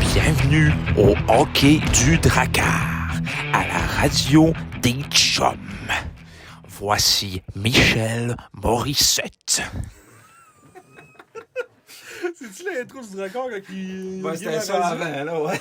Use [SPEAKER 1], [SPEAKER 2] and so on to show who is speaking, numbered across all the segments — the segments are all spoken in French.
[SPEAKER 1] Bienvenue au Hockey du Drakkar, à la radio des Chums. Voici Michel Morissette.
[SPEAKER 2] C'est-tu l'intro du record quand il.
[SPEAKER 3] Ouais,
[SPEAKER 2] il
[SPEAKER 3] c'était
[SPEAKER 2] est
[SPEAKER 3] ça
[SPEAKER 2] rendu?
[SPEAKER 3] avant, là, ouais.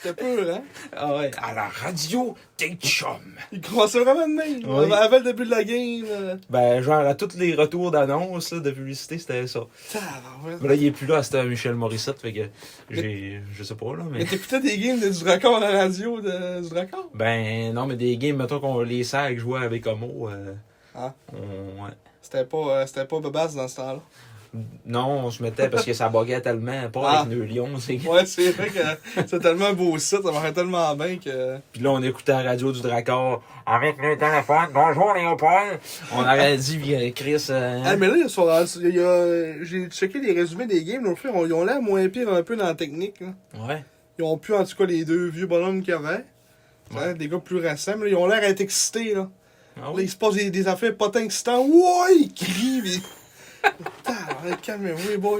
[SPEAKER 2] C'était pur, hein?
[SPEAKER 3] Ah ouais.
[SPEAKER 1] À la radio des Chums.
[SPEAKER 2] Il croissait vraiment de même.
[SPEAKER 3] Oui.
[SPEAKER 2] Avant- Avant le début de la game. euh,
[SPEAKER 3] Ben, genre, à tous les retours d'annonces, là, de publicité, c'était ça.
[SPEAKER 2] tabarouette.
[SPEAKER 3] Mais là, il est plus là, c'était Michel Morissette, fait que j'ai. Je sais pas, là,
[SPEAKER 2] Mais
[SPEAKER 3] mais.
[SPEAKER 2] t'écoutais des games de- du record à la radio de, du record?
[SPEAKER 3] Ben, non, mais des games, mettons qu'on les sacs jouaient avec Homo. Euh,
[SPEAKER 2] Ah.
[SPEAKER 3] on- ouais.
[SPEAKER 2] C'était pas, euh, c'était pas Bebasse dans ce temps-là.
[SPEAKER 3] Non, on se mettait parce que ça boguait tellement, pas
[SPEAKER 2] Ah.
[SPEAKER 3] avec nos lions, c'est
[SPEAKER 2] Ouais, c'est vrai que c'est tellement un beau site, ça marrait tellement bien que.
[SPEAKER 3] Puis là, on écoutait la radio du Drakkar avec le téléphone. Bonjour, Léopold. On aurait dit, euh, Chris. euh,
[SPEAKER 2] Ah, mais là, ils sont rendus- il y a- euh, J'ai checké les résumés des games, donc ils ont- ils ont l'air moins pire un peu dans la technique. là.
[SPEAKER 3] Ouais.
[SPEAKER 2] Ils ont plus, en tout cas, les deux vieux bonhommes qu'il y avait. Hein, des gars plus récents, mais là, ils ont l'air d'être excités, là.
[SPEAKER 3] Ah
[SPEAKER 2] Là,
[SPEAKER 3] oui.
[SPEAKER 2] il se passe des, des affaires potins excitants. Ouais, il crie, mais. Putain, calmez-vous, les boys.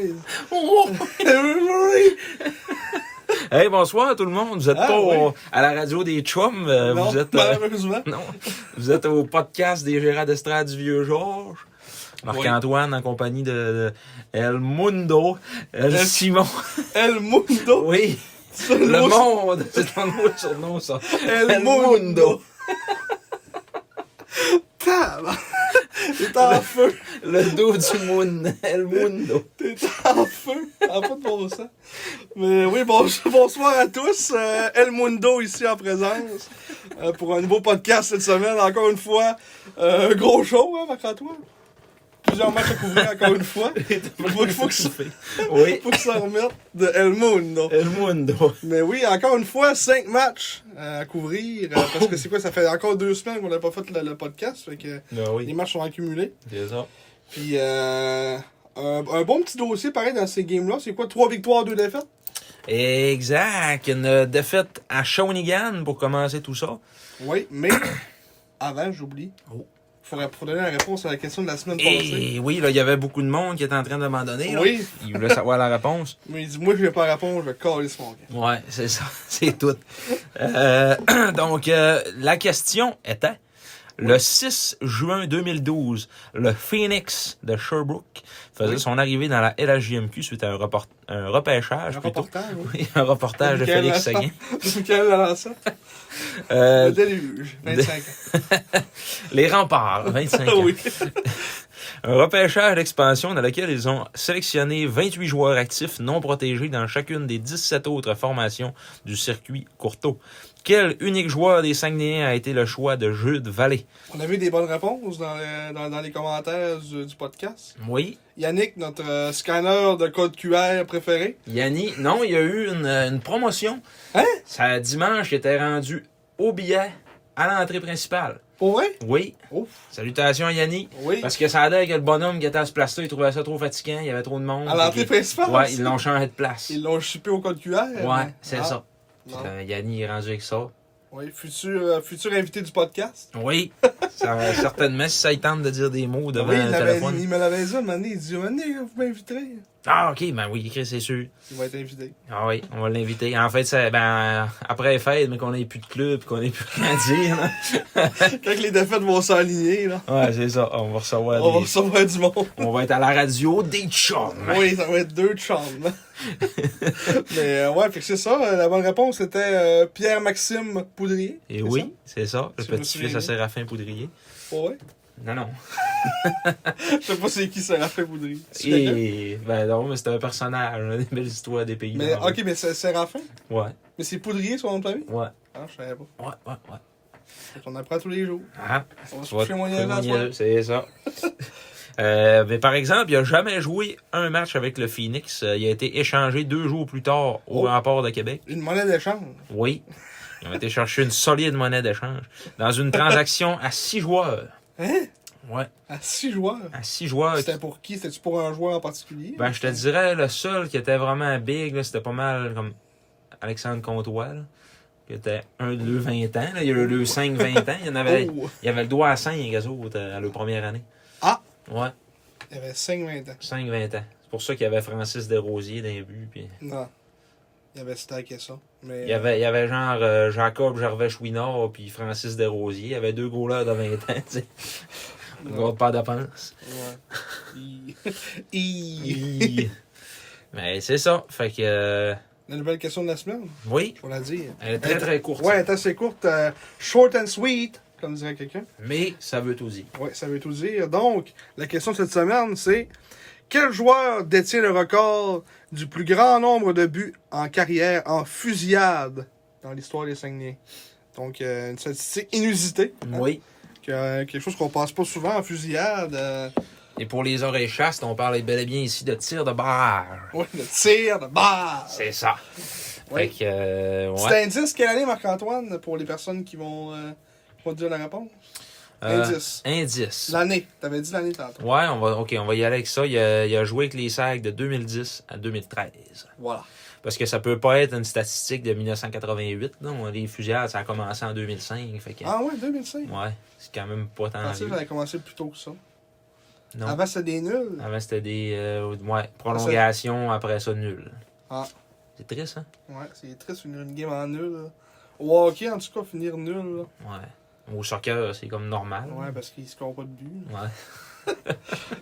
[SPEAKER 2] Oui.
[SPEAKER 3] Hey, bonsoir tout le monde. Vous êtes
[SPEAKER 2] Ah,
[SPEAKER 3] pas au-
[SPEAKER 2] oui.
[SPEAKER 3] à la radio des chums. euh,
[SPEAKER 2] non,
[SPEAKER 3] vous êtes. euh,
[SPEAKER 2] malheureusement.
[SPEAKER 3] non. Vous êtes au podcast des gérants d'estrade du vieux Georges. Marc-Antoine en compagnie de, de El Mundo, El
[SPEAKER 2] El-
[SPEAKER 3] Simon.
[SPEAKER 2] El Mundo.
[SPEAKER 3] Oui,
[SPEAKER 2] C'est
[SPEAKER 3] le
[SPEAKER 2] mot-
[SPEAKER 3] monde. C'est ton nouveau surnom, ça.
[SPEAKER 2] El Mundo. Putain, T'es en feu.
[SPEAKER 3] Le dos du monde. El Mundo.
[SPEAKER 2] T'es en feu. En pas de bon sens. Mais oui, bon- bonsoir à tous. Euh, El Mundo ici en présence euh, pour un nouveau podcast cette semaine. Encore une fois, euh, un gros show, hein, Marc-Antoine? Plusieurs matchs à couvrir encore une fois. Il faut, faut que ça-
[SPEAKER 3] Oui,
[SPEAKER 2] faut que ça remette de El Mundo.
[SPEAKER 3] El Mundo.
[SPEAKER 2] Mais oui, encore une fois, cinq matchs euh, à couvrir. euh, parce que c'est quoi, ça fait encore deux semaines qu'on n'a pas fait le, le podcast. Fait que
[SPEAKER 3] Ben
[SPEAKER 2] les
[SPEAKER 3] oui,
[SPEAKER 2] matchs sont accumulés.
[SPEAKER 3] c'est ça.
[SPEAKER 2] Puis euh, un, un bon petit dossier pareil dans ces games-là. C'est quoi, trois victoires, deux défaites?
[SPEAKER 3] Exact. Une euh, défaite à Shawinigan pour commencer tout ça.
[SPEAKER 2] Oui, mais avant, j'oublie.
[SPEAKER 3] Oh.
[SPEAKER 2] Faudrait, faut donner la réponse à la question de la semaine
[SPEAKER 3] Eh,
[SPEAKER 2] passée.
[SPEAKER 3] Et oui, là, il y avait beaucoup de monde qui était en train de m'abandonner.
[SPEAKER 2] Oui.
[SPEAKER 3] Il voulait savoir la réponse.
[SPEAKER 2] Mais il dit, moi, je vais pas répondre, je vais coller ce mon gars.
[SPEAKER 3] Ouais, c'est ça. C'est tout. Euh, donc, euh, la question était, le 6 juin 2012, le Phoenix de Sherbrooke faisait
[SPEAKER 2] Oui.
[SPEAKER 3] son arrivée dans la LHJMQ suite à un, report- un repêchage,
[SPEAKER 2] Un
[SPEAKER 3] plutôt.
[SPEAKER 2] reportage, oui.
[SPEAKER 3] Oui, un reportage de
[SPEAKER 2] Michael
[SPEAKER 3] Félix
[SPEAKER 2] Vincent.
[SPEAKER 3] Seguin.
[SPEAKER 2] Michael Lalancette,
[SPEAKER 3] Euh,
[SPEAKER 2] le déluge, 25 ans.
[SPEAKER 3] les remparts, 25 ans.
[SPEAKER 2] oui.
[SPEAKER 3] Un repêchage d'expansion dans lequel ils ont sélectionné 28 joueurs actifs non protégés dans chacune des 17 autres formations du circuit Courteau. Quel unique joueur des Saguenayens a été le choix de Jude Vallée?
[SPEAKER 2] On a vu des bonnes réponses dans, le- dans, dans les commentaires du, du podcast.
[SPEAKER 3] Oui.
[SPEAKER 2] Yannick, notre euh, scanner de code QR préféré.
[SPEAKER 3] Yanni, non, il y a eu une, une promotion.
[SPEAKER 2] Hein?
[SPEAKER 3] Ça, dimanche, il était rendu au billet à l'entrée principale.
[SPEAKER 2] Pour vrai?
[SPEAKER 3] Oui.
[SPEAKER 2] Ouf.
[SPEAKER 3] Salutations, Yanni.
[SPEAKER 2] Oui.
[SPEAKER 3] Parce que ça a l'air que le bonhomme qui était à se placer, il trouvait ça trop fatigant, il y avait trop de monde.
[SPEAKER 2] À l'entrée
[SPEAKER 3] Puis-
[SPEAKER 2] principale.
[SPEAKER 3] Ouais, ils l'ont changé de place.
[SPEAKER 2] Ils l'ont chipé au code QR.
[SPEAKER 3] Ouais, c'est
[SPEAKER 2] Ah,
[SPEAKER 3] ça.
[SPEAKER 2] non.
[SPEAKER 3] Putain, Euh, Yanni est rendu avec ça.
[SPEAKER 2] Oui, futur, euh, futur invité du podcast.
[SPEAKER 3] Oui, ça- certainement, si ça y tente de dire des mots devant
[SPEAKER 2] oui, il
[SPEAKER 3] un
[SPEAKER 2] l'avait-
[SPEAKER 3] téléphone.
[SPEAKER 2] il me l'avait dit un moment donné, il dit, Venez, vous m'inviterez.
[SPEAKER 3] Ah, OK, ben oui, Chris, c'est sûr.
[SPEAKER 2] Il va être invité.
[SPEAKER 3] Ah oui, on va l'inviter. En fait, c'est, ben, après fête, mais qu'on ait plus de club, qu'on ait plus rien à dire. là.
[SPEAKER 2] Quand les défaites vont s'aligner, là,
[SPEAKER 3] Ouais, c'est ça. On va recevoir
[SPEAKER 2] on va
[SPEAKER 3] des-
[SPEAKER 2] recevoir du monde.
[SPEAKER 3] On va être à la radio des chums.
[SPEAKER 2] Oui, ça va être deux chambres. Mais euh, ouais, fait que c'est ça. euh, La bonne réponse c'était euh, Pierre-Maxime Poudrier.
[SPEAKER 3] Et
[SPEAKER 2] c'est
[SPEAKER 3] oui, c'est ça. Le
[SPEAKER 2] Si je me
[SPEAKER 3] petit-fils
[SPEAKER 2] souviens
[SPEAKER 3] à Séraphin Poudrier.
[SPEAKER 2] ça? Ouais.
[SPEAKER 3] Non, non.
[SPEAKER 2] Je sais pas c'est qui Séraphin Poudrier. Tu connais?
[SPEAKER 3] Et, ben non, mais c'est un personnage. On a des belles histoires des pays.
[SPEAKER 2] Mais
[SPEAKER 3] d'Europe.
[SPEAKER 2] ok, mais c'est Séraphin.
[SPEAKER 3] Ouais,
[SPEAKER 2] Mais c'est Poudrier son nom de famille?
[SPEAKER 3] ouais,
[SPEAKER 2] Ah, je savais pas.
[SPEAKER 3] ouais, ouais, ouais.
[SPEAKER 2] On apprend tous les jours.
[SPEAKER 3] Ah,
[SPEAKER 2] On va se
[SPEAKER 3] tu vas
[SPEAKER 2] coucher moyen
[SPEAKER 3] te
[SPEAKER 2] la
[SPEAKER 3] pogner
[SPEAKER 2] soirée.
[SPEAKER 3] deux, C'est ça. Euh, mais par exemple, il n'a jamais joué un match avec le Phoenix. Euh, Il a été échangé deux jours plus tard au
[SPEAKER 2] Oh.
[SPEAKER 3] remport de Québec.
[SPEAKER 2] Une monnaie d'échange.
[SPEAKER 3] Oui. Ils ont été chercher une solide monnaie d'échange dans une transaction à six joueurs.
[SPEAKER 2] Hein?
[SPEAKER 3] Ouais,
[SPEAKER 2] À six joueurs.
[SPEAKER 3] à six joueurs.
[SPEAKER 2] C'était pour qui? C'était-tu pour un joueur en particulier?
[SPEAKER 3] Ah, Ben, je te dirais, le seul qui était vraiment big, là, c'était pas mal comme Alexandre Comtois, là, qui était un de leurs 20 ans. Là. Il y a eu le 5-20 ans. Il y en avait,
[SPEAKER 2] Oh!
[SPEAKER 3] il y avait le doigt à 5, les autres, euh, à leur première année.
[SPEAKER 2] Ah!
[SPEAKER 3] Ouais,
[SPEAKER 2] Il y avait 5-20 ans.
[SPEAKER 3] 5-20 ans. C'est pour ça qu'il y avait Francis Desrosiers dans les buts. Puis...
[SPEAKER 2] Non. Il y avait stacké ça. Mais
[SPEAKER 3] Il, y avait, il y avait genre euh, Jacob Gervais Chouinard puis Francis Desrosiers. Il y avait deux goalers de 20 ans, tu sais. On
[SPEAKER 2] Ouais.
[SPEAKER 3] garde pas la dépense.
[SPEAKER 2] euh, Ouais. Hi. Hi.
[SPEAKER 3] Hi. Mais c'est ça. Fait que. euh,
[SPEAKER 2] La nouvelle question de la semaine,
[SPEAKER 3] oui,
[SPEAKER 2] faut la dire.
[SPEAKER 3] elle est très très courte.
[SPEAKER 2] Ouais, elle est assez courte. euh, short and sweet, comme dirait quelqu'un.
[SPEAKER 3] Mais ça veut tout dire.
[SPEAKER 2] Ouais, ça veut tout dire. Donc, la question de cette semaine, c'est quel joueur détient le record du plus grand nombre de buts en carrière en fusillade dans l'histoire des Saguenay? Donc, euh, une statistique inusitée. hein,
[SPEAKER 3] Oui.
[SPEAKER 2] que- euh, quelque chose qu'on passe pas souvent en fusillade. euh,
[SPEAKER 3] Et pour les oreilles chastes, on parle bel et bien ici de tir de barre.
[SPEAKER 2] ouais, le tir, de barre.
[SPEAKER 3] C'est ça.
[SPEAKER 2] Oui.
[SPEAKER 3] Fait que, euh, ouais.
[SPEAKER 2] C'est indice quelle année, Marc-Antoine, pour les personnes qui vont, euh, qui vont dire la réponse?
[SPEAKER 3] Euh,
[SPEAKER 2] indice.
[SPEAKER 3] Indice.
[SPEAKER 2] L'année. T'avais dit l'année tantôt.
[SPEAKER 3] Ouais, on va, ok, on va y aller avec ça. Il a, il a joué avec les sacs de 2010 à 2013.
[SPEAKER 2] Voilà.
[SPEAKER 3] Parce que ça peut pas être une statistique de 1988. Non, les fusillades, ça a commencé en 2005. Fait que,
[SPEAKER 2] Ah ouais, 2005.
[SPEAKER 3] ouais, c'est quand même pas
[SPEAKER 2] Je
[SPEAKER 3] tant
[SPEAKER 2] pensais
[SPEAKER 3] vieux.
[SPEAKER 2] que j'avais commencé plus tôt que ça.
[SPEAKER 3] Non. Ah.
[SPEAKER 2] Avant, c'était des nuls.
[SPEAKER 3] Avant, c'était des euh, ouais, prolongations, après ça, nul.
[SPEAKER 2] Ah.
[SPEAKER 3] C'est triste, hein?
[SPEAKER 2] Ouais, c'est triste finir une game en nul. là. Au hockey, en tout cas, finir nul. là.
[SPEAKER 3] Ouais. Au soccer, c'est comme normal.
[SPEAKER 2] Ouais, parce qu'ils scorent pas de but.
[SPEAKER 3] Ouais.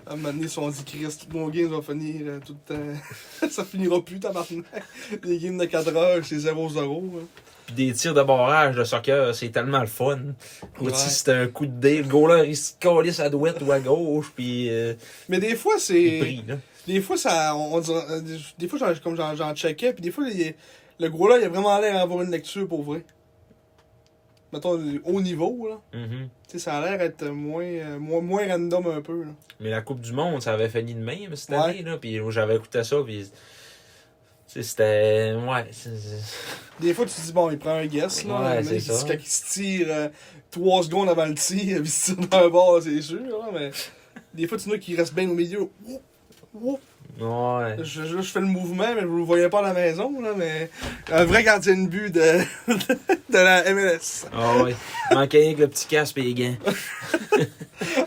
[SPEAKER 2] À un moment donné, si on dit Chris, toutes nos games vont finir euh, tout le temps. ça finira plus, tabarnak. Les games de 4 heures, c'est hein. 0-0. là.
[SPEAKER 3] Puis des tirs de barrage de soccer, c'est tellement le fun.
[SPEAKER 2] Ouais.
[SPEAKER 3] Ou si c'était un coup de dé, le goaler, il se collait sa douette ou à gauche, puis euh,
[SPEAKER 2] Mais des fois,
[SPEAKER 3] il
[SPEAKER 2] c'est.
[SPEAKER 3] prie, là.
[SPEAKER 2] Des fois, ça, on, on dirait- euh, des- des fois, j'en- comme j'en, j'en checkais, puis des fois, il- le gros là, il a vraiment l'air d'avoir une lecture pour vrai. Mettons, du haut niveau, là.
[SPEAKER 3] Mhm.
[SPEAKER 2] Tu sais, ça a l'air d'être moins, euh, moins, moins random un peu, là.
[SPEAKER 3] Mais la Coupe du Monde, ça avait fini de même cette
[SPEAKER 2] Ouais.
[SPEAKER 3] année, là. Puis j'avais écouté ça, puis. tu sais, c'était. Ouais. c'est- c'est-
[SPEAKER 2] Des fois, tu te dis, bon, il prend un guess, là.
[SPEAKER 3] Ouais,
[SPEAKER 2] mais
[SPEAKER 3] c'est
[SPEAKER 2] il-
[SPEAKER 3] ça.
[SPEAKER 2] Quand il se tire euh, trois secondes avant le tir, il se tire dans un bord, c'est sûr, là, mais... Des fois, tu vois qu'il reste bien au milieu. Oup, oup.
[SPEAKER 3] Ouais.
[SPEAKER 2] Je, je, je fais le mouvement, mais vous le voyez pas à la maison, là, mais... Un vrai gardien de but de, de la MLS.
[SPEAKER 3] Ah ouais. Manquait rien que le petit casque et les gants.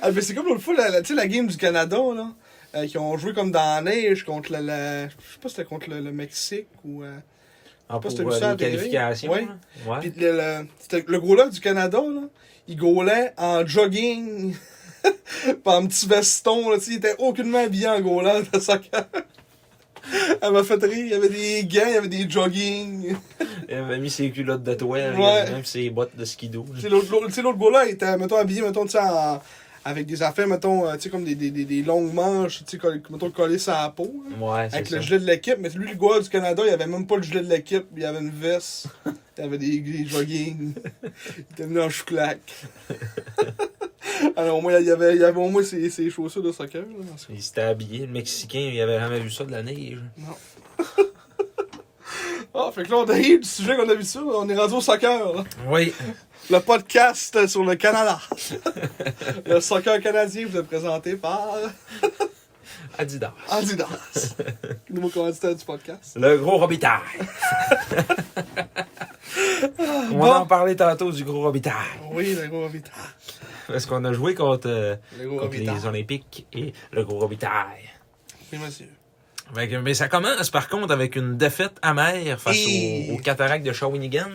[SPEAKER 2] Ah, mais c'est comme l'autre fois, la, la- tu sais, la game du Canada, là, euh, qui ont joué comme dans la neige contre la. la- je sais pas si c'était contre le, le Mexique ou. euh,
[SPEAKER 3] En
[SPEAKER 2] Pas
[SPEAKER 3] pour
[SPEAKER 2] si t'as vu
[SPEAKER 3] euh,
[SPEAKER 2] ça à
[SPEAKER 3] les
[SPEAKER 2] la télé.
[SPEAKER 3] qualifications.
[SPEAKER 2] Ouais.
[SPEAKER 3] là. Ouais.
[SPEAKER 2] Puis le, le, c'était le goaler du Canada, là, il gaulait en jogging, par un petit veston, là, tu sais, il était aucunement habillé en gaulant de soccer. Elle m'a fait rire, il y avait des gants, il y avait des jogging.
[SPEAKER 3] Il avait mis ses culottes de toile,
[SPEAKER 2] Ouais.
[SPEAKER 3] même ses bottes de skido.
[SPEAKER 2] Tu sais, l'autre- l'autre tu sais, l'autre gars-là, il était, mettons, habillé, mettons, tu sais, en- avec des affaires, mettons, euh, tu sais, comme des, des, des, des longues manches, tu sais, coll- mettons, collées sur la peau. là.
[SPEAKER 3] Ouais, c'est
[SPEAKER 2] Avec
[SPEAKER 3] ça.
[SPEAKER 2] le gilet de l'équipe, mais lui, le gars du Canada, il avait même pas le gilet de l'équipe, il avait une veste, il avait des, des jogging, il était venu en chouclac. Alors, au moins, il y avait, il y avait au moins ses, ses chaussures de soccer. Là, parce que-
[SPEAKER 3] Il s'était habillé. Le Mexicain, il avait jamais vu ça de la neige.
[SPEAKER 2] Ah, fait que là, on arrive du sujet qu'on a vu ça, on est rendu au soccer. là.
[SPEAKER 3] Oui.
[SPEAKER 2] Le podcast sur le Canada. le soccer canadien vous est présenté par
[SPEAKER 3] Adidas.
[SPEAKER 2] Adidas, le nouveau commanditaire du podcast.
[SPEAKER 3] Le gros Robitaille. On
[SPEAKER 2] Bon.
[SPEAKER 3] en parlait tantôt du gros Robitaille.
[SPEAKER 2] Oui, le gros Vita.
[SPEAKER 3] Parce qu'on a joué contre, euh,
[SPEAKER 2] Le gros
[SPEAKER 3] contre
[SPEAKER 2] Vita.
[SPEAKER 3] les Olympiques et le gros Robitaille.
[SPEAKER 2] Oui, monsieur.
[SPEAKER 3] Fait que- mais ça commence par contre avec une défaite amère face
[SPEAKER 2] Et-
[SPEAKER 3] au- aux, cataractes de Shawinigan.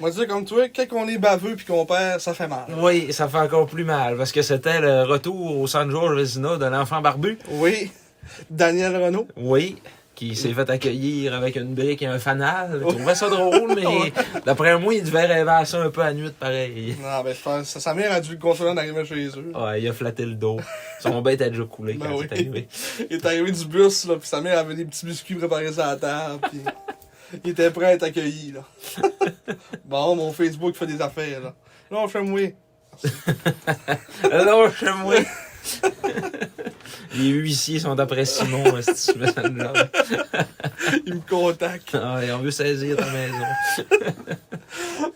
[SPEAKER 2] Moi, dire comme toi, quand on est baveux puis qu'on perd, ça fait mal.
[SPEAKER 3] Oui, ça fait encore plus mal parce que c'était le retour au San Jorge Vezina de l'enfant barbu.
[SPEAKER 2] Oui. Daniel Renault.
[SPEAKER 3] Oui, qui s'est fait accueillir avec une brique et un fanal. Il trouvait ça drôle, mais d'après moi, il devait rêver à ça un peu à nuit pareil.
[SPEAKER 2] Non, ben, je pense que sa mère a dû le consoler d'arriver chez eux.
[SPEAKER 3] Ouais, il a flatté le dos. Son bête a déjà coulé
[SPEAKER 2] Ben
[SPEAKER 3] quand il
[SPEAKER 2] oui.
[SPEAKER 3] est arrivé.
[SPEAKER 2] Il est arrivé du bus, là, puis sa mère avait des petits biscuits préparés sur la table, puis il était prêt à être accueilli, là. bon, mon Facebook fait des affaires, là. Non, je moi
[SPEAKER 3] Alors, chez moi. Les huissiers sont après Simon, euh, si tu mets ça de l'ordre.
[SPEAKER 2] Il me contacte.
[SPEAKER 3] Ah, et on veut saisir ta maison.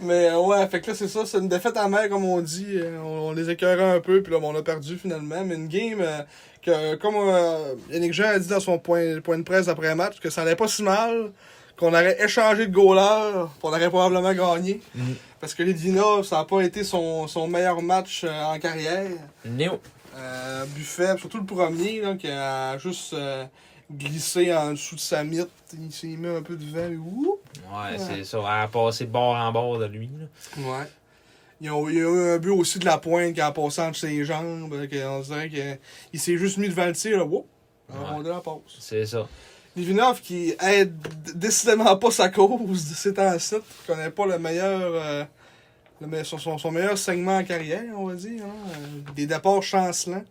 [SPEAKER 2] Mais euh, ouais, fait que là, c'est ça, c'est une défaite amère, comme on dit. Euh, On, on les écœurait un peu, puis là, ben, on a perdu finalement. Mais une game euh, que, comme euh, Yannick Jean a dit dans son point, point de presse après-match, que ça allait pas si mal, qu'on aurait échangé de goaler, puis on aurait probablement gagné.
[SPEAKER 3] Mhm.
[SPEAKER 2] Parce que Ledina, ça a pas été son, son meilleur match euh, en carrière.
[SPEAKER 3] Néo.
[SPEAKER 2] Euh, Buffet, surtout le premier, là, qui a juste euh, glissé en dessous de sa mythe. Il s'est mis un peu de vent, et ouh!
[SPEAKER 3] Ouais, c'est ça. Elle a passé bord en bord de lui. là.
[SPEAKER 2] Ouais. Ils ont, il y a eu un but aussi de la pointe qui a passé entre ses jambes. euh, que on dirait qu'il s'est juste mis devant le tir. Là, whoop,
[SPEAKER 3] Ouais.
[SPEAKER 2] on la passe.
[SPEAKER 3] C'est ça.
[SPEAKER 2] Livinov qui aide d- décidément pas sa cause de ces temps-ci. qui connaît pas le meilleur. euh, le me- son, son- son meilleur segment en carrière, on va dire. hein, euh, Des départs chancelants.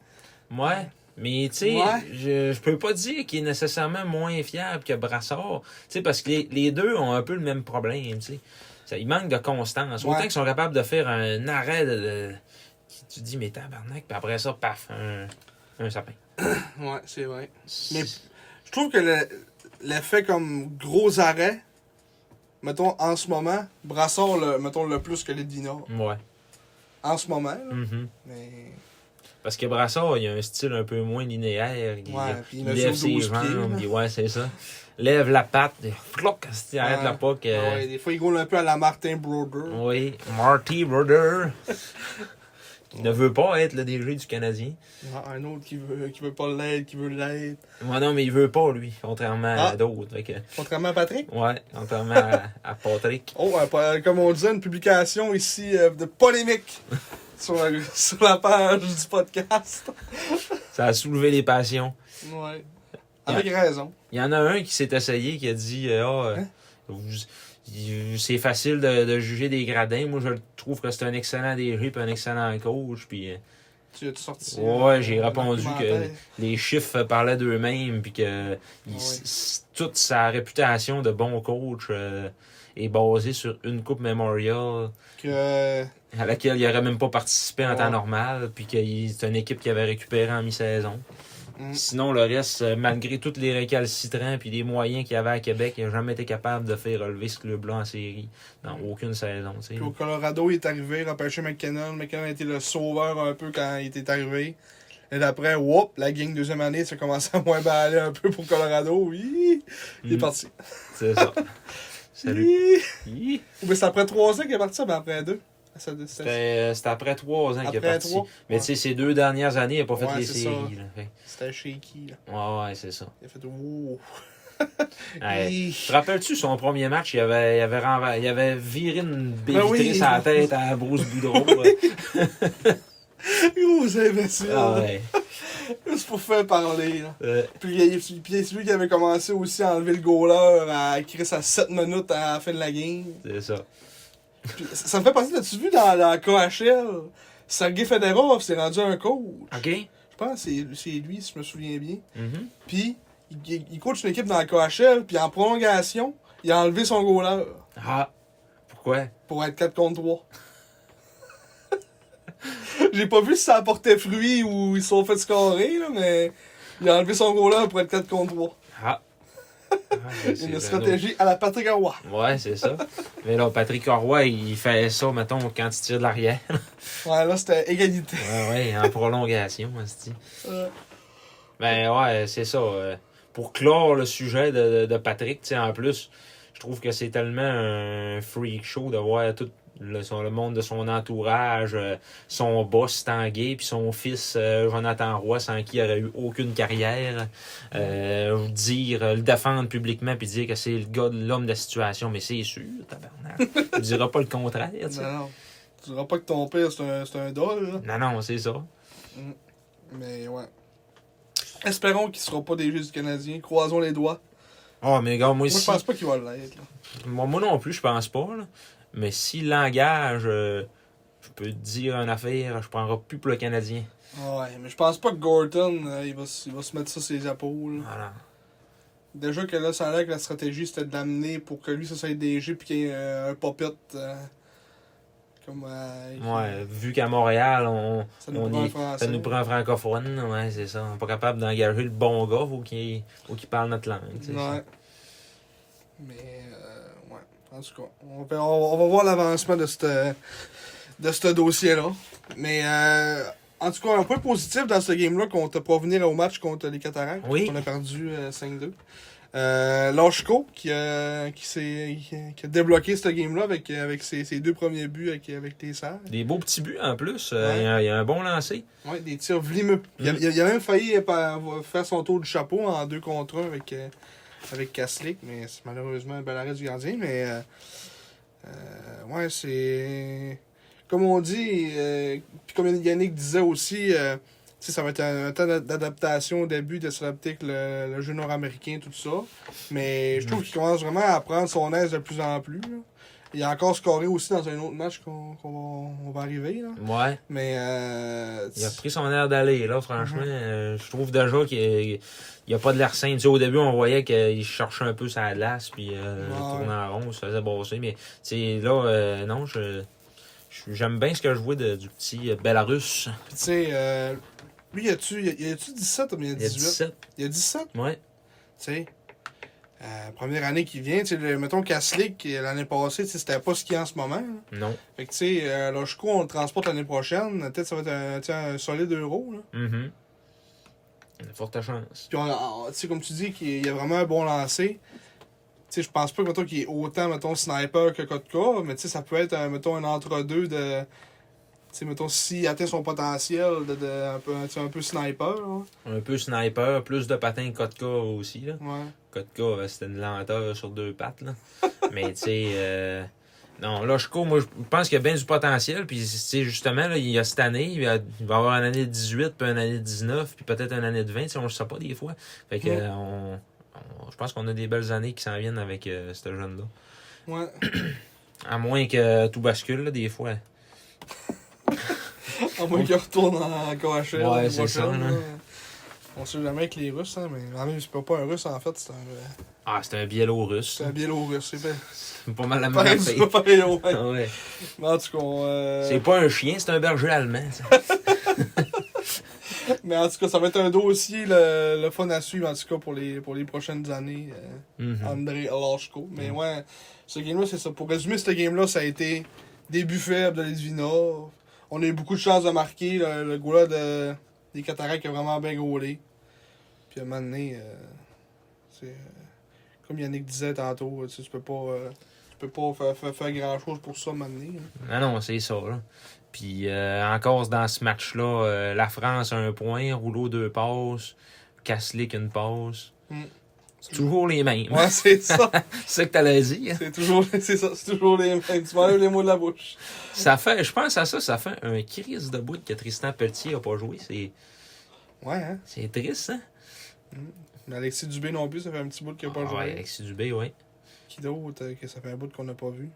[SPEAKER 3] Ouais. Mais tu sais,
[SPEAKER 2] Ouais.
[SPEAKER 3] je, je peux pas dire qu'il est nécessairement moins fiable que Brassard. Tu sais, parce que les, les deux ont un peu le même problème, tu sais. Ça- Ils manquent de constance.
[SPEAKER 2] Ouais.
[SPEAKER 3] Autant qu'ils sont capables de faire un arrêt de. de- qui- tu dis, mais tabarnak, puis après ça, paf, un, un sapin.
[SPEAKER 2] Ouais, c'est vrai. Mais- Je trouve que le- l'effet comme gros arrêt, mettons en ce moment, Brassard le, mettons, le plus que les Dinards.
[SPEAKER 3] Ouais.
[SPEAKER 2] En ce moment, là,
[SPEAKER 3] Mhm.
[SPEAKER 2] mais.
[SPEAKER 3] Parce que Brassard, il a un style un peu moins linéaire. Il,
[SPEAKER 2] Ouais, puis il
[SPEAKER 3] il
[SPEAKER 2] mesure
[SPEAKER 3] lève ses
[SPEAKER 2] 12 pieds,
[SPEAKER 3] jambes.
[SPEAKER 2] là.
[SPEAKER 3] il- ouais, c'est ça. Lève la patte. Et floc, si tu arrêtes
[SPEAKER 2] Ouais.
[SPEAKER 3] la poque.
[SPEAKER 2] Ah
[SPEAKER 3] euh,
[SPEAKER 2] ouais, des fois, il goule un peu à la Martin Broder.
[SPEAKER 3] oui. Marty Brother. qui ne veut pas être le DG du Canadien.
[SPEAKER 2] Ah, Un autre qui veut, qui veut pas l'être, qui veut l'être.
[SPEAKER 3] Ouais, non, mais il veut pas, lui. Contrairement
[SPEAKER 2] Ah.
[SPEAKER 3] à d'autres. Fait que-
[SPEAKER 2] Contrairement à Patrick.
[SPEAKER 3] Ouais, contrairement à, à Patrick.
[SPEAKER 2] Oh, un pa- comme on disait, une publication ici euh, de polémique sur, la, sur la page du podcast.
[SPEAKER 3] Ça a soulevé les passions.
[SPEAKER 2] Ouais. Avec raison.
[SPEAKER 3] Il y en a un qui s'est essayé, qui a dit euh, Ah, euh,
[SPEAKER 2] Hein?
[SPEAKER 3] vous- il- c'est facile de, de juger des gradins. Moi, je trouve que c'est un excellent DG puis un excellent coach. Puis, euh,
[SPEAKER 2] Tu as-tu sorti?
[SPEAKER 3] Ouais,
[SPEAKER 2] euh,
[SPEAKER 3] j'ai
[SPEAKER 2] un
[SPEAKER 3] répondu
[SPEAKER 2] documentaire?
[SPEAKER 3] les chiffres parlaient d'eux-mêmes, puis que il-
[SPEAKER 2] Oui.
[SPEAKER 3] s- toute sa réputation de bon coach euh, est basée sur une Coupe Memorial
[SPEAKER 2] Que. euh,
[SPEAKER 3] à laquelle il n'aurait même pas participé en
[SPEAKER 2] Ouais.
[SPEAKER 3] temps normal, puis que il- c'est une équipe qui avait récupéré en mi-saison.
[SPEAKER 2] Mm.
[SPEAKER 3] Sinon, le reste, euh, malgré tous les récalcitrants puis les moyens qu'il y avait à Québec, il n'a jamais été capable de faire relever ce club-là en série dans aucune saison. tu sais.
[SPEAKER 2] Mm. Puis au Colorado, il est arrivé, il a repêché McKinnon. McKinnon a été le sauveur un peu quand il était arrivé. Et d'après, whoop, la gang deuxième année, ça commençait à moins bien aller un peu pour Colorado. Oui, il est
[SPEAKER 3] Mm.
[SPEAKER 2] parti.
[SPEAKER 3] C'est ça. Salut.
[SPEAKER 2] Hi.
[SPEAKER 3] Hi.
[SPEAKER 2] Ou bien c'est après trois ans qu'il est parti, mais après deux. Ça- ça-
[SPEAKER 3] C'était euh, c'était après trois ans qu'il est
[SPEAKER 2] Après
[SPEAKER 3] parti.
[SPEAKER 2] trois,
[SPEAKER 3] Mais
[SPEAKER 2] ouais.
[SPEAKER 3] tu sais, ces deux dernières années, il n'a pas fait
[SPEAKER 2] Ouais,
[SPEAKER 3] les
[SPEAKER 2] c'est ça.
[SPEAKER 3] séries. là. Fait-
[SPEAKER 2] C'était shaky, là.
[SPEAKER 3] Ouais, ouais, c'est ça.
[SPEAKER 2] Il a fait oh, wow.
[SPEAKER 3] Ouais.
[SPEAKER 2] Hi.
[SPEAKER 3] Te rappelles-tu son premier match, il avait, il avait, renver- il avait viré une baie
[SPEAKER 2] Ben
[SPEAKER 3] vitrée
[SPEAKER 2] oui.
[SPEAKER 3] sur la tête à Bruce Boudreau.
[SPEAKER 2] Gros imbécile.
[SPEAKER 3] Ah ouais.
[SPEAKER 2] Juste pour faire parler, là.
[SPEAKER 3] Euh,
[SPEAKER 2] Puis, il, il- puis c'est lui qui avait commencé aussi à enlever le goaler à Chris à 7 minutes à la fin de la game.
[SPEAKER 3] c'est ça.
[SPEAKER 2] Puis, ça, ça me fait penser, t'as-tu vu dans la KHL? Sergei Fedorov s'est rendu un coach.
[SPEAKER 3] OK?
[SPEAKER 2] Je pense que c'est- c'est lui, si je me souviens bien.
[SPEAKER 3] Mhm.
[SPEAKER 2] Puis, il, il- il coach une équipe dans la KHL, puis en prolongation, il a enlevé son goaler
[SPEAKER 3] Ah, pourquoi?
[SPEAKER 2] pour être 4 contre 3. J'ai pas vu si ça apportait fruit ou ils se sont fait scorer, là, mais il a enlevé son goaler pour être 4 contre 3.
[SPEAKER 3] Ah. Ah, c'est- c'est un
[SPEAKER 2] Une stratégie à la Patrick Roy.
[SPEAKER 3] autre. Ouais, c'est ça. Mais là, Patrick Roy, il fait ça, mettons, quand il tire de l'arrière.
[SPEAKER 2] Ouais, là, c'était égalité.
[SPEAKER 3] Ouais, ouais, en prolongation, hostie.
[SPEAKER 2] Euh,
[SPEAKER 3] Ben ouais, c'est ça. euh, Pour clore le sujet de, de- de Patrick, tu sais, en plus, je trouve que c'est tellement un freak show de voir tout le, son- le monde de son entourage, euh, son boss Tanguay, puis son fils euh, Jonathan Roy, sans qui il aurait eu aucune carrière, euh, dire, euh, le défendre publiquement, puis dire que c'est le gars, de l'homme de la situation, mais c'est sûr, tabarnak. Tu diras pas le contraire, tu sais.
[SPEAKER 2] Non, non. Tu diras pas que ton père, c'est un, c'est un doll, là.
[SPEAKER 3] Non, non, c'est ça.
[SPEAKER 2] Mais ouais. Espérons qu'il sera pas des Jeux du Canadien. Croisons les doigts.
[SPEAKER 3] Oh, mais gars, moi,
[SPEAKER 2] Moi,
[SPEAKER 3] si-
[SPEAKER 2] je pense pas qu'il va l'être. là.
[SPEAKER 3] Moi, moi non plus, je pense pas. là. Mais s'il l'engage, euh, je peux te dire une affaire, je prendrai plus pour le Canadien.
[SPEAKER 2] Ouais, mais je pense pas que Gorton, euh, il, va, s- il va se mettre ça sur les épaules. là.
[SPEAKER 3] Voilà.
[SPEAKER 2] Déjà que là, ça a l'air que la stratégie, c'était de l'amener pour que lui, ça soit DG, puis qu'il y ait euh, un poppet. euh, comme. euh,
[SPEAKER 3] Ouais, vu qu'à Montréal, on,
[SPEAKER 2] Ça nous
[SPEAKER 3] on
[SPEAKER 2] prend un
[SPEAKER 3] est-
[SPEAKER 2] Français.
[SPEAKER 3] ça nous prend un francophone, ouais, c'est ça. On n'est pas capable d'engager le bon gars, faut qu'il faut qu'il parle notre langue. c'est ça.
[SPEAKER 2] Ouais. Mais, euh, ouais. En tout cas, on va, on va voir l'avancement de ce de ce dossier-là. Mais, euh, en tout cas, un point positif dans ce game-là qu'on t'a pas venir au match contre les Cataractes.
[SPEAKER 3] Oui.
[SPEAKER 2] On a perdu euh, 5-2. Euh, Lachko qui, a- qui, s'est- qui a débloqué ce game-là avec, avec ses, ses deux premiers buts avec, avec les Serres.
[SPEAKER 3] Des beaux petits buts en plus. euh,
[SPEAKER 2] Ouais.
[SPEAKER 3] Il y a- il y, a un bon lancer.
[SPEAKER 2] Ouais, des tirs vlimeux. Il, a, il a- il a même failli euh, pa- faire son tour du chapeau en 2 contre 1 avec, euh, avec Kaslik, mais c'est malheureusement un bel arrêt du gardien. Mais euh, euh, ouais, c'est. Comme on dit, euh, puis comme Yannick disait aussi, euh, tu sais, ça va être un, un temps d'a- d'adaptation au début, de s'adapter avec le, le jeu nord-américain, tout ça. Mais je trouve qu'il commence vraiment à prendre son aise de plus en plus. là. Il a encore scoré aussi dans un autre match qu'on qu'on va, on va arriver. Là.
[SPEAKER 3] Ouais.
[SPEAKER 2] Mais euh,
[SPEAKER 3] Il a pris son air d'aller, là, franchement.
[SPEAKER 2] Mhm.
[SPEAKER 3] Euh, je trouve déjà qu'il n'y a pas de l'air sain. Tu sais, au début, on voyait qu'il cherchait un peu sa glace, puis euh,
[SPEAKER 2] Ouais.
[SPEAKER 3] tournait en rond, il se faisait brosser. Mais tu sais, là, euh, non, je. je- J'aime bien ce que je vois de- du petit euh, Belarus.
[SPEAKER 2] Puis tu sais, euh, lui, y a-tu y a, y a-tu 17 ou bien
[SPEAKER 3] Il y a
[SPEAKER 2] 18?
[SPEAKER 3] 17.
[SPEAKER 2] Il y a 17, tu
[SPEAKER 3] Ouais.
[SPEAKER 2] sais. Euh, première année qui vient, tu sais, le- mettons Kaslik, euh, l'année passée, tu sais, c'était pas ce qu'il y a en ce moment. là.
[SPEAKER 3] Non.
[SPEAKER 2] Fait que, tu sais, euh, Loshko, on le transporte l'année prochaine. Peut-être ça va être un, tu sais, un solide euro. Là.
[SPEAKER 3] Mhm. Il y a Forte chance.
[SPEAKER 2] Puis, on, on- tu sais, comme tu dis, qu'il y a vraiment un bon lancer. Tu sais, je pense pas que, mettons, qu'il est autant, mettons, sniper que Kotka, mais tu sais, ça peut être, un, mettons, un entre-deux de. Tu sais, mettons, s'il atteint son potentiel de, de un, peu, tu sais, un peu sniper, là.
[SPEAKER 3] Un peu sniper, plus de patins que Kotka aussi. Là.
[SPEAKER 2] Ouais.
[SPEAKER 3] Kotka, euh, c'était une lenteur sur deux pattes. Là. Mais tu sais, euh, non, Loshko, moi, je pense qu'il y a bien du potentiel. Puis, tu sais, justement, là, il y a cette année, il va il va y avoir une année de 18, puis une année de 19, puis peut-être une année de 20. tu sais, On ne le sait pas des fois. Fait que,
[SPEAKER 2] Mm.
[SPEAKER 3] euh, on, on- je pense qu'on a des belles années qui s'en viennent avec euh, ce jeune-là.
[SPEAKER 2] Ouais.
[SPEAKER 3] À moins que tout bascule, là, des fois.
[SPEAKER 2] À moins qu'il Ah, retourne en KHL.
[SPEAKER 3] Ouais,
[SPEAKER 2] l'année
[SPEAKER 3] c'est ça,
[SPEAKER 2] prochaine,
[SPEAKER 3] là.
[SPEAKER 2] là. On sait jamais avec les Russes, hein, mais en même c'est pas pas un Russe en fait, c'est un, euh,
[SPEAKER 3] Ah, c'est un Biélorusse.
[SPEAKER 2] c'est un Biélorusse. C'est pas-
[SPEAKER 3] C'est pas mal la même
[SPEAKER 2] pareil,
[SPEAKER 3] affaire.
[SPEAKER 2] c'est pas pareil, ouais.
[SPEAKER 3] Ah ouais.
[SPEAKER 2] Mais en tout cas, euh,
[SPEAKER 3] C'est pas un chien, c'est un berger allemand. ça.
[SPEAKER 2] mais en tout cas, ça va être un dossier le, le fun à suivre en tout cas pour les, pour les prochaines années. euh,
[SPEAKER 3] Mhm.
[SPEAKER 2] André Alashko. Mais ouais, ce game-là, c'est ça. Pour résumer, ce game-là, ça a été début faible de Litvinov. On a eu beaucoup de chances de marquer. Le, le goal-là de, des Cataractes a vraiment bien gaulé. Puis à un moment donné, euh, c'est, euh, comme Yannick disait tantôt, tu, sais, tu peux pas, euh, tu peux pas faire, faire- faire grand-chose pour ça à un moment donné. hein.
[SPEAKER 3] Non, non, c'est ça. Là. Puis euh, encore dans ce match-là, euh, la France a un point, Rouleau deux passes, Kaslik une passe.
[SPEAKER 2] Mm.
[SPEAKER 3] C'est toujours les mêmes.
[SPEAKER 2] Ouais, c'est ça.
[SPEAKER 3] C'est ça que t'allais dire.
[SPEAKER 2] c'est toujours, c'est ça. C'est toujours les mêmes. Tu m'enlèves les mots de la bouche.
[SPEAKER 3] Ça fait, je pense à ça, ça fait un crise de bout que Tristan Pelletier a pas joué. C'est,
[SPEAKER 2] Ouais, hein.
[SPEAKER 3] c'est triste, hein?
[SPEAKER 2] Mais Alexis Dubé non plus, ça fait un petit bout qu'il a pas
[SPEAKER 3] Ah,
[SPEAKER 2] joué.
[SPEAKER 3] ouais, Alexis Dubé, oui.
[SPEAKER 2] Qui d'autre euh, que ça fait un bout qu'on n'a pas vu?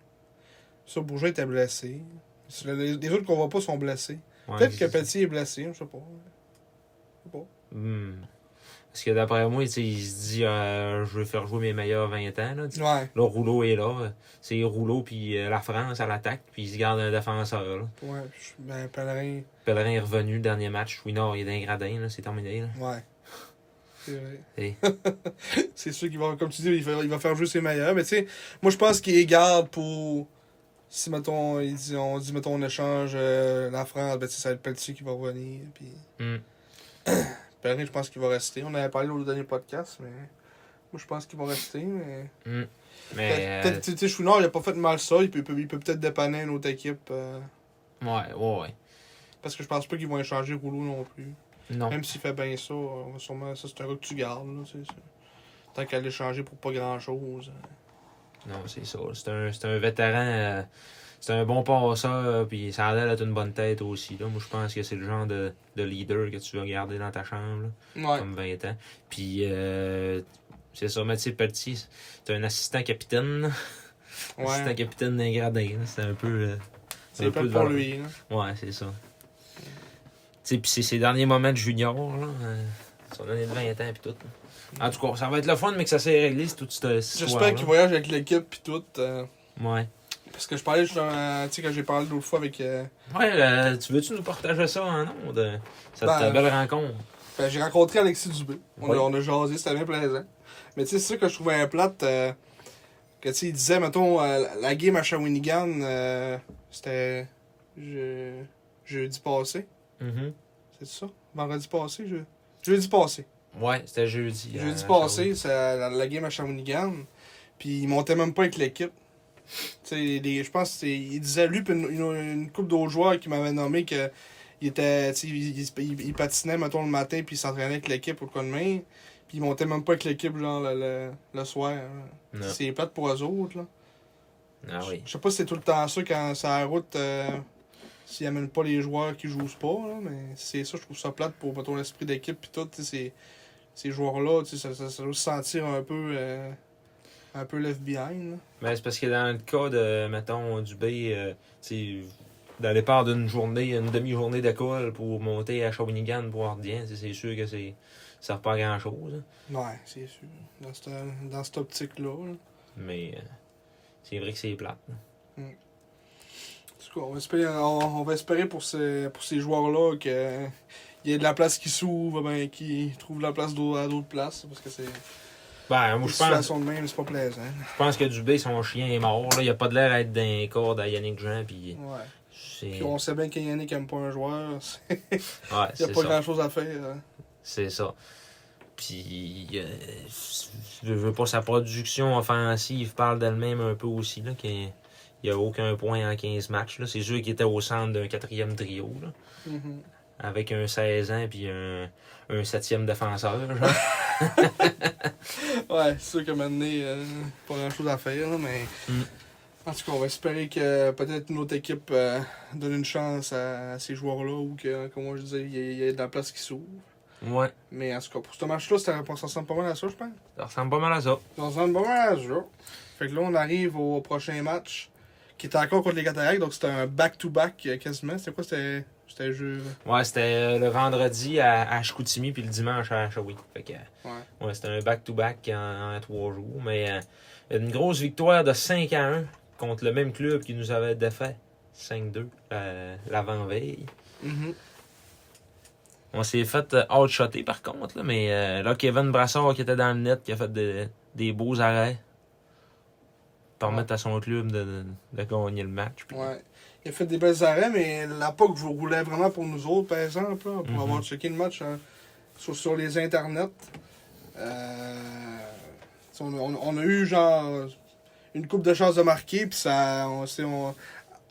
[SPEAKER 2] Ça, Bourget était blessé. Sur le- Les, les autres qu'on voit pas sont blessés. Peut-être que Petit est blessé, je sais pas. Je sais pas.
[SPEAKER 3] Hmm. Parce que d'après moi, tu sais, il se dit euh, je veux faire jouer mes meilleurs 20 ans. Là, tu sais.
[SPEAKER 2] Ouais,
[SPEAKER 3] Là, Rouleau est là. C'est Rouleau puis euh, la France à l'attaque, puis il se garde un défenseur. Là.
[SPEAKER 2] ouais. je- Ben, Pellerin,
[SPEAKER 3] Pellerin est revenu, dernier match. Oui, non, il est d'un gradin, là, c'est terminé. Là.
[SPEAKER 2] ouais. C'est vrai.
[SPEAKER 3] Et-
[SPEAKER 2] C'est sûr qu'il va, comme tu dis, il va, il va faire jouer ses meilleurs. Mais tu sais, moi, je pense qu'il les garde pour. Si, mettons, il dit- on dit, mettons, on échange euh, la France, ben, tu sais, ça va être Petit qui va revenir. Puis.
[SPEAKER 3] Mm.
[SPEAKER 2] Pellerin, je pense qu'il va rester. On avait parlé au dernier podcast, mais. Moi, je pense qu'il va rester, mais.
[SPEAKER 3] mm. Mais. euh,
[SPEAKER 2] Peut-être, tu sais, Chouinard, il a pas fait de mal ça. Il peut, il peut, il peut peut-être dépanner une autre équipe. euh,
[SPEAKER 3] euh, ouais, ouais, ouais.
[SPEAKER 2] parce que je pense pas qu'ils vont échanger Rouleau non plus.
[SPEAKER 3] Non.
[SPEAKER 2] Même s'il fait bien ça, euh, on va sûrement, ça, c'est un gars que tu gardes. Là, tu sais, ça. Tant qu'à l'échanger pour pas grand-chose.
[SPEAKER 3] Non, c'est ça. C'est un, c'est un vétéran. euh, c'est un bon passeur, euh, puis ça a l'air d'être une bonne tête aussi. Là. Moi, je pense que c'est le genre de, de leader que tu veux garder dans ta chambre, là,
[SPEAKER 2] Ouais.
[SPEAKER 3] comme 20 ans. Puis, euh, c'est ça, Mathieu Petit, c'est un assistant capitaine. là. Assistant
[SPEAKER 2] ouais.
[SPEAKER 3] capitaine d'un gradin. là. C'est un peu. euh,
[SPEAKER 2] C'est
[SPEAKER 3] un peu
[SPEAKER 2] pas
[SPEAKER 3] de
[SPEAKER 2] pour
[SPEAKER 3] valeur.
[SPEAKER 2] lui. hein. là.
[SPEAKER 3] Ouais, c'est ça. Tu sais, puis c'est ses derniers moments de junior, là. euh, son année de 20 ans, puis tout. là. En tout cas, ça va être le fun, mais que ça s'est réglé, c'est toute cette
[SPEAKER 2] J'espère qu'il voyage avec l'équipe puis tout. euh,
[SPEAKER 3] Ouais.
[SPEAKER 2] parce que je parlais justement, tu sais, quand j'ai parlé l'autre fois avec. euh,
[SPEAKER 3] Ouais, euh, tu veux-tu nous partager ça en ondes? Cette
[SPEAKER 2] Ben,
[SPEAKER 3] euh, belle rencontre.
[SPEAKER 2] Ben, j'ai rencontré Alexis Dubé. On,
[SPEAKER 3] Oui.
[SPEAKER 2] a, on a jasé, c'était bien plaisant. Mais tu sais, c'est ça que je trouvais plate. euh, que tu sais, il disait, mettons, euh, la game à Shawinigan, euh, c'était je- jeudi passé.
[SPEAKER 3] Mhm.
[SPEAKER 2] C'est ça? Vendredi passé? Je... Jeudi passé.
[SPEAKER 3] Ouais, c'était jeudi. euh,
[SPEAKER 2] jeudi
[SPEAKER 3] à
[SPEAKER 2] passé, c'est la, la game à Shawinigan. Puis il montait même pas avec l'équipe. Tu sais, les- je pense que c'est- il disait lui, puis une, une, une couple d'autres joueurs qui m'avaient nommé que il était tu sais, il, il- il- il patinait mettons le matin puis il s'entraînait avec l'équipe au coin de main puis il montait même pas avec l'équipe genre le, le, le soir hein.
[SPEAKER 3] Shawinigan.
[SPEAKER 2] c'est plate pour eux autres là
[SPEAKER 3] Non. Ah oui.
[SPEAKER 2] je sais pas si c'est tout le temps ça quand c'est à la route euh, s'ils amènent pas les joueurs qui jouent pas là, mais c'est ça je trouve ça plate pour mettons l'esprit d'équipe puis tout tu sais, ces ces joueurs là tu sais, ça, ça, ça doit se sentir un peu euh, un peu left behind là.
[SPEAKER 3] Mais Ben, c'est parce que dans le cas de, mettons, Dubé, euh, tu sais, dans le départ d'une journée, une demi-journée d'école pour monter à Shawinigan pour Ardien, tu sais, c'est sûr que c'est ça repart grand-chose. hein.
[SPEAKER 2] ouais c'est sûr dans cette, dans cette optique là, là.
[SPEAKER 3] Mais euh, c'est vrai que c'est plate.
[SPEAKER 2] En tout cas, on va espérer, on, on va espérer pour ces, pour ces joueurs-là qu'il y ait de la place qui s'ouvre, ben, qui trouve la place d'au- à d'autres places. Parce que c'est.
[SPEAKER 3] Ben, moi,
[SPEAKER 2] Une
[SPEAKER 3] je pense,
[SPEAKER 2] situation de même, c'est pas plaisant.
[SPEAKER 3] je pense que Dubé, son chien est mort. Là. Il a pas de l'air à être dans les cordes à Yannick Jean. Puis
[SPEAKER 2] Ouais.
[SPEAKER 3] c'est.
[SPEAKER 2] Puis on sait bien qu'Yannick aime pas un joueur. Il
[SPEAKER 3] Ouais,
[SPEAKER 2] n'y a
[SPEAKER 3] c'est
[SPEAKER 2] pas
[SPEAKER 3] ça.
[SPEAKER 2] grand-chose à faire. hein.
[SPEAKER 3] C'est ça. Puis, euh, je veux pas sa production offensive parle d'elle-même un peu aussi, là, qu'il n'y a aucun point en 15 matchs. là. C'est sûr qu'il était au centre d'un quatrième trio, là,
[SPEAKER 2] Mhm.
[SPEAKER 3] avec un 16 ans puis un, un septième défenseur. genre.
[SPEAKER 2] Ouais, c'est sûr que maintenant, euh, pas grand-chose à faire, là, mais.
[SPEAKER 3] Mm.
[SPEAKER 2] En tout cas, on va espérer que peut-être une autre équipe euh, donne une chance à, à ces joueurs-là ou que, comme je disais, il y ait- il y ait de la place qui s'ouvre.
[SPEAKER 3] ouais,
[SPEAKER 2] Mais en tout cas, pour ce match-là, c'était- on ressemble pas mal à ça, je pense.
[SPEAKER 3] ça ressemble pas mal à ça.
[SPEAKER 2] On se donne pas mal à ce jour. Fait que là, on arrive au prochain match qui était encore contre les Cataractes. Donc, c'était un back-to-back euh, quasiment. C'était quoi C'était c'était le jeu.
[SPEAKER 3] Ouais, c'était euh, le vendredi à, à Chicoutimi puis le dimanche à Shawi. Fait que,
[SPEAKER 2] Ouais.
[SPEAKER 3] ouais, c'était un back-to-back en, en trois jours. Mais euh, une grosse victoire de 5 à 1 contre le même club qui nous avait défait 5-2 euh, l'avant-veille. Mm-hmm.
[SPEAKER 2] Mhm.
[SPEAKER 3] On s'est fait euh, outshotter par contre, là, mais euh, là, Kevin Brassard qui était dans le net, qui a fait de- des beaux arrêts. Permettre à son club de, de, de gagner le match. puis-
[SPEAKER 2] ouais. Il a fait des belles arrêts, mais la POC roulait vraiment pour nous autres, par exemple, là, pour
[SPEAKER 3] Mhm.
[SPEAKER 2] avoir checké le match hein, sur, sur les internets. Euh, tu sais, on, a- on, on a eu genre une coupe de chances de marquer, puis ça. On, s'est- on,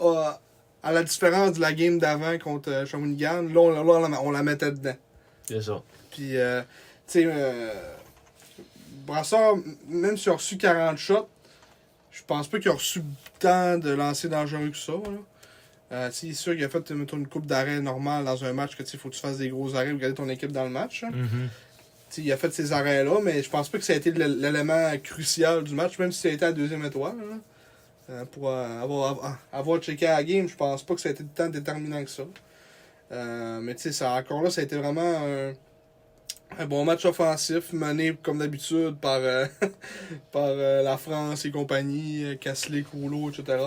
[SPEAKER 2] à- à la différence de la game d'avant contre euh, Shawinigan, là, on, là, on la- on la mettait dedans.
[SPEAKER 3] C'est ça.
[SPEAKER 2] Puis, euh, tu sais, euh, Brassard, m- même s'il a reçu 40 shots, je pense pas qu'il a reçu tant de lancers dangereux que ça. là. Euh, tu sais, c'est sûr qu'il a fait mettons, une coupe d'arrêt normale dans un match que tu sais, faut que tu fasses des gros arrêts pour garder ton équipe dans le match. hein.
[SPEAKER 3] Mhm.
[SPEAKER 2] Tu sais, Il a fait ces arrêts-là, mais je pense pas que ça a été l'é- l'élément crucial du match, même si ça a été à la deuxième étoile. là. Euh, pour euh, avoir, avoir, avoir checké à la game, je pense pas que ça a été tant déterminant que ça. Euh, mais tu sais, ça- encore là, ça a été vraiment un, un bon match offensif, mené comme d'habitude par, euh, par euh, la France et compagnie, euh, Casselé, Rouleau, etc.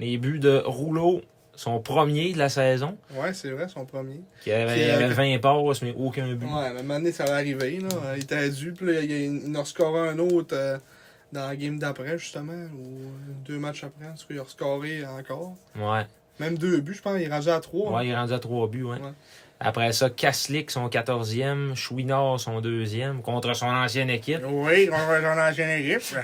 [SPEAKER 3] Les buts de Rouleau, son premier de la saison,
[SPEAKER 2] Ouais, c'est vrai, son premier.
[SPEAKER 3] qui avait,
[SPEAKER 2] Qui,
[SPEAKER 3] il avait 20
[SPEAKER 2] euh,
[SPEAKER 3] passes, mais aucun but.
[SPEAKER 2] Ouais, mais maintenant, ça va arriver. Là. Euh, Il était dû, puis là, il, il- il en scoré un autre euh, dans la game d'après, justement, ou euh, deux matchs après, parce qu'il a rescoré encore.
[SPEAKER 3] Ouais.
[SPEAKER 2] Même deux buts, je pense, il est rendu à trois.
[SPEAKER 3] Ouais, il est rendu à 3 buts, ouais.
[SPEAKER 2] Ouais.
[SPEAKER 3] Après ça, Kaslik, son 14e, Chouinard, son deuxième, contre son ancienne équipe.
[SPEAKER 2] Oui, on va dans la ancienne équipe.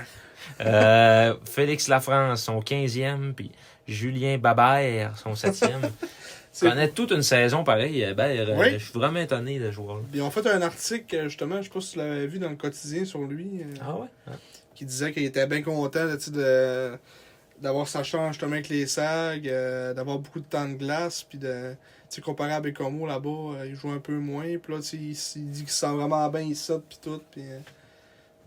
[SPEAKER 3] Euh, Félix Lafrance, son 15e, puis Julien Babert, son 7e.
[SPEAKER 2] C'est-
[SPEAKER 3] connaît toute une saison pareille, Babert.
[SPEAKER 2] Oui.
[SPEAKER 3] Je suis vraiment étonné de ce joueur-là.
[SPEAKER 2] Ils ont fait un article, euh, justement, je sais pas si tu l'avais vu dans le quotidien sur lui, euh,
[SPEAKER 3] Ah ouais?
[SPEAKER 2] qui disait qu'il était bien content là, tu sais, de d'avoir sa chance justement avec les SAG, euh, d'avoir beaucoup de temps de glace, puis de. Tu sais, comparé à Bécomo là-bas, euh, il joue un peu moins, puis là, tu sais, il, s- il dit qu'il se sent vraiment bien ici, puis tout, puis. euh,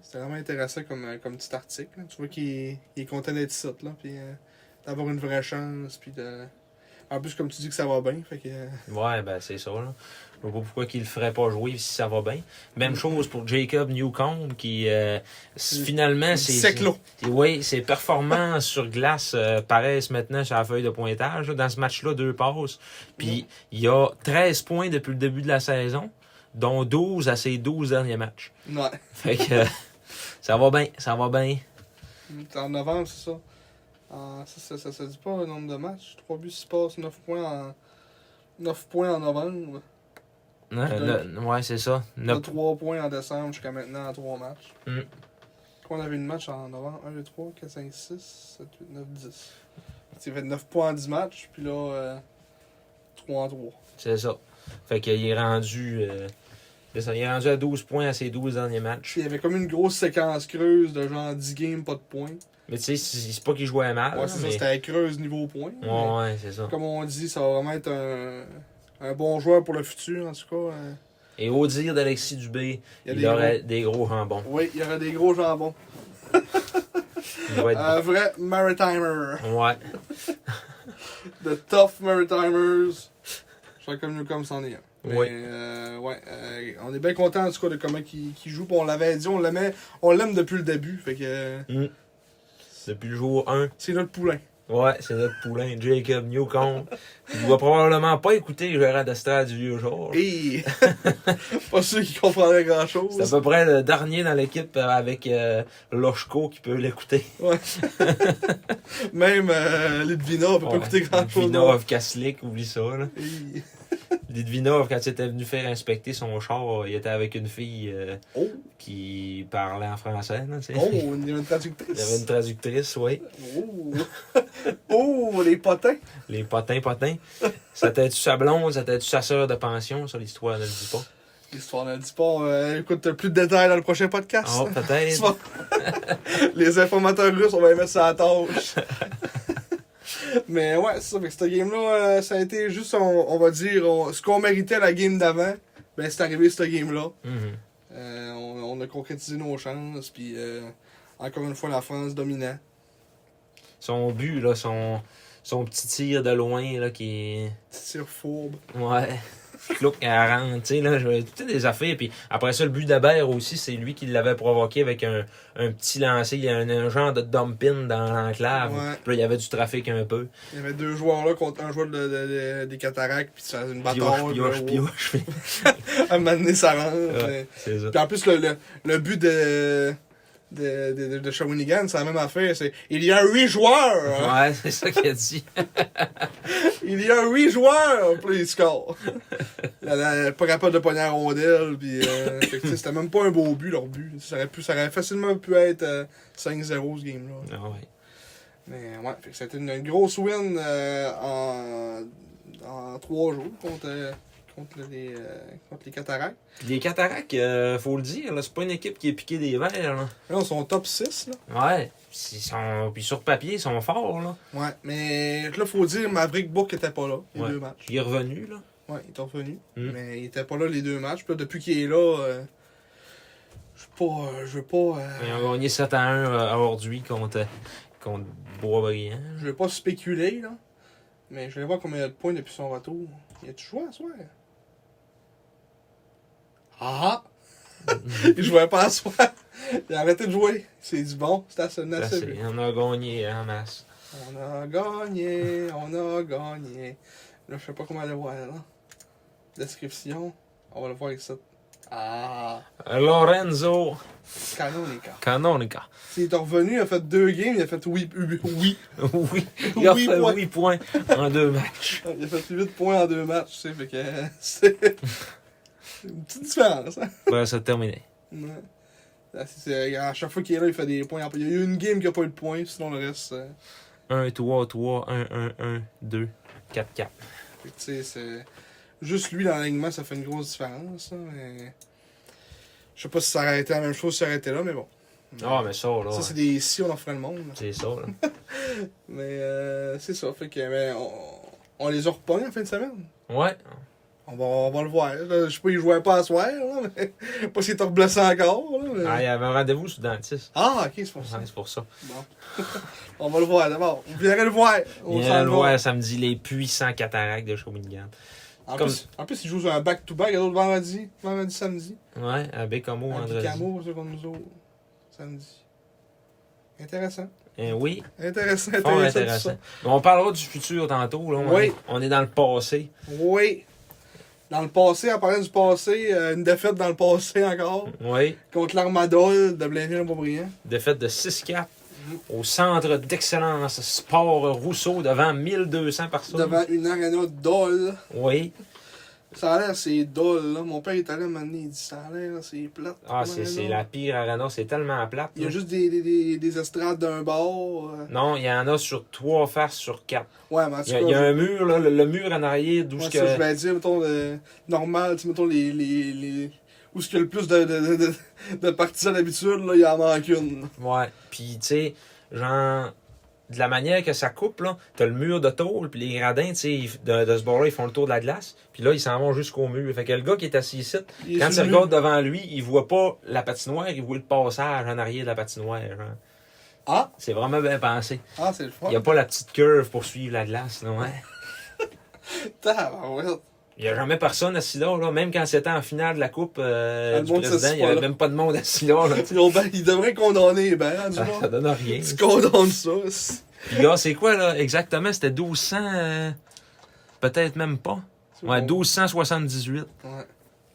[SPEAKER 2] C'était vraiment intéressant comme, euh, comme petit article. là. Tu vois qu'il il est content d'être ici, là, puis euh, d'avoir une vraie chance, puis de. En plus, comme tu dis que ça va bien, fait que. euh,
[SPEAKER 3] Ouais, ben c'est ça. Là. Je vois pas pourquoi qu'il le ferait pas jouer si ça va bien. Même chose pour Jacob Newcomb qui euh, s- finalement c'est.
[SPEAKER 2] C'est clos.
[SPEAKER 3] Oui, ses performances sur glace euh, paraissent maintenant sur la feuille de pointage. là. Dans ce match-là, deux passes. Puis il y a 13 points depuis le début de la saison, dont 12 à ses 12 derniers matchs.
[SPEAKER 2] Ouais.
[SPEAKER 3] Fait que euh, ça va bien, ça va bien.
[SPEAKER 2] C'est en novembre, c'est ça. En- ça, ça, ça, ça dit pas le nombre de matchs. 3 buts, 6 passes, 9 points en, 9 points en novembre.
[SPEAKER 3] Hein,
[SPEAKER 2] Donc,
[SPEAKER 3] le- ouais, c'est ça. Ne-
[SPEAKER 2] On a 3 points en décembre jusqu'à maintenant en 3 matchs.
[SPEAKER 3] Mm.
[SPEAKER 2] Quand on avait une match en novembre 1, 2, 3, 4, 5, 6, 7, 8, 9, 10. C'est fait 9 points en 10 matchs, puis là, 3 en 3.
[SPEAKER 3] C'est ça. Fait qu'il est rendu. euh, c'est ça, il est rendu à 12 points à ses 12 derniers matchs.
[SPEAKER 2] Puis il y avait comme une grosse séquence creuse de genre 10 games, pas de points.
[SPEAKER 3] Mais tu sais, c'est c'est pas qu'il jouait mal.
[SPEAKER 2] ouais, c'est
[SPEAKER 3] Ah, mais-
[SPEAKER 2] ça, c'était creuse niveau points.
[SPEAKER 3] Ouais, ouais, c'est ça.
[SPEAKER 2] Comme on dit, ça va vraiment être un, un bon joueur pour le futur, en tout cas. euh,
[SPEAKER 3] Et au dire d'Alexis Dubé,
[SPEAKER 2] il y a
[SPEAKER 3] il,
[SPEAKER 2] des
[SPEAKER 3] aurait des gros jambons.
[SPEAKER 2] Oui, il y aurait des gros jambons.
[SPEAKER 3] Il va être.
[SPEAKER 2] Un vrai Maritimer.
[SPEAKER 3] Ouais.
[SPEAKER 2] The Tough Maritimers. Chacun de nous comme c'en est un. Mais,
[SPEAKER 3] Oui.
[SPEAKER 2] euh, ouais, euh, on est bien content en tout cas de comment il, qu'il joue. Puis On l'avait dit, on l'aimait, on l'aime depuis le début. Fait que euh,
[SPEAKER 3] Depuis le jour 1.
[SPEAKER 2] c'est notre poulain.
[SPEAKER 3] Ouais, c'est notre poulain, Jacob Newcomb. Il va probablement pas écouter Gérard Estrade du vieux jour.
[SPEAKER 2] Et pas sûr qu'il comprendrait grand
[SPEAKER 3] C'est à
[SPEAKER 2] chose.
[SPEAKER 3] peu près le dernier dans l'équipe euh, avec euh, Lochko qui peut l'écouter.
[SPEAKER 2] Même euh, Litvina peut pas écouter grand chose.
[SPEAKER 3] Vinov Kaslik, oublie ça. Là.
[SPEAKER 2] Et-
[SPEAKER 3] Litvinov, quand il était venu faire inspecter son char, il était avec une fille euh,
[SPEAKER 2] Oh,
[SPEAKER 3] qui parlait en français. là, tu sais.
[SPEAKER 2] oh, il y a une
[SPEAKER 3] Il y avait une
[SPEAKER 2] traductrice.
[SPEAKER 3] traductrice, oui.
[SPEAKER 2] Oh. oh, les potins.
[SPEAKER 3] Les potins, potins. C'était-tu sa blonde, c'était-tu sa sœur de pension? Ça, l'histoire ne le dit pas.
[SPEAKER 2] L'histoire ne le dit pas. Euh, écoute, plus de détails dans le prochain podcast.
[SPEAKER 3] Ah,
[SPEAKER 2] Tu
[SPEAKER 3] peut-être.
[SPEAKER 2] vas- les informateurs russes, on va les mettre sur la tâche. Mais ouais, c'est ça. Fait que cette game-là, euh, ça a été juste, on, on va dire, on- ce qu'on méritait la game d'avant, ben c'est arrivé cette game-là.
[SPEAKER 3] Mhm.
[SPEAKER 2] Euh, on, on a concrétisé nos chances, puis euh, encore une fois, la France dominant.
[SPEAKER 3] Son but, là, son, son petit tir de loin, là, qui est...
[SPEAKER 2] Petit tir fourbe.
[SPEAKER 3] Ouais. Clouc à rentre, tu sais, là, je- toutes des affaires. Puis après ça, le but d'Abert aussi, c'est lui qui l'avait provoqué avec un, un petit lancer, il y a un, un genre de dumping dans l'enclave.
[SPEAKER 2] Ouais.
[SPEAKER 3] Puis là, il y avait du trafic un peu.
[SPEAKER 2] Il y avait deux joueurs là contre un joueur de- de- de- des cataractes, puis ça faisait une bataille.
[SPEAKER 3] Pioche, pioche,
[SPEAKER 2] là,
[SPEAKER 3] pioche.
[SPEAKER 2] où- À un moment donné, ça rentre.
[SPEAKER 3] Ouais. C'est ça.
[SPEAKER 2] Puis en plus, le, le, le but de, de, de, de- de Shawinigan, c'est la même affaire. C'est, il y a huit joueurs! hein?
[SPEAKER 3] Ouais, c'est ça qu'il a dit.
[SPEAKER 2] Il y a huit joueurs! Puis là, il score. La- la- pas capable de pogner la rondelle. Puis, euh, fait que, tu sais, c'était même pas un beau but, leur but. Ça aurait, pu, ça aurait facilement pu être euh, 5-0 ce game-là.
[SPEAKER 3] Ah ouais.
[SPEAKER 2] Mais ouais, fait que c'était une, une grosse win euh, en, en trois jours contre, euh, contre, les, euh, contre les Cataractes.
[SPEAKER 3] Puis les Cataractes, euh, faut le dire, là, c'est pas une équipe qui est piquée des verres. hein. Là.
[SPEAKER 2] Là, on est au top 6, là.
[SPEAKER 3] Ouais. Puis, ils sont- puis sur papier, ils sont forts. Là.
[SPEAKER 2] Ouais, mais là, faut dire, Maverick Book était pas là, les
[SPEAKER 3] Ouais.
[SPEAKER 2] deux matchs.
[SPEAKER 3] Puis il est revenu. Là.
[SPEAKER 2] Ouais, il est revenu.
[SPEAKER 3] Mm.
[SPEAKER 2] Mais il était pas là les deux matchs. Puis là, depuis qu'il est là, euh, je veux pas. euh, je veux pas. euh,
[SPEAKER 3] Ils ont gagné 7 à 1 à Orduis contre, contre Boisbriand.
[SPEAKER 2] je veux pas spéculer, là. Mais je vais voir combien il y a de points depuis son retour. Il a-tu joué à soir? Ah ah! il jouait pas à soir. Il a arrêté de jouer. Il s'est dit bon, c'est assez, c'est
[SPEAKER 3] Ça,
[SPEAKER 2] assez.
[SPEAKER 3] c'est- On a gagné en masse.
[SPEAKER 2] On a gagné, on a gagné. Là, je sais pas comment le voir, là. Description, on va le voir avec ça. Ah,
[SPEAKER 3] Lorenzo
[SPEAKER 2] Canonica.
[SPEAKER 3] Canonica.
[SPEAKER 2] Il est revenu, il a fait deux games, il a fait oui, oui, oui.
[SPEAKER 3] Oui, il a
[SPEAKER 2] Huit
[SPEAKER 3] fait
[SPEAKER 2] points.
[SPEAKER 3] 8 points en deux matchs.
[SPEAKER 2] Il a fait 8 points en deux matchs, tu sais, fait que c'est une petite différence. Hein?
[SPEAKER 3] Ben, ça terminé.
[SPEAKER 2] Ouais. Ah, c'est- c'est- À chaque fois qu'il est là, il fait des points. Il y a eu une game qui a pas eu de points, sinon le reste. euh,
[SPEAKER 3] 1, 3, 3, 1, 1, 1, 2, 4, 4.
[SPEAKER 2] fait que, tu sais, c'est. Juste lui dans l'alignement, ça fait une grosse différence. là, mais... Je sais pas si ça aurait été la même chose si ça aurait été là, mais bon.
[SPEAKER 3] Ah, mais ça, là.
[SPEAKER 2] Ça, c'est des si on en ferait le monde. là.
[SPEAKER 3] C'est ça, là.
[SPEAKER 2] Mais euh, c'est ça. Fait que, mais on, on les a repognés en fin de semaine.
[SPEAKER 3] Ouais.
[SPEAKER 2] On va, on va le voir. là. Je sais pas, ils jouaient pas à soir. Là, mais... Pas s'ils étaient reblessés encore. là, mais-
[SPEAKER 3] Ah, il y avait un rendez-vous sur le dentiste.
[SPEAKER 2] Ah, ok, c'est pour ça.
[SPEAKER 3] Ouais, C'est pour ça.
[SPEAKER 2] Bon. on va le voir d'abord. Vous viendrez le voir. On
[SPEAKER 3] Il y
[SPEAKER 2] s'en
[SPEAKER 3] a le
[SPEAKER 2] va.
[SPEAKER 3] voir samedi, les puissants cataractes de Shawinigan.
[SPEAKER 2] En,
[SPEAKER 3] Comme-
[SPEAKER 2] plus, en plus, ils jouent sur un back-to-back, l'autre vendredi, vendredi, samedi.
[SPEAKER 3] Ouais, à Bécamo,
[SPEAKER 2] Un petit
[SPEAKER 3] vendredi.
[SPEAKER 2] camo, c'est comme nous autres, samedi. Intéressant.
[SPEAKER 3] Eh oui,
[SPEAKER 2] Intéressant,
[SPEAKER 3] fort
[SPEAKER 2] intéressant.
[SPEAKER 3] intéressant. Mais on parlera du futur tantôt. Là. On,
[SPEAKER 2] Oui.
[SPEAKER 3] est, on est dans le passé.
[SPEAKER 2] tout ça. Oui. Dans le passé, en parlant du passé, euh, une défaite dans le passé encore,
[SPEAKER 3] Oui.
[SPEAKER 2] contre l'Armadol de Blainville-Beaubriand.
[SPEAKER 3] Défaite de 6-4 au centre d'excellence Sport Rousseau devant 1200 personnes.
[SPEAKER 2] Devant une arena d'ol.
[SPEAKER 3] Oui.
[SPEAKER 2] Ça a l'air, c'est dol, là. Mon père est allé m'amener, il dit, ça a l'air, c'est plate.
[SPEAKER 3] Ah, c'est c'est la pire arena. C'est tellement plate.
[SPEAKER 2] Il y a
[SPEAKER 3] là.
[SPEAKER 2] juste des, des, des, des estrades d'un bord. euh.
[SPEAKER 3] Non, il y en a sur trois faces sur quatre.
[SPEAKER 2] Ouais, mais en tout
[SPEAKER 3] Il y a,
[SPEAKER 2] cas,
[SPEAKER 3] il y a un mur, là, le, le mur en arrière d'où
[SPEAKER 2] Moi,
[SPEAKER 3] ce
[SPEAKER 2] ça, je
[SPEAKER 3] que...
[SPEAKER 2] vais dire, mettons, euh, normal, tu sais, mettons, les, les, les... où est-ce qu'il y a le plus de, de, de, de, de partisans d'habitude, là, il en manque une.
[SPEAKER 3] Ouais. Puis, tu sais, genre, de la manière que ça coupe, là, t'as le mur de tôle, puis les gradins, tu sais, ils- de, de ce bord-là, ils font le tour de la glace, puis là, ils s'en vont jusqu'au mur. Fait que le gars qui est assis ici,
[SPEAKER 2] Il est
[SPEAKER 3] quand il
[SPEAKER 2] sur le
[SPEAKER 3] regarde
[SPEAKER 2] mur.
[SPEAKER 3] devant lui, il voit pas la patinoire, il voit le passage en arrière de la patinoire. genre.
[SPEAKER 2] Ah,
[SPEAKER 3] C'est vraiment bien pensé.
[SPEAKER 2] ah, c'est le fun.
[SPEAKER 3] Il y a pas la petite curve pour suivre la glace, non, hein?
[SPEAKER 2] Tabarouette.
[SPEAKER 3] Il n'y a jamais personne assis là, là. même quand c'était en finale de la Coupe euh,
[SPEAKER 2] Ah, le
[SPEAKER 3] du
[SPEAKER 2] monde s'assit
[SPEAKER 3] président, il n'y
[SPEAKER 2] pas
[SPEAKER 3] avait
[SPEAKER 2] là.
[SPEAKER 3] même pas de monde assis là. là.
[SPEAKER 2] Ils ont ben- Ils devraient condamner, ben, du
[SPEAKER 3] ça, ça
[SPEAKER 2] moins.
[SPEAKER 3] donne rien.
[SPEAKER 2] Tu condamnes ça. c'est-
[SPEAKER 3] Puis gars, c'est quoi là exactement? C'était 1200... euh, Peut-être même pas.
[SPEAKER 2] c'est
[SPEAKER 3] Ouais,
[SPEAKER 2] bon.
[SPEAKER 3] 1278.
[SPEAKER 2] Ouais.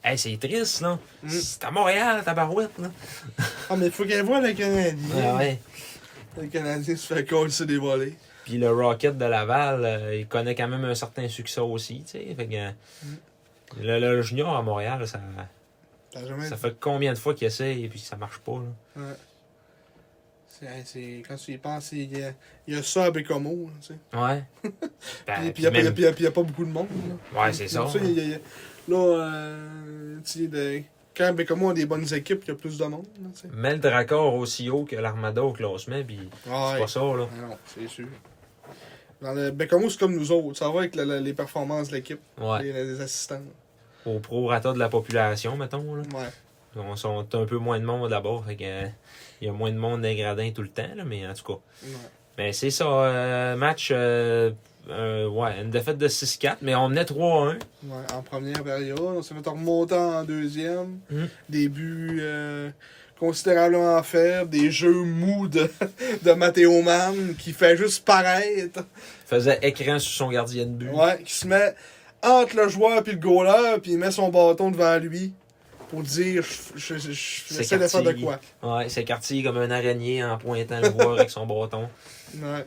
[SPEAKER 3] Hey, c'est triste, là.
[SPEAKER 2] Mm.
[SPEAKER 3] C'est à Montréal, ta barouette, là.
[SPEAKER 2] Ah, mais il faut qu'elle voit le Canadien.
[SPEAKER 3] ouais.
[SPEAKER 2] Le Canadien se fait coller sur des volets.
[SPEAKER 3] Puis le Rocket de Laval, euh, il connaît quand même un certain succès aussi, tu sais. Fait que, euh,
[SPEAKER 2] Mm.
[SPEAKER 3] le, le junior à Montréal, ça,
[SPEAKER 2] T'as jamais...
[SPEAKER 3] ça fait combien de fois qu'il essaie et puis ça marche pas, là?
[SPEAKER 2] C'est, hey, c'est- quand tu y penses, il y a, il y a ça à Bécomo, là, tu sais.
[SPEAKER 3] Ouais. Ben,
[SPEAKER 2] Puis-
[SPEAKER 3] puis
[SPEAKER 2] Puis il n'y a,
[SPEAKER 3] même-
[SPEAKER 2] puis il y a- puis il y a pas beaucoup de monde, là.
[SPEAKER 3] Ouais, c'est ça.
[SPEAKER 2] Comme ça, il y a- il y a- là, euh, tu sais, de- quand Bécamo a des bonnes équipes, il y a plus de monde. Là, tu sais.
[SPEAKER 3] Mets le Dracor aussi haut que l'Armada au classement, puis c'est pas ça, là.
[SPEAKER 2] Ah Non, c'est sûr. Dans le Bécamo, c'est comme nous autres. Ça va avec la- la- les performances de l'équipe,
[SPEAKER 3] Ouais.
[SPEAKER 2] les, les assistants.
[SPEAKER 3] Au prorata de la population, mettons, là.
[SPEAKER 2] Ouais.
[SPEAKER 3] On sont un peu moins de monde là-bas, fait que, euh, il y a moins de monde dans les gradins tout le temps, là, mais en tout cas.
[SPEAKER 2] ouais.
[SPEAKER 3] Mais c'est ça, euh, match, euh, euh, ouais, une défaite de 6-4, mais on menait 3-1.
[SPEAKER 2] Ouais, en première période, on s'est fait remonter en deuxième.
[SPEAKER 3] Mm.
[SPEAKER 2] Des buts euh, considérablement faibles, des jeux mous de, de Matteo Mann qui fait juste paraître.
[SPEAKER 3] Faisait écran sur son gardien de but.
[SPEAKER 2] Ouais, qui se met entre le joueur puis le goaler, puis il met son bâton devant lui pour dire je, je, je, je
[SPEAKER 3] C'est
[SPEAKER 2] j'essaie de faire de
[SPEAKER 3] quartier.
[SPEAKER 2] quoi.
[SPEAKER 3] Ouais, c'est quartier comme un araignée en pointant le joueur avec son bâton.
[SPEAKER 2] Ouais,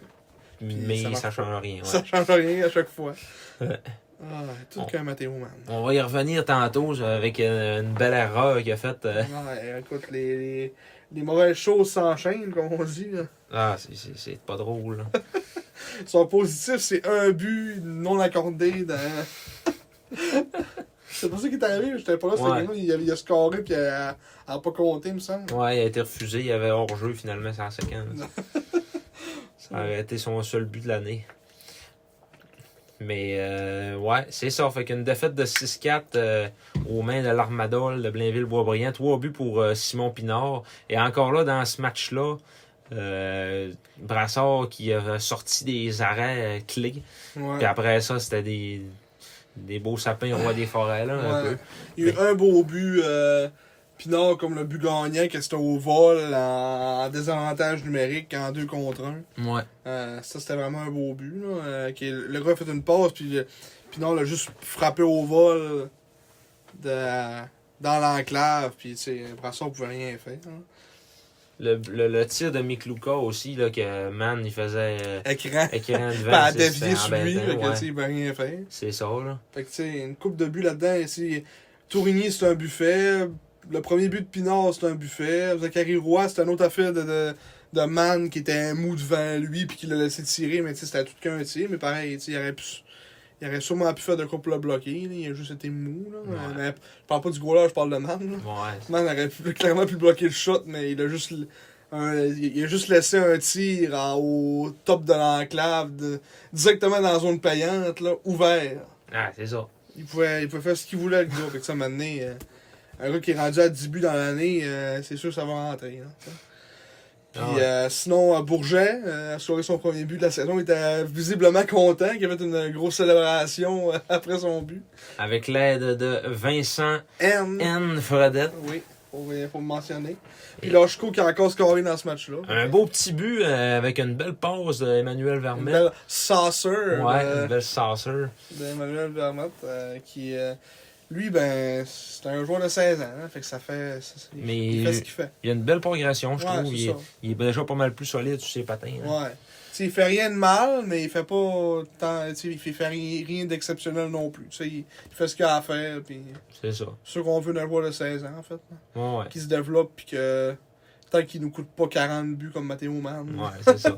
[SPEAKER 3] Mais
[SPEAKER 2] ça
[SPEAKER 3] ça,
[SPEAKER 2] marche
[SPEAKER 3] change rien. ouais.
[SPEAKER 2] Ça change rien à chaque fois.
[SPEAKER 3] Ouais.
[SPEAKER 2] Ah, tout
[SPEAKER 3] Bon.
[SPEAKER 2] comme Matteo Man.
[SPEAKER 3] On va y revenir tantôt euh, avec euh, une belle erreur qu'il a faite. euh.
[SPEAKER 2] Ouais, écoute, les, les, les mauvaises choses s'enchaînent, comme on dit. Là.
[SPEAKER 3] Ah, c'est- c'est c'est pas drôle. là.
[SPEAKER 2] Son positif, c'est un but non accordé dans. c'est pas ça qui est arrivé, j'étais pas là,
[SPEAKER 3] Ouais.
[SPEAKER 2] c'était que il, a- il a scoré, puis il a, il a pas compté, il me semble.
[SPEAKER 3] Ouais, il a été refusé, il avait hors-jeu finalement, c'est en séquence. ça aurait été son seul but de l'année. Mais euh, ouais, c'est ça. Fait qu'une défaite de 6-4 euh, aux mains de l'Armadol de Blainville-Boisbriand. Trois buts pour euh, Simon Pinard. Et encore là, dans ce match-là, euh, Brassard qui a sorti des arrêts euh, clés.
[SPEAKER 2] Ouais.
[SPEAKER 3] Puis après ça, c'était des, des beaux sapins roi des forêts, là, un
[SPEAKER 2] Ouais.
[SPEAKER 3] peu.
[SPEAKER 2] Il y a eu un beau but. Euh, Pinard, comme le but gagnant, que c'était au vol, en, en désavantage numérique, en 2 contre 1.
[SPEAKER 3] Ouais.
[SPEAKER 2] ça, c'était vraiment un beau but. Là, euh, qui- le gars a fait une passe, puis le- Pinard l'a juste frappé au vol de- dans l'enclave, puis tu sais, Brassard pouvait rien faire. hein.
[SPEAKER 3] Le, le, le tir de Miklouka aussi, là, que Man, il faisait euh,
[SPEAKER 2] Écran,
[SPEAKER 3] écran devant.
[SPEAKER 2] pas à
[SPEAKER 3] c'est-
[SPEAKER 2] dévier
[SPEAKER 3] c'était
[SPEAKER 2] sur lui,
[SPEAKER 3] embêtant,
[SPEAKER 2] là, que,
[SPEAKER 3] ouais.
[SPEAKER 2] tu sais, il pouvait rien faire.
[SPEAKER 3] C'est ça, là.
[SPEAKER 2] Fait que, tu sais, une coupe de but là-dedans. Ici, Tourigny, c'est un buffet. le premier but de Pinard, c'est un buffet. Zachary Roy, c'est une autre affaire de, de, de Mann qui était mou devant lui puis qui l'a laissé tirer, mais tu sais, c'était à tout qu'un tir. Mais pareil, tu sais, il aurait pu. Il aurait sûrement pu faire de quoi pour le bloquer. là. Il a juste été mou. Là. Euh,
[SPEAKER 3] Ouais.
[SPEAKER 2] Mais je parle pas du goaler, je parle de Mann. là.
[SPEAKER 3] Ouais.
[SPEAKER 2] Man aurait pu- clairement pu bloquer le shot, mais il a juste, l- un- il a juste laissé un tir en- au top de l'enclave, de- directement dans la zone payante, là, ouvert.
[SPEAKER 3] Ah, c'est ça.
[SPEAKER 2] Il pouvait, il pouvait faire ce qu'il voulait, le gars. Fait que ça, maintenant, euh, un gars qui est rendu à 10 buts dans l'année, euh, c'est sûr que ça va rentrer. là, t'sais. Puis,
[SPEAKER 3] Ah ouais.
[SPEAKER 2] euh, sinon, euh, Bourget euh, a scoré son premier but de la saison. Il était visiblement content. Il a fait une grosse célébration euh, après son but.
[SPEAKER 3] Avec l'aide de Vincent
[SPEAKER 2] N.
[SPEAKER 3] N. Fredette.
[SPEAKER 2] Oui, faut, euh, faut le mentionner. Puis Lachko qui a encore scoré dans ce match-là.
[SPEAKER 3] Un beau petit but euh, avec une belle pause d'Emmanuel
[SPEAKER 2] Une
[SPEAKER 3] Vermette.
[SPEAKER 2] belle saucer
[SPEAKER 3] Ouais,
[SPEAKER 2] euh,
[SPEAKER 3] une belle saucer.
[SPEAKER 2] d'Emmanuel Vermette euh, qui, euh, lui, ben, c'est un joueur de 16 ans. hein, fait que ça fait, ça- ça-
[SPEAKER 3] Mais-
[SPEAKER 2] il fait ce qu'il fait.
[SPEAKER 3] Il y a une belle progression, je
[SPEAKER 2] Ouais,
[SPEAKER 3] trouve.
[SPEAKER 2] c'est
[SPEAKER 3] Il est,
[SPEAKER 2] ça.
[SPEAKER 3] il est déjà pas mal plus solide sur ses patins. hein. là.
[SPEAKER 2] Ouais. Tu sais, il fait rien de mal, mais il fait pas tant, tu sais, il fait- fait rien, rien d'exceptionnel non plus. Tu sais, il, il fait ce qu'il a à faire. Puis
[SPEAKER 3] C'est ça.
[SPEAKER 2] c'est ce qu'on veut d'un joueur de 16 ans, en fait. hein,
[SPEAKER 3] Ouais, ouais.
[SPEAKER 2] qui se développe, puis que tant qu'il nous coûte pas 40 buts comme Matteo Mann.
[SPEAKER 3] Ouais, c'est ça.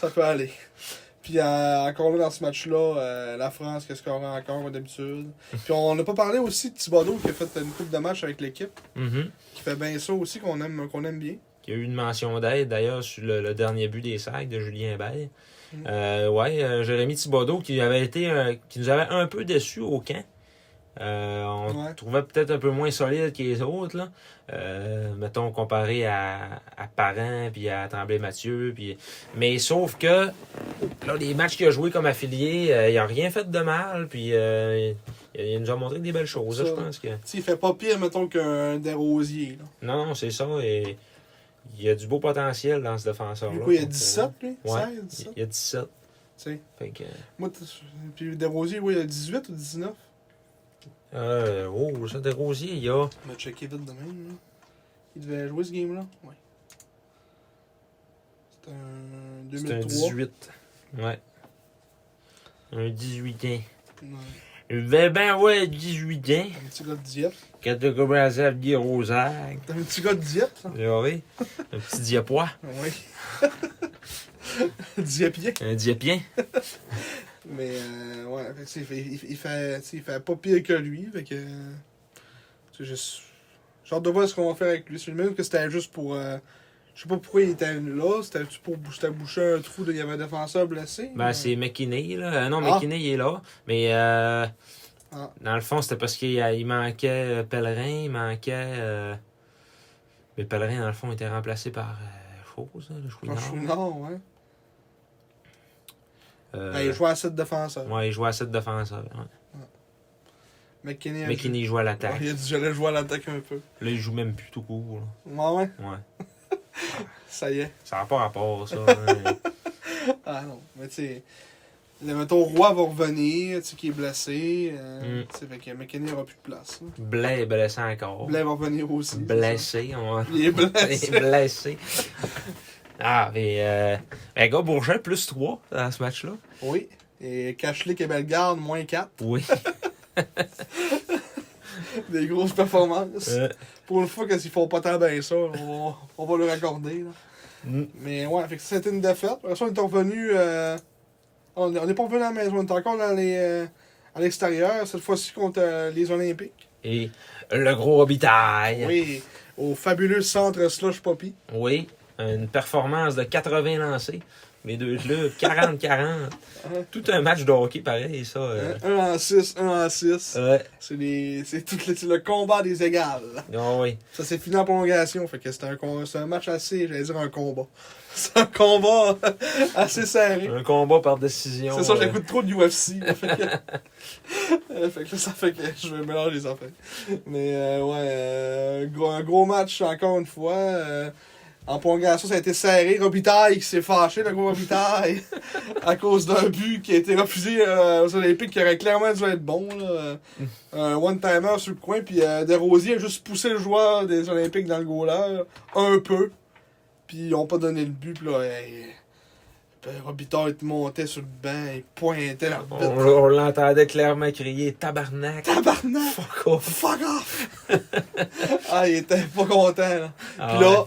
[SPEAKER 2] Ça peut aller. Puis euh, encore là, dans ce match-là, euh, la France, qu'est-ce qu'on a encore comme d'habitude. Puis on n'a pas parlé aussi de Thibodeau qui a fait une coupe de match avec l'équipe,
[SPEAKER 3] Mhm.
[SPEAKER 2] qui fait bien ça aussi, qu'on aime, qu'on aime bien.
[SPEAKER 3] Il y a eu une mention d'aide, d'ailleurs, sur le, le dernier but des sacs de Julien Bay.
[SPEAKER 2] Mm.
[SPEAKER 3] Euh, ouais, euh, Jérémy Thibodeau qui, avait été, euh, qui nous avait un peu déçus au camp. Euh, on
[SPEAKER 2] Ouais.
[SPEAKER 3] le trouvait peut-être un peu moins solide que les autres. Là. Euh, mettons, comparé à, à Parent, puis à Tremblay-Mathieu. Puis... Mais sauf que là, les matchs qu'il a joué comme affilié, euh, il n'a rien fait de mal. Puis euh, il, il nous a montré des belles choses, là,
[SPEAKER 2] Ça.
[SPEAKER 3] je pense. que
[SPEAKER 2] Tu sais, il fait pas pire, mettons, qu'un Desrosiers. Là.
[SPEAKER 3] Non, non, c'est ça. Et... Il y a du beau potentiel dans ce défenseur-là.
[SPEAKER 2] Du coup, il y a
[SPEAKER 3] Donc, euh,
[SPEAKER 2] 17, lui
[SPEAKER 3] Ouais.
[SPEAKER 2] 16, 17.
[SPEAKER 3] Il y a 17.
[SPEAKER 2] Tu sais,
[SPEAKER 3] Fait que.
[SPEAKER 2] moi, t- puis Desrosiers, oui, il y a 18 ou 19.
[SPEAKER 3] Euh, oh, ça, Desrosiers, il y a.
[SPEAKER 2] On va checker vite de même. Là. Il devait jouer ce game-là. Ouais. C'est un
[SPEAKER 3] C'est un
[SPEAKER 2] 2003.
[SPEAKER 3] 18. Ouais. Un 18 ans.
[SPEAKER 2] Ouais,
[SPEAKER 3] Ben, ben, ouais, 18 ans.
[SPEAKER 2] un petit gars de Dieppe.
[SPEAKER 3] Quand t'as commencé à venir aux Rosac.
[SPEAKER 2] T'as un petit gars de Dieppe, ça?
[SPEAKER 3] Oui. Un petit diapois.
[SPEAKER 2] Oui. Dieppien.
[SPEAKER 3] Un diapien.
[SPEAKER 2] Mais euh, ouais, fait que, tu sais, il, fait- il, fait- il fait, tu sais, il fait pas pire que lui. Fait que. euh, tu sais, J'ai j'ai hâte de voir ce qu'on va faire avec lui. C'est le même que c'était juste pour. euh, je sais pas pourquoi il était là. C'était pour bou- c'était boucher un trou. de- Il y avait un défenseur blessé.
[SPEAKER 3] Ben, c'est McKinney, là. Euh, non,
[SPEAKER 2] Ah.
[SPEAKER 3] McKinney, il est là. Mais, euh,
[SPEAKER 2] Ah.
[SPEAKER 3] dans le fond, c'était parce qu'il il manquait euh, Pellerin, il manquait. euh, Mais Pellerin, dans le fond, était remplacé par. Euh, chose, là, le
[SPEAKER 2] Quand
[SPEAKER 3] Chouinard.
[SPEAKER 2] je suis nord, ouais.
[SPEAKER 3] Euh,
[SPEAKER 2] Ben, il jouait à 7 défenseurs.
[SPEAKER 3] Ouais, il jouait à 7 défenseurs. Ouais.
[SPEAKER 2] McKinney. a joué-
[SPEAKER 3] McKinney joue à
[SPEAKER 2] Ouais,
[SPEAKER 3] l'attaque.
[SPEAKER 2] il a dit j'allais jouer à l'attaque un peu.
[SPEAKER 3] Là, il joue même plus tout court. là.
[SPEAKER 2] Ouais, ouais,
[SPEAKER 3] Ouais.
[SPEAKER 2] ça y est.
[SPEAKER 3] Ça n'a pas rapport, ça. hein.
[SPEAKER 2] Ah non, mais tu sais, le mettons Roi va revenir, tu sais, qui est blessé, euh,
[SPEAKER 3] Mm. Oh.
[SPEAKER 2] tu sais, fait que McKinney n'aura plus de place. là.
[SPEAKER 3] Blais est blessé encore.
[SPEAKER 2] Blais va revenir aussi. c'est
[SPEAKER 3] Blessé. On... va-
[SPEAKER 2] ça. Il est blessé.
[SPEAKER 3] Il est blessé. Ah, mais. Euh... ben, gars, Bourget, plus 3 dans ce match-là.
[SPEAKER 2] oui. Et Cashlick et Bellegarde, moins 4.
[SPEAKER 3] Oui.
[SPEAKER 2] Des grosses performances.
[SPEAKER 3] Euh,
[SPEAKER 2] Pour une fois, qu'ils font pas tant bien ça, on va, on va leur accorder. Là.
[SPEAKER 3] Mm.
[SPEAKER 2] Mais ouais, fait que c'était une défaite. Après ça, on est revenu. euh, on n'est pas revenu à la maison, on est encore dans les, euh, à l'extérieur, cette fois-ci contre euh, les Olympiques.
[SPEAKER 3] Et le gros Robitaille. Oui.
[SPEAKER 2] Oui, au fabuleux centre Slush Poppy.
[SPEAKER 3] Une performance de 80 lancés. Les deux clubs, 40-40. Tout un match de hockey pareil, ça. euh.
[SPEAKER 2] Hein? Un en 6, un en 6.
[SPEAKER 3] Ouais.
[SPEAKER 2] C'est les- c'est tout le, c'est le combat des égales.
[SPEAKER 3] Ah oui.
[SPEAKER 2] Ça s'est fini en prolongation, fait que c'est un, con- c'est un match assez, j'allais dire un combat. C'est un combat assez serré.
[SPEAKER 3] Un combat par décision.
[SPEAKER 2] C'est ça,
[SPEAKER 3] euh,
[SPEAKER 2] j'écoute trop de UFC. là, fait, que... Euh, fait que là, ça fait que je vais mélanger les affaires. Mais euh, ouais, euh, gros- un gros match encore une fois. euh, en prolongation, ça a été serré. Robitaille qui s'est fâché, le gros Robitaille, à cause d'un but qui a été refusé euh, aux Olympiques qui aurait clairement dû être bon. Là. Euh, Un one-timer sur le coin, puis euh, Desrosiers a juste poussé le joueur des Olympiques dans le goaler un peu. Puis ils ont pas donné le but, puis là, euh, Puis Robitaille te montait sur le banc et pointait l'arbitre.
[SPEAKER 3] On, on l'entendait clairement crier Tabarnak!
[SPEAKER 2] Tabarnak!
[SPEAKER 3] Fuck off!
[SPEAKER 2] Fuck off! ah, il était pas content, là.
[SPEAKER 3] Ah
[SPEAKER 2] Puis là,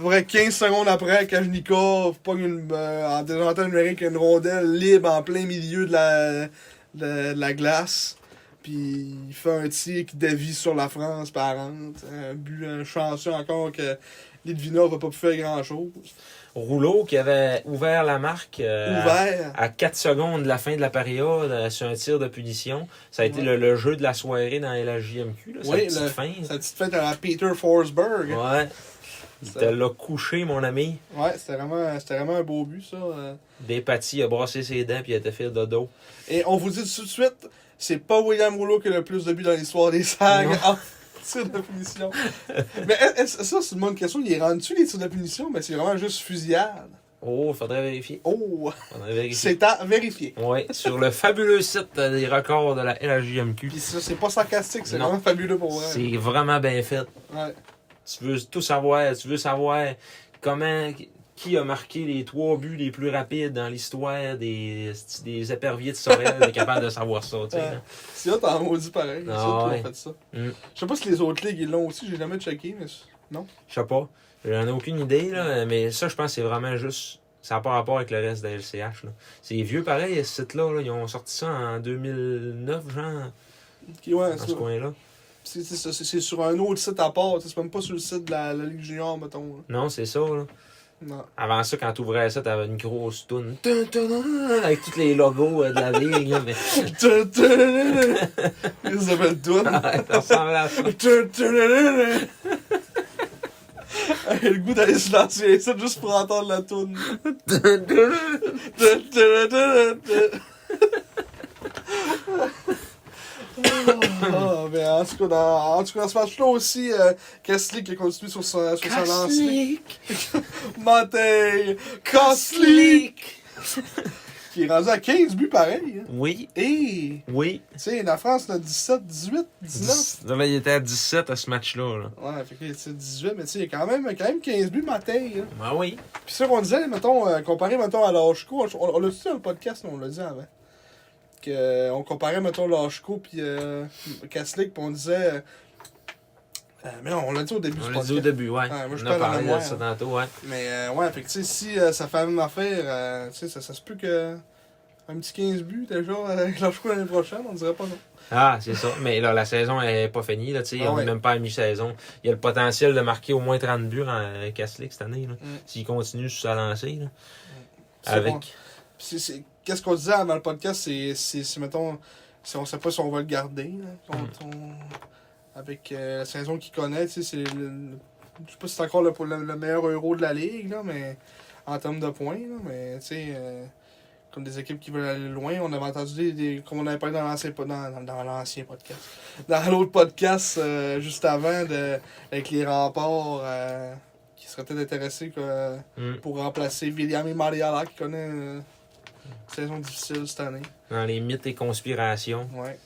[SPEAKER 2] vrai, 15 secondes après, Kajnikov pogne une, euh, en déjantant numérique une rondelle libre en plein milieu de la, de, de la glace. Puis il fait un tir qui dévie sur la France par rentre. Un but un chanceux encore que Litvinov n'a pas pu faire grand-chose.
[SPEAKER 3] Rouleau qui avait ouvert la marque euh, à-
[SPEAKER 2] Ouvert.
[SPEAKER 3] à 4 secondes de la fin de la période euh, sur un tir de punition. Ça a été
[SPEAKER 2] Ouais.
[SPEAKER 3] le, le jeu de la soirée dans LHJMQ, là, sa
[SPEAKER 2] Oui,
[SPEAKER 3] petite
[SPEAKER 2] le-
[SPEAKER 3] fin.
[SPEAKER 2] Sa petite fête à la Peter Forsberg.
[SPEAKER 3] Ouais. Il te l'a couché, mon ami.
[SPEAKER 2] Ouais, c'était vraiment, c'était vraiment un beau but, ça. euh.
[SPEAKER 3] Dépati a brassé ses dents puis il a été fait dodo.
[SPEAKER 2] Et on vous dit tout de suite, c'est pas William Rouleau qui a le plus de buts dans l'histoire des SAG
[SPEAKER 3] Non.
[SPEAKER 2] en tir de punition. Mais est- est-ce- ça, c'est une bonne question. Il rentre-tu les tirs de punition? Mais c'est vraiment juste fusillade.
[SPEAKER 3] Oh, faudrait vérifier.
[SPEAKER 2] Oh!
[SPEAKER 3] Faudrait vérifier.
[SPEAKER 2] C'est à vérifier.
[SPEAKER 3] Ouais, sur le fabuleux site des records de la LHJMQ.
[SPEAKER 2] Puis ça, c'est pas sarcastique, c'est
[SPEAKER 3] Non.
[SPEAKER 2] vraiment fabuleux pour vrai.
[SPEAKER 3] C'est vraiment bien fait.
[SPEAKER 2] Ouais.
[SPEAKER 3] Tu veux tout savoir. Tu veux savoir comment, qui a marqué les trois buts les plus rapides dans l'histoire des, des éperviers de Sorel. est capable de savoir ça, tu sais.
[SPEAKER 2] Ouais.
[SPEAKER 3] hein.
[SPEAKER 2] C'est là, t'en maudis pareil. C'est
[SPEAKER 3] Ah,
[SPEAKER 2] eux qui ont
[SPEAKER 3] ouais.
[SPEAKER 2] fait ça.
[SPEAKER 3] Mm.
[SPEAKER 2] Je sais pas si les autres ligues, ils l'ont aussi. J'ai jamais checké, mais c'est- non.
[SPEAKER 3] Je sais pas. J'en ai aucune idée, là. Mais ça, je pense que c'est vraiment juste. Ça n'a pas rapport avec le reste de la LCH. là. C'est vieux pareil, ce site-là. là. Ils ont sorti ça en 2009, genre,
[SPEAKER 2] Ok, ouais,
[SPEAKER 3] dans
[SPEAKER 2] c'est
[SPEAKER 3] ce
[SPEAKER 2] ça.
[SPEAKER 3] coin-là.
[SPEAKER 2] C'est- c'est ça, c'est- c'est sur un autre site à part. tu sais, C'est même pas sur le site de la, la Ligue Junior, mettons. là.
[SPEAKER 3] Non, c'est ça, là.
[SPEAKER 2] Non.
[SPEAKER 3] Avant ça, quand t'ouvrais ça, t'avais une grosse toune. Tun, tun, tun, Avec tous les logos euh, de la ligue, là, mais
[SPEAKER 2] Ils s'appellent tous.
[SPEAKER 3] ça ressemblait à ça.
[SPEAKER 2] J'ai le goût d'aller se lancer les sets juste pour entendre la toune. Ah, mais en tout cas, dans, en tout cas, dans ce match-là aussi, euh, Kastlik qui a continué sur sa, sur sa lancée. Matei Kastlik! Qui est rendu à 15 buts pareil. hein.
[SPEAKER 3] Oui,
[SPEAKER 2] Et,
[SPEAKER 3] oui.
[SPEAKER 2] tu sais, la France, on a 17, 18, 19.
[SPEAKER 3] Dix- Non, mais il était à 17 à ce match-là. Là.
[SPEAKER 2] Ouais, fait que c'est 18, mais tu sais, il y a quand même, quand même 15 buts Matin. Hein.
[SPEAKER 3] Ah oui.
[SPEAKER 2] Puis ça qu'on disait, mettons, euh, comparé, mettons, à Lachko, on, on l'a dit dans le podcast, non, on l'a dit avant. Que, euh, on comparait, mettons, Lachko puis euh, Kaslik, puis on disait... euh, euh, mais on l'a dit au début
[SPEAKER 3] On
[SPEAKER 2] du
[SPEAKER 3] l'a
[SPEAKER 2] podcast.
[SPEAKER 3] dit au début, ouais.
[SPEAKER 2] Ouais, moi, je
[SPEAKER 3] On a
[SPEAKER 2] parle en
[SPEAKER 3] parlé de
[SPEAKER 2] mémoire,
[SPEAKER 3] ça
[SPEAKER 2] hein.
[SPEAKER 3] tantôt, ouais.
[SPEAKER 2] Mais euh, ouais, fait que tu sais, si euh, ça fait la même affaire, euh, tu sais, ça, ça se peut que... Un petit 15 buts déjà avec Lachko l'année prochaine, on dirait pas non.
[SPEAKER 3] Ah, c'est ça. Mais là, la saison est pas finie. Là, tu sais,
[SPEAKER 2] Ah
[SPEAKER 3] on
[SPEAKER 2] ouais.
[SPEAKER 3] n'est même pas à mi-saison. Il y a le potentiel de marquer au moins 30 buts en Caslick cette année. là. S'il continue sur sa lancée. Là,
[SPEAKER 2] Mm. C'est
[SPEAKER 3] avec.
[SPEAKER 2] bon. Puis c'est- c'est- Qu'est-ce qu'on disait avant le podcast, c'est, c'est, c'est, mettons, si on sait pas si on va le garder. là, quand on- avec euh, la saison qu'il connaît, tu sais, c'est le- le- je sais pas si c'est encore le, le- le meilleur euro de la ligue, là, mais en termes de points, là, mais tu sais, euh, comme des équipes qui veulent aller loin, on avait entendu des, des- comme on avait parlé dans l'ancien, po- dans, dans, dans l'ancien podcast, dans l'autre podcast euh, juste avant de, avec les remparts euh, qui seraient peut-être intéressés que,
[SPEAKER 3] Mm.
[SPEAKER 2] pour remplacer William et Mariala qui connaît euh, une saison difficile cette année.
[SPEAKER 3] Dans les mythes et conspirations.
[SPEAKER 2] Ouais.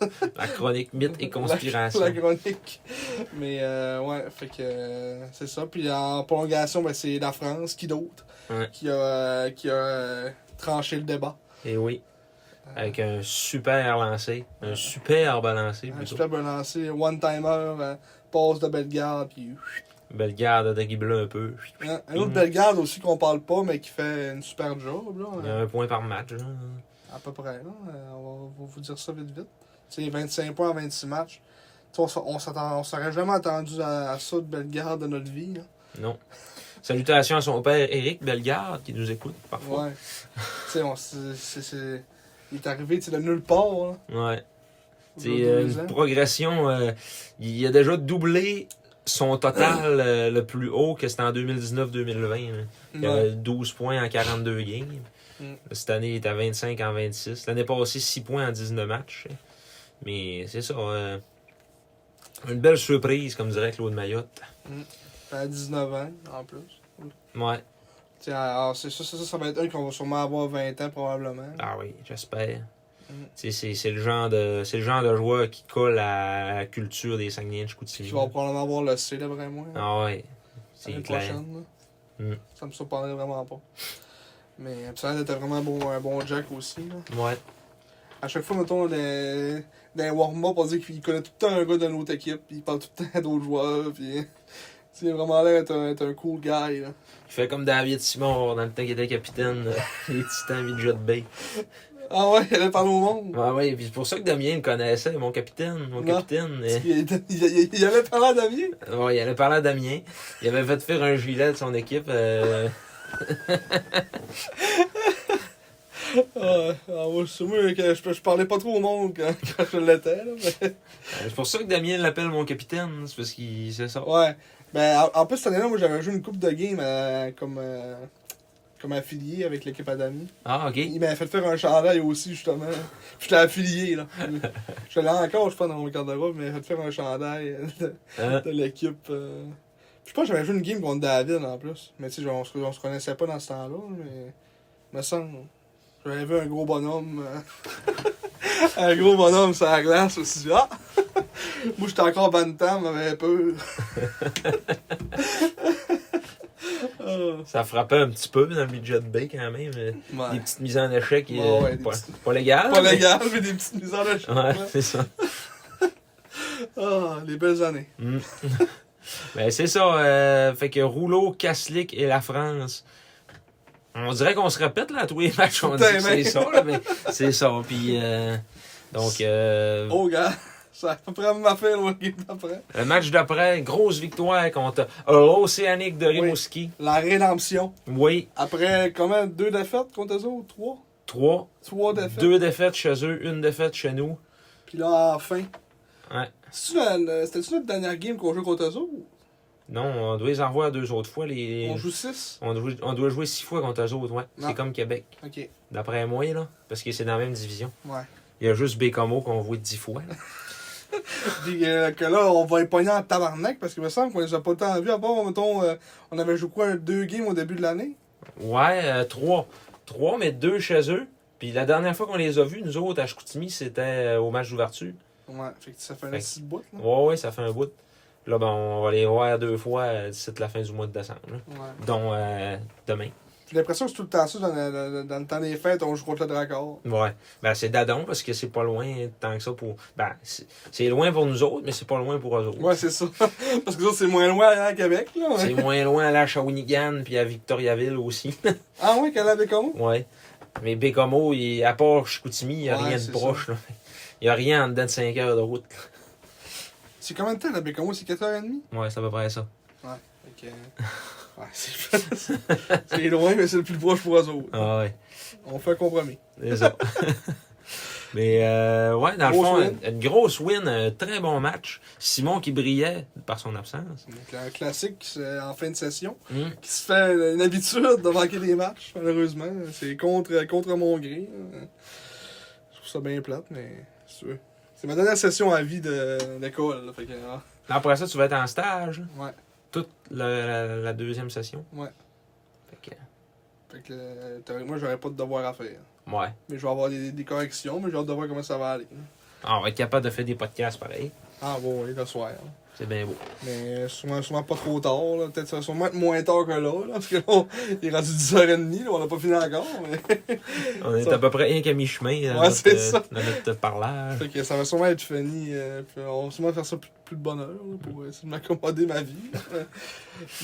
[SPEAKER 2] Dans-
[SPEAKER 3] La chronique mythes et
[SPEAKER 2] La,
[SPEAKER 3] conspirations.
[SPEAKER 2] la chronique. Mais euh, ouais, fait que euh, c'est ça. Puis en prolongation, ben, c'est la France, qui d'autre,
[SPEAKER 3] Ouais.
[SPEAKER 2] qui a, euh, qui a euh, tranché le débat.
[SPEAKER 3] Et Eh oui. Avec un super lancé. Un super balancé,
[SPEAKER 2] Un
[SPEAKER 3] plutôt.
[SPEAKER 2] super bon lancer, one-timer, euh, passe de Bellegarde. Puis, hein,
[SPEAKER 3] Belle garde de Guiblin un peu.
[SPEAKER 2] un, un autre
[SPEAKER 3] Mm.
[SPEAKER 2] Bellegarde aussi qu'on parle pas, mais qui fait une super job, là, hein.
[SPEAKER 3] Il y a un point par match. là.
[SPEAKER 2] à peu près. là. Euh, on va, va vous dire ça vite vite. Tu sais, 25 points en 26 matchs. Tu sais, on s'en- on s'attend- on s'aurait jamais attendu à, à ça de Bellegarde de notre vie. là.
[SPEAKER 3] Non. Salutations à son père Eric Bellegarde qui nous écoute parfois.
[SPEAKER 2] Ouais. tu sais, on s- c'est- c'est- Il est arrivé, tu sais, de nulle part, là.
[SPEAKER 3] Ouais. C'est
[SPEAKER 2] Aujourd'hui,
[SPEAKER 3] euh,
[SPEAKER 2] deux
[SPEAKER 3] une
[SPEAKER 2] ans.
[SPEAKER 3] progression. euh, il a déjà doublé son total euh, le plus haut que c'était en 2019-2020. hein. Il
[SPEAKER 2] Ouais.
[SPEAKER 3] avait 12 points en 42 games.
[SPEAKER 2] Mm.
[SPEAKER 3] Cette année, il est à 25 en 26. L'année passée, 6 points en 19 matchs. Mais c'est ça. euh, une belle surprise, comme dirait Claude Mayotte.
[SPEAKER 2] À 19 ans, en plus.
[SPEAKER 3] Ouais.
[SPEAKER 2] Tu sais, alors, c'est ça, ça, ça, ça va être un qu'on va sûrement avoir 20 ans, probablement.
[SPEAKER 3] Ah oui, j'espère.
[SPEAKER 2] Mm.
[SPEAKER 3] Tu sais, C'est c'est le, genre de- c'est le genre de joueur qui colle à la culture des
[SPEAKER 2] Qui
[SPEAKER 3] Saguenay-Chicoutimi.
[SPEAKER 2] va probablement avoir le C, d'après moi.
[SPEAKER 3] Ah ouais. C'est
[SPEAKER 2] L'année
[SPEAKER 3] clair.
[SPEAKER 2] prochaine, là.
[SPEAKER 3] Mm.
[SPEAKER 2] Ça me surprendrait vraiment pas. Mais euh, Absalon était vraiment bon, un bon Jack aussi. là.
[SPEAKER 3] Ouais.
[SPEAKER 2] À chaque fois, mettons, dans dans les warm-up, on dit qu'il connaît tout le temps un gars de notre équipe, puis il parle tout le temps à d'autres joueurs, puis. tu sais, Il a vraiment l'air d'être un, d'être un cool guy. Là.
[SPEAKER 3] Il fait comme David Simon dans le temps qu'il était capitaine, euh, les titans midget bay.
[SPEAKER 2] Ah ouais, il allait parler au monde.
[SPEAKER 3] Ah ouais, puis c'est pour ça que Damien me connaissait, mon capitaine, mon
[SPEAKER 2] Non.
[SPEAKER 3] capitaine. et-
[SPEAKER 2] Il, il, il- il allait parler à Damien.
[SPEAKER 3] Ouais, il allait parler à Damien. Il avait fait faire un gilet de son équipe. euh,
[SPEAKER 2] Ah, ah, moi, c'est moi que je, je parlais pas trop au monde quand, quand je l'étais. Là, mais...
[SPEAKER 3] C'est pour ça que Damien l'appelle mon capitaine, c'est parce qu'il sait ça.
[SPEAKER 2] Ouais. Ben, en, en plus, cette année-là, moi, j'avais joué une coupe de game euh, comme, euh, comme affilié avec l'équipe à Damien.
[SPEAKER 3] Ah, ok.
[SPEAKER 2] Il m'avait fait faire un chandail aussi, justement. Puis je l'ai affilié, là. Je l'ai encore, je pense, dans mon garde-robe, mais il m'a fait faire un chandail de,
[SPEAKER 3] Hein?
[SPEAKER 2] de l'équipe. euh. Puis Je pense que j'avais joué une game contre David, en plus. Mais tu sais, on se, on se connaissait pas dans ce temps-là, mais... me semble. J'avais vu un gros bonhomme... euh, un gros bonhomme sur la glace aussi. Ah! Moi, j'étais encore bantam, j'avais peur. Ah.
[SPEAKER 3] Ça frappait un petit peu dans le midget bay quand même. euh, Des
[SPEAKER 2] Ouais.
[SPEAKER 3] petites mises en échec. euh,
[SPEAKER 2] Ouais, ouais, des
[SPEAKER 3] pas,
[SPEAKER 2] petites-
[SPEAKER 3] pas légales.
[SPEAKER 2] Pas
[SPEAKER 3] Ah, mais-
[SPEAKER 2] légal, mais des petites mises en échec, là.
[SPEAKER 3] Ouais, c'est ça.
[SPEAKER 2] Ah, les belles années.
[SPEAKER 3] Mm. ben, c'est ça. euh, fait que Rouleau, Caslick et la France. On dirait qu'on se répète là à tous les matchs. On dit
[SPEAKER 2] Putain,
[SPEAKER 3] que c'est
[SPEAKER 2] mec.
[SPEAKER 3] ça, là, mais c'est ça. Puis, euh, donc, euh,
[SPEAKER 2] Oh, gars, ça a vraiment ma fin, le game d'après.
[SPEAKER 3] le match d'après, grosse victoire contre l'Océanique de Rimouski.
[SPEAKER 2] La rédemption.
[SPEAKER 3] Oui,
[SPEAKER 2] Après, comment, deux défaites contre eux autres? Trois?
[SPEAKER 3] 3.
[SPEAKER 2] Trois défaites.
[SPEAKER 3] Deux défaites chez eux, une défaite chez nous.
[SPEAKER 2] Puis là, à la fin.
[SPEAKER 3] Ouais.
[SPEAKER 2] C'est-tu la- la- C'était-tu notre dernière game qu'on joue contre eux autres?
[SPEAKER 3] Non, on doit les en revoir deux autres fois. Les...
[SPEAKER 2] On joue six?
[SPEAKER 3] On doit, on doit jouer six fois contre eux autres, ouais.
[SPEAKER 2] Non.
[SPEAKER 3] C'est comme Québec,
[SPEAKER 2] Ok.
[SPEAKER 3] d'après moi, là. Parce que c'est dans la même division.
[SPEAKER 2] Ouais.
[SPEAKER 3] Il y a juste Bécamo qu'on voit dix fois. là.
[SPEAKER 2] Puis euh, que là, on va les pogner en tabarnak parce qu'il me semble qu'on les a pas tant vus. À part, mettons, euh, on avait joué quoi, deux games au début de l'année?
[SPEAKER 3] Ouais, euh, trois. Trois, mais deux chez eux. Puis la dernière fois qu'on les a vus, nous autres, à Chicoutimi, c'était euh, au match d'ouverture.
[SPEAKER 2] Ouais. Fait que ça fait un
[SPEAKER 3] Fait-
[SPEAKER 2] petit bout, là.
[SPEAKER 3] Ouais, ouais, ça fait un bout. Là, ben, on va les voir deux fois euh, d'ici la fin du mois de décembre. là.
[SPEAKER 2] Ouais.
[SPEAKER 3] Dont euh, demain.
[SPEAKER 2] J'ai l'impression que c'est tout le temps ça, dans, le- dans le- dans le temps des fêtes, on joue contre le Dracor.
[SPEAKER 3] Ouais. Ben, c'est Dadon parce que c'est pas loin tant que ça pour. Ben, c'est c'est loin pour nous autres, mais c'est pas loin pour eux autres.
[SPEAKER 2] Ouais, c'est ça. Parce que ça, c'est moins loin à Québec, là.
[SPEAKER 3] C'est moins loin à la Shawinigan puis à Victoriaville aussi.
[SPEAKER 2] Ah ouais, qu'elle avait comment?
[SPEAKER 3] ouais. Mais Bécamo, il- à part Chicoutimi, il n'y a
[SPEAKER 2] Ouais,
[SPEAKER 3] rien de
[SPEAKER 2] c'est
[SPEAKER 3] proche. là. Il n'y a rien en dedans de 5 heures de route.
[SPEAKER 2] C'est combien de temps la Bécamo? C'est 4h30?
[SPEAKER 3] Ouais, c'est à peu près ça.
[SPEAKER 2] Fait que... Ouais, c'est... c'est loin, mais c'est le plus proche pour eux autres.
[SPEAKER 3] Ah ouais,
[SPEAKER 2] On fait un compromis.
[SPEAKER 3] c'est ça. Mais euh, ouais, dans
[SPEAKER 2] Grosse
[SPEAKER 3] le fond,
[SPEAKER 2] win.
[SPEAKER 3] une, une grosse win, un très bon match. Simon qui brillait par son absence.
[SPEAKER 2] Donc, un classique c'est en fin de session,
[SPEAKER 3] Hmm.
[SPEAKER 2] qui se fait une habitude de manquer des matchs, malheureusement. C'est contre, contre mon gré. hein. Je trouve ça bien plate, mais c'est sûr. C'est ma dernière session à vie de l'école. là. Fait que, ah,
[SPEAKER 3] Après ça, tu vas être en stage. là,
[SPEAKER 2] ouais.
[SPEAKER 3] Toute la, la- la deuxième session.
[SPEAKER 2] Ouais.
[SPEAKER 3] Fait que,
[SPEAKER 2] Fait que, euh, théoriquement, j'aurais pas de devoir à faire.
[SPEAKER 3] ouais.
[SPEAKER 2] Mais je vais avoir des, des corrections, mais j'ai hâte de voir comment ça va aller.
[SPEAKER 3] Ah, on va être capable de faire des podcasts pareil.
[SPEAKER 2] Ah bon, oui, le soir. là.
[SPEAKER 3] C'est bien beau.
[SPEAKER 2] Mais sûrement, sûrement pas trop tard. là. Peut-être ça va sûrement être moins tard que là, là, parce que là, on- il est rendu 10h30, là, on n'a pas fini encore. Mais...
[SPEAKER 3] On est
[SPEAKER 2] Ça-
[SPEAKER 3] à peu près rien qu'à mi-chemin dans,
[SPEAKER 2] Ouais,
[SPEAKER 3] notre,
[SPEAKER 2] c'est ça.
[SPEAKER 3] dans notre parlage.
[SPEAKER 2] fait que ça va sûrement être fini. euh, puis on va sûrement faire ça plus, plus de bonne heure là, pour essayer de m'accommoder ma vie.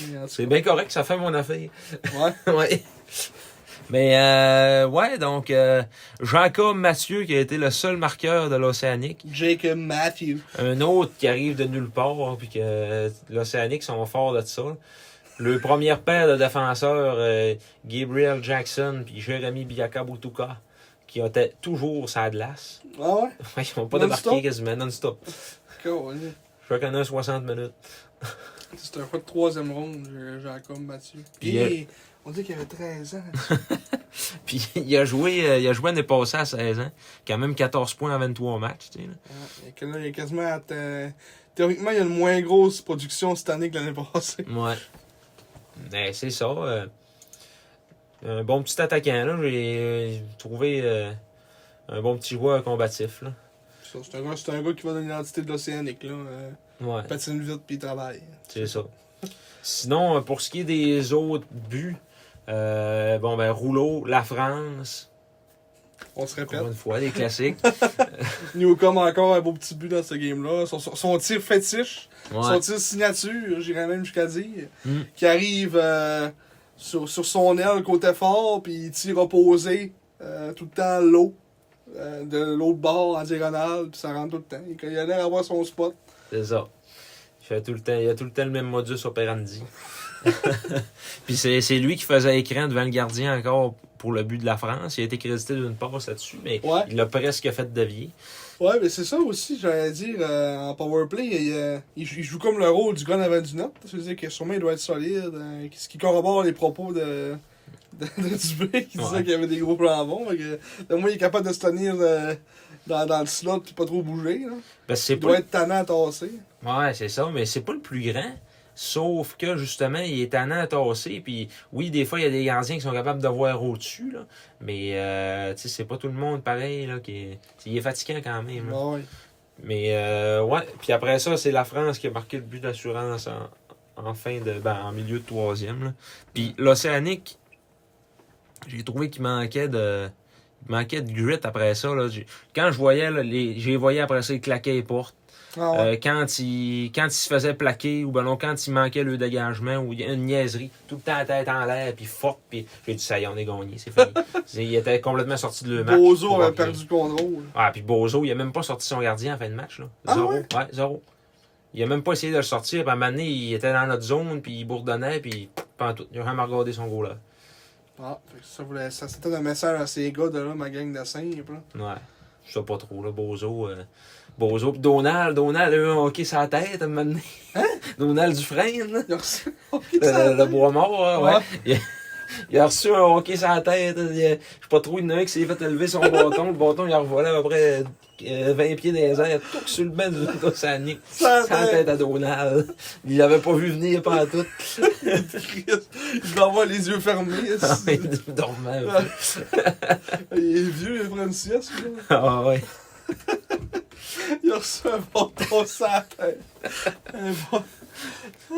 [SPEAKER 2] Mais en tout
[SPEAKER 3] C'est bien correct, ça fait mon affaire.
[SPEAKER 2] cas, ouais.
[SPEAKER 3] ouais. Mais euh, ouais, donc euh, Jacob Mathieu qui a été le seul marqueur de l'Océanique.
[SPEAKER 2] Jacob Matthew.
[SPEAKER 3] Un autre qui arrive de nulle part, puis que euh, l'Océanique sont forts de ça. Le premier paire de défenseurs, euh, Gabriel Jackson puis Jérémy Biaka Boutouka, qui étaient toujours sa glace.
[SPEAKER 2] Ah ouais?
[SPEAKER 3] Ouais, ils n'ont pas
[SPEAKER 2] Non-stop?
[SPEAKER 3] débarqué quasiment non-stop.
[SPEAKER 2] Cool.
[SPEAKER 3] Chacun a 60 minutes.
[SPEAKER 2] C'était un fois de troisième ronde, euh, Jacob Mathieu.
[SPEAKER 3] Puis, euh,
[SPEAKER 2] Et on dit qu'il avait 13 ans.
[SPEAKER 3] Puis il a joué, euh, il a joué l'année passée à 16 ans. Quand même 14 points en 23 matchs. Tu sais, là.
[SPEAKER 2] Ouais, il y a que- là, il y a quasiment. à te- Théoriquement, il y a une moins grosse production cette année que l'année passée.
[SPEAKER 3] Ouais. Mais c'est ça. euh, un bon petit attaquant, là. J'ai euh, trouvé euh, un bon petit joueur combatif, là.
[SPEAKER 2] Ça, C'est un, gars- c'est un gars qui va dans l'identité de l'océanique. là. euh,
[SPEAKER 3] Ouais,
[SPEAKER 2] patine vite puis il travaille.
[SPEAKER 3] c'est ça. Sinon, euh, pour ce qui est des autres buts, Euh, bon, ben, Rouleau, La France,
[SPEAKER 2] On se répète.
[SPEAKER 3] encore une fois, des classiques.
[SPEAKER 2] Newcomb encore un beau petit but dans ce game-là. Son, son- son tir fétiche, son
[SPEAKER 3] Ouais.
[SPEAKER 2] tir signature, j'irais même jusqu'à dire,
[SPEAKER 3] Mm.
[SPEAKER 2] qui arrive euh, sur, sur son aile côté fort, puis il tire opposé euh, tout le temps l'eau. euh, de l'autre bord en diagonale, puis ça rentre tout le temps. Il, il a l'air d'avoir son spot.
[SPEAKER 3] C'est ça. Il, fait tout le temps, il a tout le temps le même modus operandi. Puis c'est c'est lui qui faisait écran devant le gardien encore pour le but de la France. Il a été crédité d'une passe là-dessus, mais
[SPEAKER 2] Ouais.
[SPEAKER 3] il l'a presque fait dévier.
[SPEAKER 2] Ouais, mais c'est ça aussi, j'allais dire, euh, en powerplay, il, euh, il joue- il joue comme le rôle du gars en avant du net. C'est-à-dire que sûrement il doit être solide, euh, ce qui corrobore les propos de, de, de Dubé, qui disait
[SPEAKER 3] Ouais.
[SPEAKER 2] qu'il y avait des gros plans bons. Fait que, au moins, il est capable de se tenir euh, dans, dans le slot et pas trop bouger. Là.
[SPEAKER 3] Parce que Ben, c'est
[SPEAKER 2] Il
[SPEAKER 3] pas
[SPEAKER 2] doit être tannant à tasser.
[SPEAKER 3] Ouais, c'est ça, mais c'est pas le plus grand. Sauf que justement, il est tannant à tasser. Puis oui, des fois, il y a des gardiens qui sont capables de voir au-dessus, là. Mais euh, tu sais, c'est pas tout le monde pareil, là. Qui est... Il est fatigant quand même. là.
[SPEAKER 2] Ah Ouais.
[SPEAKER 3] Mais euh, ouais. Puis après ça, c'est la France qui a marqué le but d'assurance en, en fin de. ben, en milieu de troisième. là. Puis l'Océanique, j'ai trouvé qu'il manquait de. Il manquait de grit après ça. Là. J'ai- Quand je voyais, là, les... j'ai voyé après ça, il claquait les portes.
[SPEAKER 2] Ah ouais.
[SPEAKER 3] Euh, quand, il, quand il se faisait plaquer ou ben non, quand il manquait le dégagement ou il y a une niaiserie, tout le temps la tête en l'air, puis fuck, puis j'ai dit ça y est, on est gagné, c'est fini. C'est- il était complètement sorti de le match.
[SPEAKER 2] Bozo
[SPEAKER 3] pour
[SPEAKER 2] avait
[SPEAKER 3] revenir.
[SPEAKER 2] perdu le contrôle.
[SPEAKER 3] Ah, puis Bozo, il a même pas sorti son gardien en fin de match. Là.
[SPEAKER 2] Ah
[SPEAKER 3] zéro.
[SPEAKER 2] ouais?
[SPEAKER 3] zéro. Il a même pas essayé de le sortir, puis à un moment donné, il était dans notre zone, puis il bourdonnait, puis pantoute. Il a jamais regardé son goal là.
[SPEAKER 2] Ah, fait que ça, voulait, ça c'était un message à ces gars de là, ma gang de simple.
[SPEAKER 3] Ouais. Je sais pas trop, là, Bozo. euh, Bozo, puis Donald, Donald a eu un hockey sur la tête à un moment donné.
[SPEAKER 2] Hein?
[SPEAKER 3] Donald Dufresne, là.
[SPEAKER 2] Il a reçu-
[SPEAKER 3] Euh, Le, le bois mort, hein, ouais. Il, a, il a reçu un hockey sur la tête. il a- Je sais pas trop, il y en a un qui s'est fait élever son bâton. Le bâton, il a revolé à peu près euh, 20 pieds dans les airs, tout sur le banc du l'océanique.
[SPEAKER 2] Sans
[SPEAKER 3] Sans
[SPEAKER 2] tête.
[SPEAKER 3] tête à Donald. Il l'avait pas vu venir pas tout.
[SPEAKER 2] Il doit avoir les yeux fermés.
[SPEAKER 3] Ah, Il dormait. un peu.
[SPEAKER 2] Il est vieux, il prend une sieste. là.
[SPEAKER 3] Ah ouais.
[SPEAKER 2] Il a reçu un bâton sur la tête. Un bâton.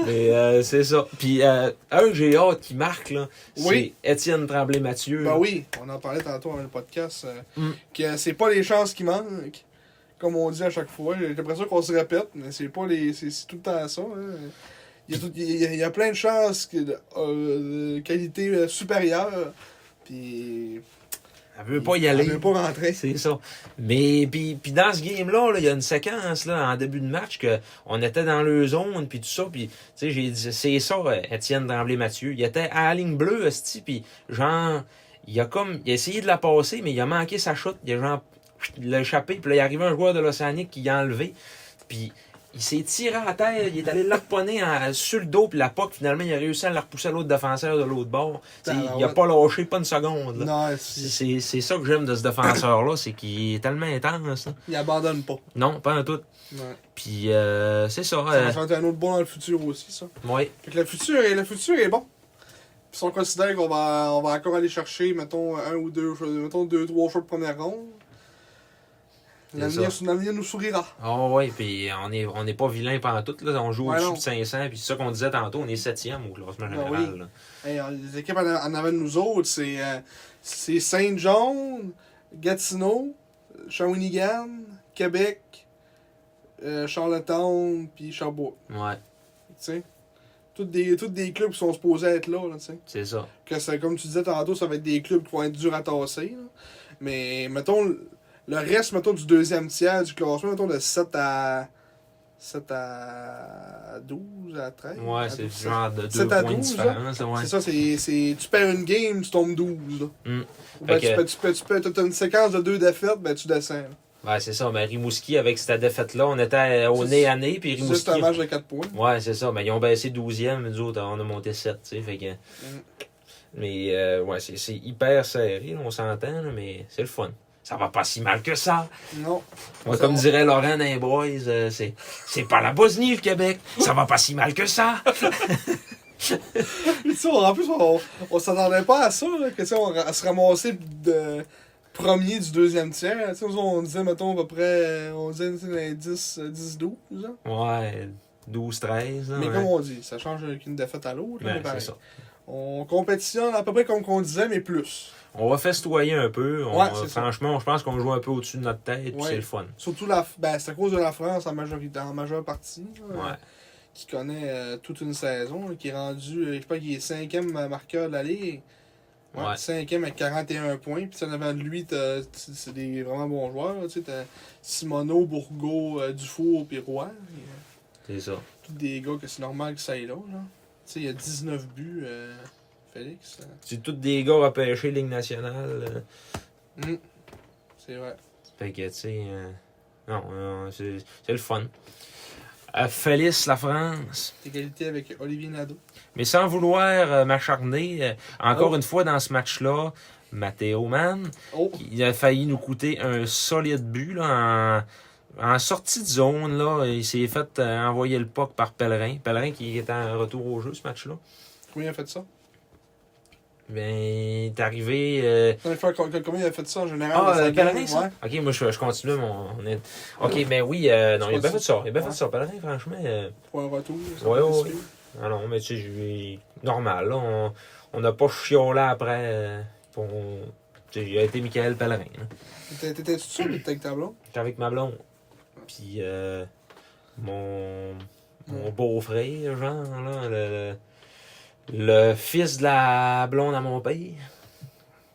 [SPEAKER 3] Mais euh, c'est ça. Puis euh, un que j'ai hâte qui marque, là,
[SPEAKER 2] Oui.
[SPEAKER 3] c'est Étienne Tremblay-Mathieu.
[SPEAKER 2] Ben oui, on en parlait tantôt dans le podcast. euh,
[SPEAKER 3] Euh. Mm.
[SPEAKER 2] Que c'est pas les chances qui manquent. Comme on dit à chaque fois. J'ai l'impression qu'on se répète, mais c'est pas les. C'est c'est tout le temps ça. hein. Il y, a tout- il y a- il y a plein de chances que- de, euh, de qualité euh, supérieure. Puis.
[SPEAKER 3] Elle veut pas y aller.
[SPEAKER 2] Je veux pas rentrer.
[SPEAKER 3] C'est ça. Mais puis, puis dans ce game-là, là, il y a une séquence là, en début de match que on était dans le zone, puis tout ça, puis tu sais, j'ai dit, c'est ça, euh, Étienne Tremblay-Mathieu. Il était à la ligne bleue, esti, puis genre, il a comme, il a essayé de la passer, mais il a manqué sa chute. Il a genre, il l'a échappé, puis là, il est arrivé un joueur de l'Océanique qui l'a enlevé, puis il s'est tiré à terre, il est allé l'arponner en- sur le dos, puis la POC, finalement, il a réussi à la repousser à l'autre défenseur de l'autre bord. Tu sais, il a pas lâché, pas une seconde. là.
[SPEAKER 2] Non,
[SPEAKER 3] C'est-
[SPEAKER 2] c'est-
[SPEAKER 3] C'est c'est ça que j'aime de ce défenseur-là, c'est qu'il est tellement intense. là.
[SPEAKER 2] il abandonne pas.
[SPEAKER 3] Non, pas en tout.
[SPEAKER 2] Ouais.
[SPEAKER 3] Puis euh, c'est ça.
[SPEAKER 2] Ça
[SPEAKER 3] euh,
[SPEAKER 2] va faire un autre bon dans le futur aussi, ça.
[SPEAKER 3] ouais.
[SPEAKER 2] Fait que le futur, est- le futur est bon. Puis si on considère qu'on va, on va encore aller chercher, mettons, un ou deux, cho- mettons, deux, trois choix de première ronde,
[SPEAKER 3] C'est
[SPEAKER 2] l'avenir
[SPEAKER 3] ça.
[SPEAKER 2] l'avenir nous sourira.
[SPEAKER 3] Ah ouais, puis on est on est pas vilain pendant tout. Là. On joue
[SPEAKER 2] Ouais,
[SPEAKER 3] au-dessus
[SPEAKER 2] non.
[SPEAKER 3] de 500, puis c'est ça qu'on disait tantôt, on est septième au classement
[SPEAKER 2] Ben
[SPEAKER 3] général.
[SPEAKER 2] oui.
[SPEAKER 3] là.
[SPEAKER 2] Hey, on- les équipes en, en avant de nous autres, c'est euh, c'est Saint-John, Gatineau, Shawinigan, Québec, euh, Charlottetown, puis Sherbrooke.
[SPEAKER 3] Ouais,
[SPEAKER 2] Tu sais, toutes des, toutes des clubs qui sont supposés être là, là tu sais.
[SPEAKER 3] c'est ça.
[SPEAKER 2] que ça, comme tu disais tantôt, ça va être des clubs qui vont être durs à tasser. là. Mais mettons, le reste, mettons, du deuxième tiers du classement, mettons, de 7 à. 7 à 12, à 13. Ben, à
[SPEAKER 3] Ouais, c'est
[SPEAKER 2] 12,
[SPEAKER 3] le genre de deux
[SPEAKER 2] sept à
[SPEAKER 3] points de
[SPEAKER 2] 12, là.
[SPEAKER 3] différence. là, ouais.
[SPEAKER 2] C'est ça, c'est, c'est- tu perds une game, tu tombes 12. Là.
[SPEAKER 3] Mm.
[SPEAKER 2] Ou ben,
[SPEAKER 3] Fait
[SPEAKER 2] tu,
[SPEAKER 3] que-
[SPEAKER 2] peux- tu, peux- tu peux- t'as une séquence de deux défaites, ben tu descends. là.
[SPEAKER 3] Ouais, c'est ça. Mais Rimouski, avec cette défaite-là, on était euh, au
[SPEAKER 2] C'est-
[SPEAKER 3] nez à nez, puis
[SPEAKER 2] Ça, c'est
[SPEAKER 3] Rimouski.
[SPEAKER 2] un match de 4 points.
[SPEAKER 3] Ouais, c'est ça. Mais ils ont baissé 12e, mais nous autres, on a monté 7, tu sais. Fait que.
[SPEAKER 2] Mm.
[SPEAKER 3] Mais euh, ouais, c'est c'est hyper serré, là, on s'entend, là, mais c'est le fun. Ça va pas si mal que ça.
[SPEAKER 2] Non.
[SPEAKER 3] Ouais,
[SPEAKER 2] Ça
[SPEAKER 3] comme
[SPEAKER 2] va.
[SPEAKER 3] dirait Laurent dans les Boys, euh, c'est c'est pas la Bosnie, le Québec. Ça va pas si mal que ça.
[SPEAKER 2] Puis, tu sais, en plus, on, on s'attendait pas à ça, là, que, tu sais, on ra- à se ramasser de premier du deuxième tiers. Tu sais, nous, on disait, mettons, à peu près, euh, on disait, tu sais, dans les 10, euh, 10, 12, hein.
[SPEAKER 3] Ouais, 12-13. là,
[SPEAKER 2] Mais
[SPEAKER 3] Ah ouais.
[SPEAKER 2] comme on dit, ça change qu'une défaite à l'autre, là,
[SPEAKER 3] Ouais,
[SPEAKER 2] mais pareil.
[SPEAKER 3] c'est ça.
[SPEAKER 2] On compétitionne à peu près comme qu'on disait, mais plus.
[SPEAKER 3] On va festoyer un peu. On-
[SPEAKER 2] Ouais, c'est ça.
[SPEAKER 3] franchement, je pense qu'on joue un peu au-dessus de notre tête, puis
[SPEAKER 2] Ouais.
[SPEAKER 3] c'est le fun.
[SPEAKER 2] Surtout, la, ben, c'est à cause de la France en, majorité, en majeure partie. là,
[SPEAKER 3] Ouais.
[SPEAKER 2] qui connaît euh, toute une saison, là, qui est rendu, euh, je sais pas, qui est cinquième euh, marqueur de la Ligue. Ouais,
[SPEAKER 3] Ouais.
[SPEAKER 2] Cinquième avec 41 points. Puis en avant de lui, t'as- t- c'est des vraiment bons joueurs. là, Tu sais, t'as Simoneau, Bourgault, euh, Dufour, puis Roy. Et,
[SPEAKER 3] C'est ça.
[SPEAKER 2] euh, Tous des gars que c'est normal que ça aille là. là. Tu sais, il y a 19 buts, euh, Félix. euh,
[SPEAKER 3] C'est tous des gars repêchés Ligue nationale. euh,
[SPEAKER 2] hum, C'est vrai.
[SPEAKER 3] Fait que, tu sais. euh, non, euh, c'est c'est le fun. Euh, Félix, la France.
[SPEAKER 2] Égalité avec Olivier Nadeau.
[SPEAKER 3] Mais sans vouloir euh, m'acharner, euh, encore
[SPEAKER 2] Oh.
[SPEAKER 3] une fois dans ce match-là, Matteo Mann,
[SPEAKER 2] Oh!
[SPEAKER 3] il a failli nous coûter un solide but là, en, en sortie de zone. Là, il s'est fait euh, envoyer le puck par Pellerin. Pellerin qui était en retour au jeu ce match-là.
[SPEAKER 2] Combien il a fait ça?
[SPEAKER 3] Ben, il est arrivé. euh,
[SPEAKER 2] Non, mais frère, co- Combien il a fait ça en général?
[SPEAKER 3] Ah,
[SPEAKER 2] dans sa
[SPEAKER 3] euh,
[SPEAKER 2] game,
[SPEAKER 3] Pellerin, ça?
[SPEAKER 2] ouais.
[SPEAKER 3] Ok, moi je, je continue mon. on est- Ok, mais oui, euh, non, il a bien fait ça. Il a bien fait ça. Pellerin, franchement. euh,
[SPEAKER 2] Pour un retour. ça
[SPEAKER 3] Ouais,
[SPEAKER 2] peut
[SPEAKER 3] ouais,
[SPEAKER 2] se faire.
[SPEAKER 3] Ah non, mais tu sais, j'ai- normal, là. On- On n'a pas chiolé après. euh, pour... Tu sais, il a été Michael Pellerin. hein.
[SPEAKER 2] T'étais- T'étais-tu sûr que t'étais avec ta blonde?
[SPEAKER 3] J'étais avec ma blonde. Puis, euh, mon, mon
[SPEAKER 2] Ouais.
[SPEAKER 3] beau-frère, genre, là, le, le fils de la blonde à mon père.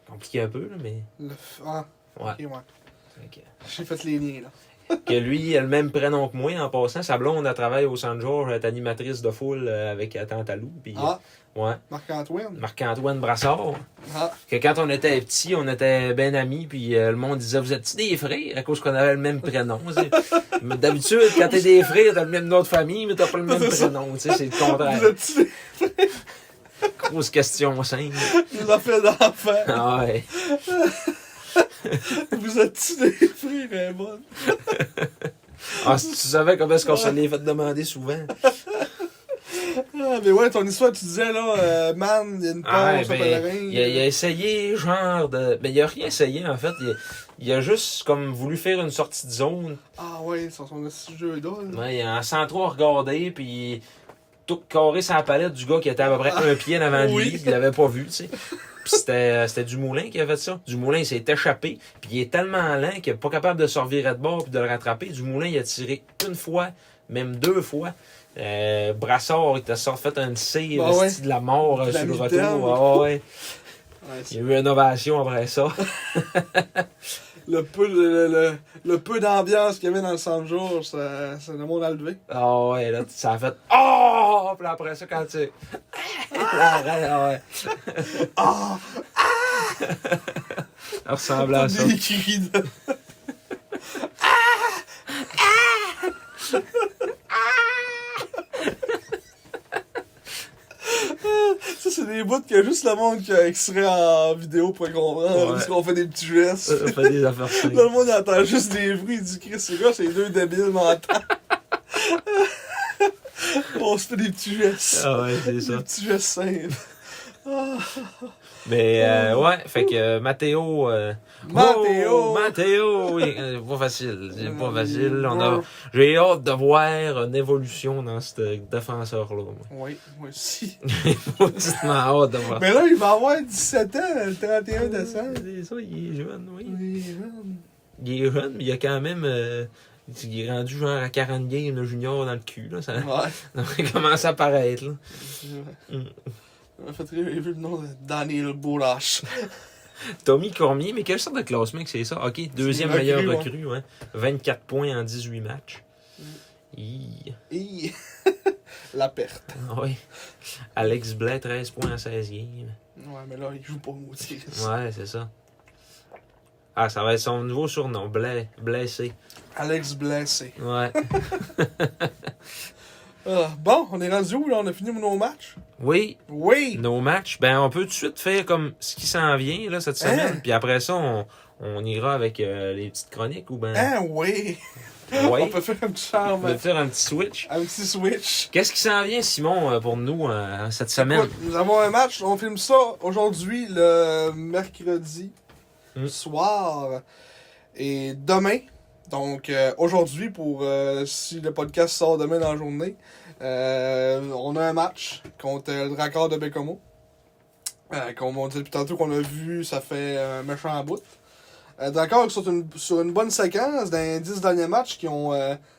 [SPEAKER 3] Compliqué un peu, là, mais.
[SPEAKER 2] Le f- Ah,
[SPEAKER 3] Ouais.
[SPEAKER 2] ok, ouais.
[SPEAKER 3] Fait que-
[SPEAKER 2] J'ai fait les liens, là.
[SPEAKER 3] Que lui, il a le même prénom que moi, en passant. Sa blonde, elle travaille au Saint-Georges, elle est animatrice de foule euh, avec la tante Alou. Puis,
[SPEAKER 2] Ah,
[SPEAKER 3] ouais.
[SPEAKER 2] Marc-Antoine.
[SPEAKER 3] Marc-Antoine Brassard.
[SPEAKER 2] Ah,
[SPEAKER 3] que quand on était petit, on était ben amis, puis euh, le monde disait Vous êtes-tu des frères à cause qu'on avait le même prénom tu sais. Mais D'habitude, quand t'es des frères, t'as le même nom de famille, mais t'as pas le même prénom. tu sais, C'est le
[SPEAKER 2] vous
[SPEAKER 3] contraire.
[SPEAKER 2] êtes-tu des-
[SPEAKER 3] Grosse question simple.
[SPEAKER 2] des affaires d'enfants?
[SPEAKER 3] Ah ouais.
[SPEAKER 2] Vous êtes-tu des frères, Raymond?
[SPEAKER 3] Ah, si tu savais comment est-ce qu'on se l'est fait demander souvent.
[SPEAKER 2] Ah, mais ouais, ton histoire, tu disais, là, euh, man, il y a une
[SPEAKER 3] Ah,
[SPEAKER 2] passe,
[SPEAKER 3] ben, il, a, il a essayé, genre, de. Ben, il a rien essayé, en fait. Il, il a juste, comme, voulu faire une sortie de zone.
[SPEAKER 2] Ah, ouais, ils sont son petit jeu d'ol.
[SPEAKER 3] Ouais, il a sans trop regarder, puis tout carré sur la palette du gars qui était à peu près un pied en avant de
[SPEAKER 2] Ah. oui.
[SPEAKER 3] lui, puis il l'avait pas vu, tu sais. Puis c'était, euh, c'était Dumoulin qui a fait ça. Dumoulin, il s'est échappé, puis il est tellement lent qu'il est pas capable de se revirer de bord puis de le rattraper. Dumoulin, il a tiré une fois, même deux fois. Euh, Brassard, il t'a sorti fait un save
[SPEAKER 2] Bah ouais.
[SPEAKER 3] esti de la mort euh,
[SPEAKER 2] De la
[SPEAKER 3] sur le
[SPEAKER 2] mitaine.
[SPEAKER 3] retour. Ah ouais.
[SPEAKER 2] Ouais,
[SPEAKER 3] Il
[SPEAKER 2] c'est-
[SPEAKER 3] y a eu une ovation après ça.
[SPEAKER 2] le peu, de- le, le- le peu d'ambiance qu'il y avait dans le 100 jours, ça, ça le monde a levé.
[SPEAKER 3] Ah ouais, là, ça a fait Oh! Puis après ça, quand tu. Ah! Ah ouais.
[SPEAKER 2] Ah,
[SPEAKER 3] Ça ressemblait à ça.
[SPEAKER 2] des cris de... Ah, Ça, c'est des bouts que juste le monde qui a euh, extrait en vidéo pour comprendre.
[SPEAKER 3] Ouais. Euh,
[SPEAKER 2] Parce qu'on fait des petits gestes.
[SPEAKER 3] Ça fait des affaires simples.
[SPEAKER 2] Là, le monde il entend juste des bruits il dit Chris, c'est quoi, c'est deux débiles mentales. on se fait des petits gestes.
[SPEAKER 3] Ah ouais, c'est
[SPEAKER 2] des
[SPEAKER 3] ça.
[SPEAKER 2] petits gestes simples. Ah.
[SPEAKER 3] Mais euh, ouais, fait que euh, Mathéo. euh,
[SPEAKER 2] Matteo!
[SPEAKER 3] oh, Mathéo! il- euh, Pas facile, c'est pas facile. On a, j'ai hâte de voir une évolution dans ce défenseur-là. moi.
[SPEAKER 2] Oui, moi aussi.
[SPEAKER 3] J'ai Motivement hâte de voir.
[SPEAKER 2] Mais là, il va avoir 17 ans le 31 décembre.
[SPEAKER 3] C'est ça, il est jeune, oui.
[SPEAKER 2] Ah. Oui, man.
[SPEAKER 3] Il est jeune, mais il a quand même. euh, il est rendu genre à 40 games le junior dans le cul. Là, ça,
[SPEAKER 2] Ouais.
[SPEAKER 3] ça commence à paraître. Là.
[SPEAKER 2] c'est vrai.
[SPEAKER 3] Mm.
[SPEAKER 2] Ça m'a fait rire, j'ai vu le nom de Daniel Bourrache.
[SPEAKER 3] Tommy Cormier, mais quelle sorte de classement que c'est ça? OK, deuxième
[SPEAKER 2] une recrue,
[SPEAKER 3] meilleur recrue, hein. 24 points en 18 matchs.
[SPEAKER 2] Mm.
[SPEAKER 3] Hi.
[SPEAKER 2] Et la perte.
[SPEAKER 3] Ah Oui. Alex Blais, 13 points en 16 games.
[SPEAKER 2] Ouais, mais là, il joue pas maudit. Chris.
[SPEAKER 3] Ouais, c'est ça. Ah, ça va être son nouveau surnom, Blais, blessé.
[SPEAKER 2] Alex blessé.
[SPEAKER 3] Ouais.
[SPEAKER 2] Ah, bon, on est rendu où là? On a fini nos matchs?
[SPEAKER 3] Oui,
[SPEAKER 2] Oui!
[SPEAKER 3] nos matchs. Ben, on peut tout de suite faire comme ce qui s'en vient, là, cette
[SPEAKER 2] Hein?
[SPEAKER 3] semaine. Puis après ça, on, on ira avec euh, les petites chroniques ou ben.
[SPEAKER 2] Hein, oui!
[SPEAKER 3] Ouais.
[SPEAKER 2] On peut faire un petit
[SPEAKER 3] On peut
[SPEAKER 2] charme,
[SPEAKER 3] faire un petit switch.
[SPEAKER 2] un petit switch.
[SPEAKER 3] Qu'est-ce qui s'en vient, Simon, euh, pour nous, euh, cette semaine?
[SPEAKER 2] Écoute, nous avons un match, on filme ça aujourd'hui, le mercredi
[SPEAKER 3] Mm.
[SPEAKER 2] soir. Et demain, donc euh, aujourd'hui, pour euh, si le podcast sort demain dans la journée, euh, on a un match contre le raccord de Bécomo. Euh, comme on dit depuis tantôt qu'on a vu, ça fait un méchant bout. Euh, D'accord, ils sont une- sur une bonne séquence dans les 10 derniers matchs qui ont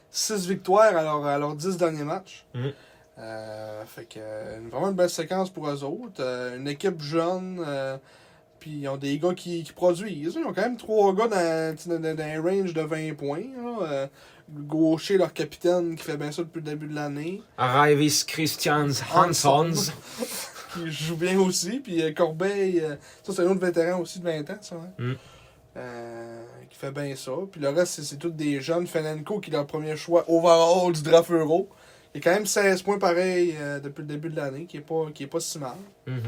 [SPEAKER 2] 6 victoires à leurs à leurs 10 derniers matchs.
[SPEAKER 3] Mhm.
[SPEAKER 2] Euh, fait que euh, une- vraiment une belle séquence pour eux autres. Euh, une équipe jeune, euh, puis ils ont des gars qui, qui produisent. Ils ont quand même trois gars dans, dans, dans- dans un range de 20 points. là. Euh, Gaucher, leur capitaine, qui fait bien ça depuis le début de l'année.
[SPEAKER 4] Arrivis Christians Hansons.
[SPEAKER 2] qui joue bien aussi. Puis euh, Corbeil, euh, ça c'est un autre vétéran aussi de 20 ans, ça. hein?
[SPEAKER 3] Mm.
[SPEAKER 2] Euh, qui fait bien ça. Puis le reste, c'est- c'est tous des jeunes. Fenenko qui est leur premier choix overall du draft euro. Il a quand même 16 points pareil euh, depuis le début de l'année, qui est pas, qui est pas si mal.
[SPEAKER 3] Mhm.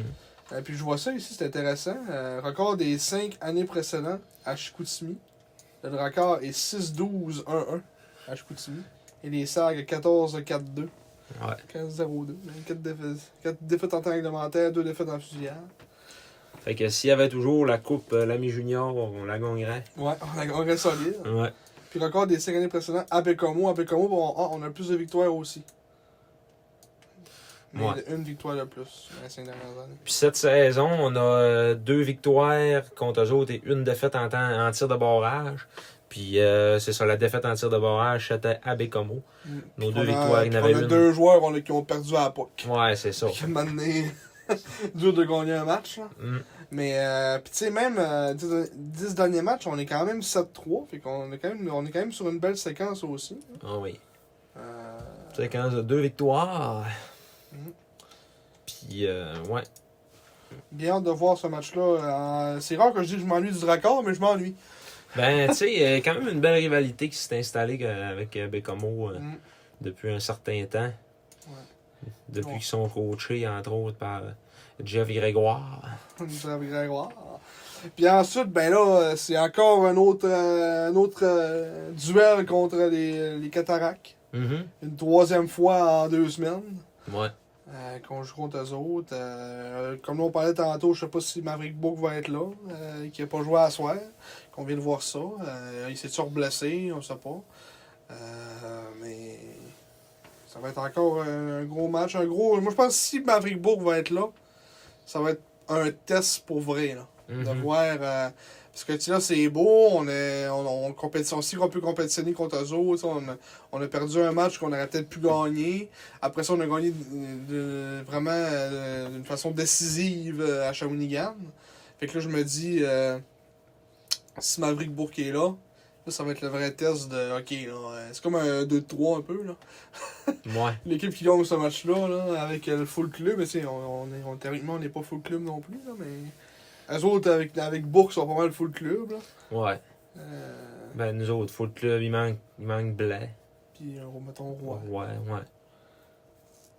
[SPEAKER 2] Euh, puis je vois ça ici, c'est intéressant. Euh, record des 5 années précédentes à Chicoutimi. Le record est 6-12-1-1 à Chicoutimi. Et les Sags 14-4-2.
[SPEAKER 3] Ouais.
[SPEAKER 2] 15-0-2. 4 défaites, quatre défaites en temps réglementaire, 2 défaites en fusillade.
[SPEAKER 3] Fait que s'il y avait toujours la coupe euh, l'ami junior, on la gagnerait.
[SPEAKER 2] Ouais, on a- on reste solide.
[SPEAKER 3] Ouais.
[SPEAKER 2] Puis record des 5 années précédentes à Bécomo. À Bécomo, bon, ah, on a plus de victoires aussi. Mais
[SPEAKER 3] Ouais.
[SPEAKER 2] une victoire de plus dans les 5 dernières années.
[SPEAKER 3] Puis cette saison, on a euh, deux victoires contre eux autres et une défaite en, temps- en tir de barrage. Puis euh, c'est ça, la défaite en tir de barrage, c'était à Bécomo.
[SPEAKER 2] Mm.
[SPEAKER 3] Nos
[SPEAKER 2] On
[SPEAKER 3] deux
[SPEAKER 2] a-
[SPEAKER 3] victoires, il y en
[SPEAKER 2] on
[SPEAKER 3] avait
[SPEAKER 2] a
[SPEAKER 3] une.
[SPEAKER 2] deux joueurs on a- qui ont perdu à la POC.
[SPEAKER 3] Ouais, c'est ça.
[SPEAKER 2] Puis à un moment donné, dur de gagner un match. là.
[SPEAKER 3] Mm.
[SPEAKER 2] Mais, euh, puis tu sais, même 10, derniers matchs, on est quand même 7-3. Fait qu'on est, quand même- on est quand même sur une belle séquence aussi.
[SPEAKER 3] Ah oui.
[SPEAKER 2] Euh,
[SPEAKER 3] C'est quand même deux victoires.
[SPEAKER 2] Mhm.
[SPEAKER 3] Puis, euh, ouais.
[SPEAKER 2] bien hâte de voir ce match-là. Euh, c'est rare que je dis que je m'ennuie du raccord, mais je m'ennuie.
[SPEAKER 3] Ben, tu sais, euh, quand même une belle rivalité qui s'est installée euh, avec euh, Bécomo euh,
[SPEAKER 2] Mm.
[SPEAKER 3] depuis un certain temps. Depuis
[SPEAKER 2] Ouais.
[SPEAKER 3] qu'ils sont coachés, entre autres, par euh, Jeff Grégoire.
[SPEAKER 2] On est avec Grégoire. Puis ensuite, ben là, euh, c'est encore un autre, euh, un autre euh, duel contre les, les Cataractes.
[SPEAKER 3] Mhm.
[SPEAKER 2] Une troisième fois en deux semaines.
[SPEAKER 3] Ouais.
[SPEAKER 2] euh, qu'on joue contre eux autres. Euh, comme on parlait tantôt, je sais pas si Maverick Book va être là, euh, qui a pas joué à soir, qu'on vient de voir ça. Euh, il s'est toujours blessé, on sait pas. Euh, mais ça va être encore un, un gros match, un gros. Moi je pense que si Maverick Book va être là, ça va être un test pour vrai. Là
[SPEAKER 3] Mhm.
[SPEAKER 2] de voir. euh, parce que tu sais, là, c'est beau, on est, on, on compétition, si on peut compétitionner contre eux autres, tu sais, on, a- on a perdu un match qu'on aurait peut-être pu gagner. Après ça, on a gagné de- de- vraiment euh, d'une façon décisive euh, à Shawinigan. Fait que là, je me dis, euh, si Maverick Bourque est là, là, ça va être le vrai test de, ok, là, euh, c'est comme un 2-3 un peu, là.
[SPEAKER 3] Ouais.
[SPEAKER 2] L'équipe qui gagne ce match-là, là, avec euh, le full club, mais tu sais, on, on est, on- théoriquement, on n'est pas full club non plus, là, mais. Eux autres, avec, avec Bourg, sont pas mal full club, là.
[SPEAKER 3] Ouais.
[SPEAKER 2] Euh,
[SPEAKER 3] Ben, nous autres, faut le club, il manque, il manque Blais.
[SPEAKER 2] puis, euh, mettons,
[SPEAKER 3] Ouais,
[SPEAKER 2] Roi.
[SPEAKER 3] ouais.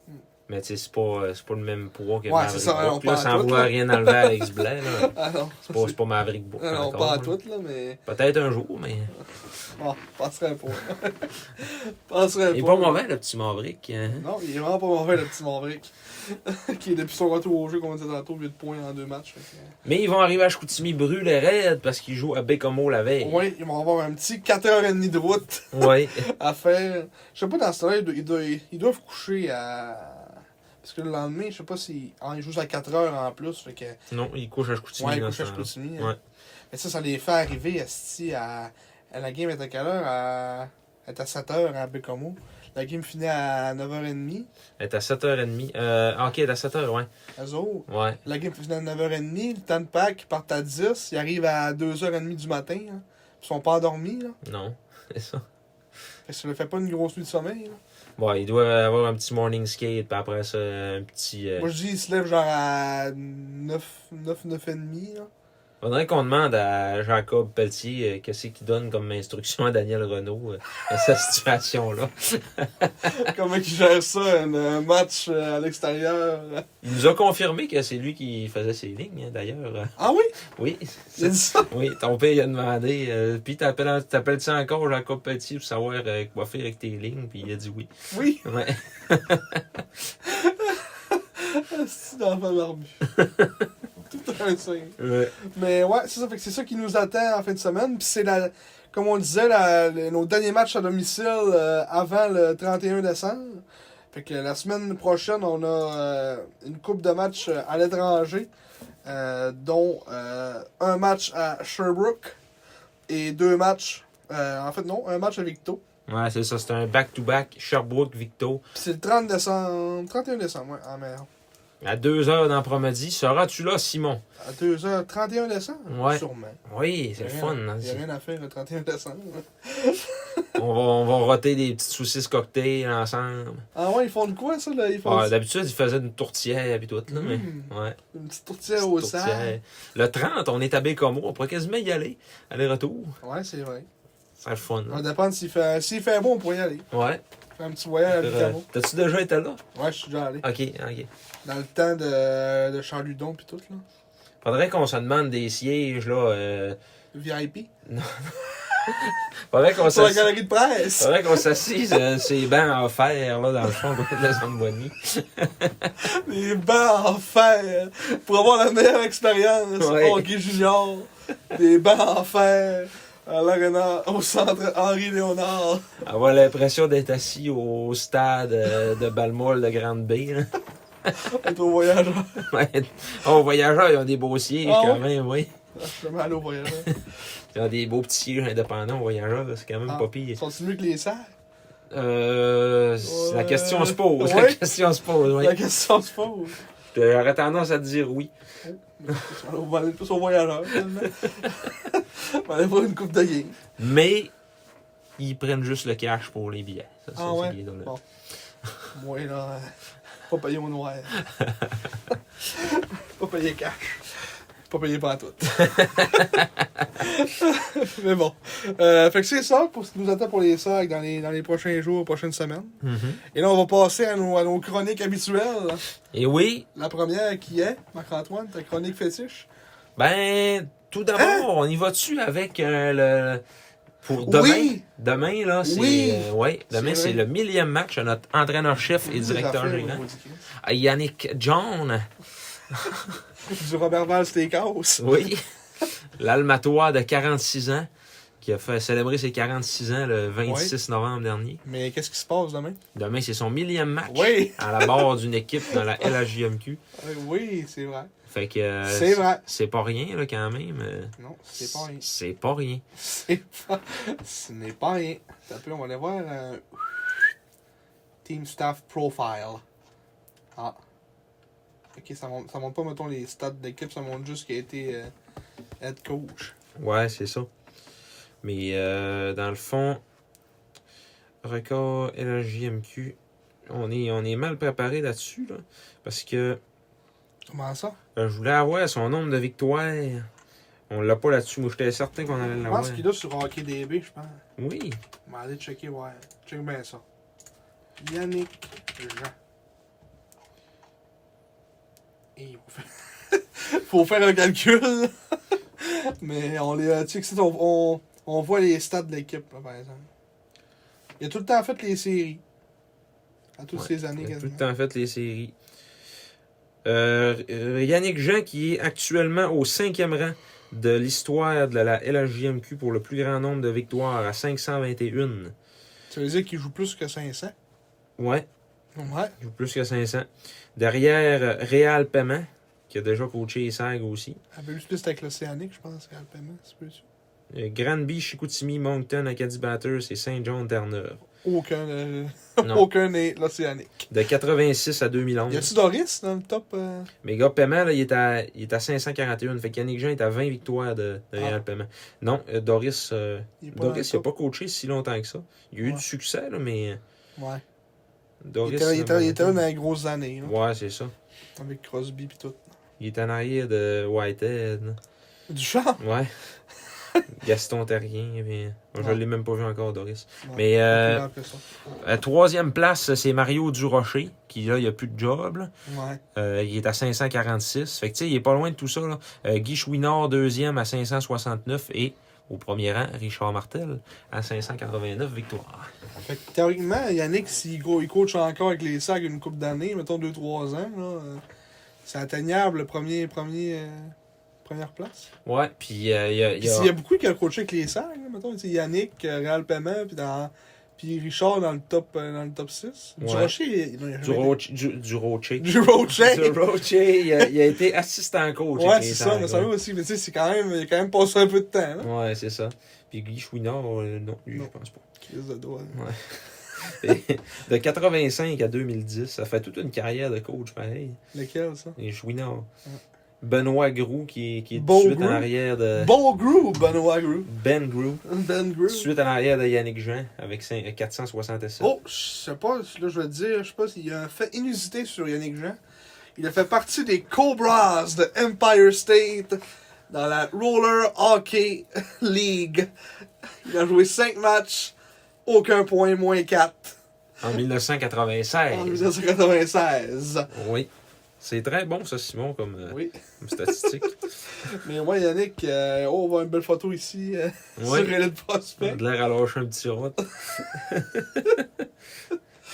[SPEAKER 2] Hmm.
[SPEAKER 3] Mais tu sais, c'est pas, euh, c'est pas le même poids que
[SPEAKER 2] Ouais,
[SPEAKER 3] Maverick
[SPEAKER 2] c'est ça,
[SPEAKER 3] Book,
[SPEAKER 2] on
[SPEAKER 3] là,
[SPEAKER 2] parle
[SPEAKER 3] sans
[SPEAKER 2] tout,
[SPEAKER 3] vouloir
[SPEAKER 2] là.
[SPEAKER 3] rien enlever à Alex Blais, là.
[SPEAKER 2] Ah non,
[SPEAKER 3] C'est pas, c'est pas hein. Maverick Book.
[SPEAKER 2] ah non,
[SPEAKER 3] encore,
[SPEAKER 2] pas à
[SPEAKER 3] là.
[SPEAKER 2] toutes, là, mais.
[SPEAKER 3] Peut-être un jour, mais.
[SPEAKER 2] Bon, passerait pas. passerait pas.
[SPEAKER 3] Il est pas mauvais, le petit Maverick. hein.
[SPEAKER 2] Non, il est vraiment pas mauvais, le petit Maverick. qui est depuis son retour au jeu, comme on disait tantôt, 8 points en deux matchs. fait que,
[SPEAKER 3] Mais ils vont arriver à Chicoutimi brûlés raides parce qu'ils jouent à Bécomo la
[SPEAKER 2] euh,
[SPEAKER 3] veille.
[SPEAKER 2] Ouais, ils vont avoir un petit 4h30 de route.
[SPEAKER 3] Ouais.
[SPEAKER 2] à faire. Je sais pas, dans ce temps-là, ils, do- ils do- ils doivent coucher à. Parce que le lendemain, je sais pas si. ah, ils jouent à 4 heures en plus. Fait que.
[SPEAKER 3] Non, ils couchent à Chicoutimi.
[SPEAKER 2] Ouais, ils
[SPEAKER 3] dans
[SPEAKER 2] couchent
[SPEAKER 3] ce
[SPEAKER 2] à
[SPEAKER 3] temps-là.
[SPEAKER 2] Chicoutimi.
[SPEAKER 3] Ouais.
[SPEAKER 2] hein. Mais ça, ça les fait arriver esti, à, à la game est à quelle heure à... Elle est à 7 heures à Bécomo. La game finit à 9h30.
[SPEAKER 3] Elle est à 7h30. Euh, ah, ok, elle est à 7h, ouais.
[SPEAKER 2] Eux autres.
[SPEAKER 3] Ouais.
[SPEAKER 2] La game finit à 9h30. Le temps de pack, ils partent à 10. Ils arrivent à 2h30 du matin. hein. Ils sont pas endormis. Là.
[SPEAKER 3] Non. C'est ça.
[SPEAKER 2] Fait que ça ne fait pas une grosse nuit de sommeil. là.
[SPEAKER 3] Bon, ils doivent avoir un petit morning skate, puis après ça, un petit. euh,
[SPEAKER 2] Moi, je dis, ils se lèvent genre à 9, 9, 9h30. Là.
[SPEAKER 3] Faudrait qu'on demande à Jacob Pelletier euh, qu'est-ce qu'il donne comme instruction à Daniel Renault euh, à cette situation-là.
[SPEAKER 2] Comment il gère ça, un euh, match euh, à l'extérieur?
[SPEAKER 3] Il nous a confirmé que c'est lui qui faisait ses lignes, hein, d'ailleurs. Euh,
[SPEAKER 2] Ah oui?
[SPEAKER 3] Oui,
[SPEAKER 2] Il a dit ça?
[SPEAKER 3] oui, ton père il a demandé. euh, puis t'appelles- t'appelles-tu encore Jacob Pelletier pour savoir euh, quoi faire avec tes lignes? Puis il a dit oui.
[SPEAKER 2] Oui,
[SPEAKER 3] Ouais.
[SPEAKER 2] c'est dans la barbu. Tout un signe.
[SPEAKER 3] Ouais.
[SPEAKER 2] Mais ouais, c'est ça, fait que c'est ça qui nous attend en fin de semaine. Puis c'est la, comme on disait, la- le- nos derniers matchs à domicile euh, avant le 31 décembre. Fait que la semaine prochaine, on a euh, une coupe de matchs euh, à l'étranger, euh, dont euh, un match à Sherbrooke et deux matchs. euh, en fait, non, un match à Victo.
[SPEAKER 3] Ouais, c'est ça, c'est un back-to-back Sherbrooke-Victo.
[SPEAKER 2] Puis c'est le 30 décembre, 31 décembre, ouais, en hein. mer.
[SPEAKER 3] À 2h d'après-midi, seras-tu là, Simon?
[SPEAKER 2] À 2h, 31 décembre
[SPEAKER 3] Ouais.
[SPEAKER 2] Sûrement.
[SPEAKER 3] Oui, c'est le fun. hein.
[SPEAKER 2] Il n'y a rien à faire le 31 décembre.
[SPEAKER 3] On va, on va roter des petites saucisses cocktails ensemble.
[SPEAKER 2] Ah ouais, ils font de quoi ça là Ils font
[SPEAKER 3] Ouais, D'habitude, ils faisaient une tourtière et tout, là, mais... Ouais,
[SPEAKER 2] une
[SPEAKER 3] petite
[SPEAKER 2] petite tourtière Hmm. au sable.
[SPEAKER 3] tourtière. Le 30, on est à Bécomo, on pourrait quasiment y aller. Aller-retour,
[SPEAKER 2] Ouais, c'est vrai.
[SPEAKER 3] c'est le fun.
[SPEAKER 2] Ça
[SPEAKER 3] là.
[SPEAKER 2] dépend s'il fait, s'il fait bon, on pourrait y aller.
[SPEAKER 3] Ouais.
[SPEAKER 2] Faire un petit voyage à
[SPEAKER 3] Euh,
[SPEAKER 2] Vicamo.
[SPEAKER 3] T'as-tu déjà été là?
[SPEAKER 2] Ouais, je suis déjà allé.
[SPEAKER 3] Ok, ok.
[SPEAKER 2] Dans le temps de, de Charludon pis tout, là.
[SPEAKER 3] Faudrait qu'on se demande des sièges, là. euh,
[SPEAKER 2] VIP.
[SPEAKER 3] Faudrait qu'on
[SPEAKER 2] Sur la
[SPEAKER 3] s'ass-
[SPEAKER 2] galerie de presse.
[SPEAKER 3] faudrait qu'on s'assise euh, ces bancs offerts, là, dans le fond de la zone bonnie.
[SPEAKER 2] Les bancs en fer. Pour avoir la meilleure expérience.
[SPEAKER 3] Ouais.
[SPEAKER 2] Hockey junior. Des bancs en fer. À l'arena, au centre Henri-Léonard.
[SPEAKER 3] Avoir l'impression d'être assis au stade euh, de Balmol de Grande Bay, là.
[SPEAKER 2] Être au voyageur.
[SPEAKER 3] Ouais. Oh, voyageurs, ils ont des beaux sièges
[SPEAKER 2] Ah
[SPEAKER 3] quand
[SPEAKER 2] ouais?
[SPEAKER 3] même, oui.
[SPEAKER 2] Je suis jamais allé au voyageur.
[SPEAKER 3] Ils ont des beaux petits sièges indépendants, voyageurs, c'est quand même
[SPEAKER 2] Ah.
[SPEAKER 3] pas pire.
[SPEAKER 2] Sont-ils mieux que les sacs?
[SPEAKER 3] Euh, c'est- La
[SPEAKER 2] Ouais.
[SPEAKER 3] question se pose, la
[SPEAKER 2] Ouais.
[SPEAKER 3] question se pose, oui.
[SPEAKER 2] La question se pose.
[SPEAKER 3] J'aurais tendance à te dire oui.
[SPEAKER 2] On va aller tous au voyageur, finalement. On va aller voir une coupe de game.
[SPEAKER 3] Mais ils prennent juste le cash pour les billets. Ça, c'est-
[SPEAKER 2] Ah
[SPEAKER 3] c'est
[SPEAKER 2] ouais?
[SPEAKER 3] bien drôle.
[SPEAKER 2] Bon. Moi, là, euh, pas payé au noir. pas payé cash. Pas payé pas tout. Mais bon. Euh, fait que c'est ça pour ce qui nous attend pour les sacs dans les, dans les prochains jours, prochaines semaines.
[SPEAKER 3] Mhm.
[SPEAKER 2] Et là, on va passer à nos, à nos chroniques habituelles.
[SPEAKER 3] Et oui,
[SPEAKER 2] La première qui est, Marc-Antoine, ta chronique fétiche.
[SPEAKER 3] ben, tout d'abord, on y va dessus avec euh, le. Pour demain,
[SPEAKER 2] Hein? Oui!
[SPEAKER 3] demain là, c'est
[SPEAKER 2] Oui!
[SPEAKER 3] euh, ouais, demain
[SPEAKER 2] C'est
[SPEAKER 3] c'est
[SPEAKER 2] vrai.
[SPEAKER 3] le millième match à notre entraîneur-chef et directeur
[SPEAKER 2] Des affaires,
[SPEAKER 3] général,
[SPEAKER 2] au niveau du-
[SPEAKER 3] Ah, Yannick John.
[SPEAKER 2] Du Robert Val Steakhouse.
[SPEAKER 3] Oui. L'Almatois de 46 ans, qui a fait célébrer ses 46 ans le 26 novembre dernier.
[SPEAKER 2] Mais qu'est-ce qui se passe demain?
[SPEAKER 3] Demain, c'est son millième match
[SPEAKER 2] Oui.
[SPEAKER 3] à la barre d'une équipe dans la LHJMQ.
[SPEAKER 2] Euh, oui, c'est vrai.
[SPEAKER 3] Fait que. euh,
[SPEAKER 2] C'est vrai.
[SPEAKER 3] C'est pas rien, là, quand même. euh,
[SPEAKER 2] Non, c'est pas rien.
[SPEAKER 3] C'est pas rien.
[SPEAKER 2] C'est pas- Ce n'est pas rien. T'as pu, on va aller voir euh, Team Staff Profile. Ah. Ok, ça monte, ça monte pas, mettons, les stats d'équipe, ça monte juste qu'il a été euh, head coach.
[SPEAKER 3] Ouais, c'est ça. Mais euh, dans le fond, record LHJMQ, on est, on est mal préparé là-dessus, là, parce que
[SPEAKER 2] Comment ça?
[SPEAKER 3] euh, je voulais avoir son nombre de victoires. On l'a pas là-dessus, moi j'étais certain qu'on allait
[SPEAKER 2] Je
[SPEAKER 3] l'avoir.
[SPEAKER 2] pense qu'il est sur HockeyDB, je pense.
[SPEAKER 3] Oui,
[SPEAKER 2] On va aller checker, ouais. Check bien ça. Yannick Jean. Et il faut faire... faut faire un calcul. Mais on les. euh, Tu sais que c'est- on, on, on voit les stats de l'équipe, là, par exemple. Il a tout le temps fait les séries. À toutes
[SPEAKER 3] Ouais,
[SPEAKER 2] ces années
[SPEAKER 3] il a tout le
[SPEAKER 2] quasiment.
[SPEAKER 3] temps fait les séries. Euh, euh, Yannick Jean, qui est actuellement au cinquième rang de l'histoire de la LHJMQ pour le plus grand nombre de victoires à 521.
[SPEAKER 2] Ça veut dire qu'il joue plus que 500.
[SPEAKER 3] Ouais.
[SPEAKER 2] Ouais.
[SPEAKER 3] Il joue plus que 500. Derrière, euh, Real Paiement, qui a déjà coaché SAG aussi.
[SPEAKER 2] Avec plus avec l'Océanique, je pense, qu'à le paiement, c'est plus sûr.
[SPEAKER 3] Euh, Granby, Chicoutimi, Moncton, Acadie Batters et Saint-John-Terre-Neuve.
[SPEAKER 2] Aucun. euh,
[SPEAKER 3] Non.
[SPEAKER 2] aucun n'est l'Océanique.
[SPEAKER 3] De 86 à
[SPEAKER 2] Y
[SPEAKER 3] 2011.
[SPEAKER 2] a-tu Doris dans le top euh?
[SPEAKER 3] Mais gars, Paiement, là, il, est à, il est à 541. Fait qu'Yannick Jean est à 20 victoires de, de
[SPEAKER 2] Ah.
[SPEAKER 3] Real Paiement. Non, euh, Doris, euh,
[SPEAKER 2] Il est pas dans le
[SPEAKER 3] Doris il n'a
[SPEAKER 2] top.
[SPEAKER 3] pas coaché si longtemps que ça. Il a eu
[SPEAKER 2] Ouais.
[SPEAKER 3] du succès, là, mais euh,
[SPEAKER 2] Ouais. Il
[SPEAKER 3] Doris...
[SPEAKER 2] était, il était- il était
[SPEAKER 3] euh,
[SPEAKER 2] là dans les grosses années, là,
[SPEAKER 3] Ouais, c'est ça.
[SPEAKER 2] avec Crosby pis tout.
[SPEAKER 3] Il est en arrière de Whitehead.
[SPEAKER 2] Du genre!
[SPEAKER 3] Ouais. Gaston Terrien, mais moi, je
[SPEAKER 2] Ouais.
[SPEAKER 3] l'ai même pas vu encore, Doris.
[SPEAKER 2] Ouais,
[SPEAKER 3] Mais euh,
[SPEAKER 2] plus grand que ça.
[SPEAKER 3] à troisième place, c'est Mario Durocher, qui là, il a plus de job. là.
[SPEAKER 2] Ouais.
[SPEAKER 3] Euh, il est à 546. Fait que tu sais, il est pas loin de tout ça. Là. Euh, Guy Chouinard, deuxième à 569 et au premier rang, Richard Martel à 589 victoires.
[SPEAKER 2] Fait que théoriquement, Yannick, s'il go- il coach encore avec les sacs une coupe d'années, mettons 2-3 ans, là, euh, c'est atteignable le premier, premier, euh, première place.
[SPEAKER 3] Ouais, puis euh, il y a. il
[SPEAKER 2] Puis
[SPEAKER 3] y a-
[SPEAKER 2] s'il y a beaucoup qui ont coaché avec les sacs, là, mettons, tu sais, Yannick, euh, Real Paiement, puis dans Puis Richard dans le top, euh, dans le top 6. Du
[SPEAKER 3] Ouais.
[SPEAKER 2] Rocher, il- il-
[SPEAKER 3] Du, Roche- du, du Rocher.
[SPEAKER 2] Du Rocher.
[SPEAKER 3] Du Rocher, il a, il a été assistant coach.
[SPEAKER 2] Ouais,
[SPEAKER 3] avec
[SPEAKER 2] c'est
[SPEAKER 3] les
[SPEAKER 2] ça,
[SPEAKER 3] Tangs,
[SPEAKER 2] mais ça
[SPEAKER 3] ouais.
[SPEAKER 2] veut aussi. Mais tu sais, c'est quand même, il a quand même passé un peu de temps, là.
[SPEAKER 3] Ouais, c'est ça. Puis Guy Chouinard, euh, non, lui,
[SPEAKER 2] Non.
[SPEAKER 3] je pense pas.
[SPEAKER 2] Crise de doigt.
[SPEAKER 3] De 85 à 2010, ça fait toute une carrière de coach pareil.
[SPEAKER 2] Lequel, ça?
[SPEAKER 3] Et Chouinard. Benoît Groux qui, est- qui est tout
[SPEAKER 2] Beau
[SPEAKER 3] de suite en
[SPEAKER 2] Groux.
[SPEAKER 3] arrière de
[SPEAKER 2] Bon Grew ou Benoît Grew?
[SPEAKER 3] Ben Groux.
[SPEAKER 2] Ben
[SPEAKER 3] tout
[SPEAKER 2] Grew.
[SPEAKER 3] de Suite à l'arrière de Yannick Jean avec cinq- euh, 467.
[SPEAKER 2] Oh, je sais pas, là je vais te dire, je sais pas s'il y a un fait inusité sur Yannick Jean. Il a fait partie des Cobras de Empire State dans la Roller Hockey League. Il a joué 5 matchs, aucun point, moins 4
[SPEAKER 3] En
[SPEAKER 2] en
[SPEAKER 3] 1996.
[SPEAKER 2] 1996.
[SPEAKER 3] oui. C'est très bon ça Simon comme, euh,
[SPEAKER 2] Oui,
[SPEAKER 3] comme statistique.
[SPEAKER 2] mais moi Yannick, euh, oh, on voit une belle photo ici euh, sur
[SPEAKER 3] oui.
[SPEAKER 2] Elite
[SPEAKER 3] On a
[SPEAKER 2] Prospect.
[SPEAKER 3] de l'air à lâcher un petit rot.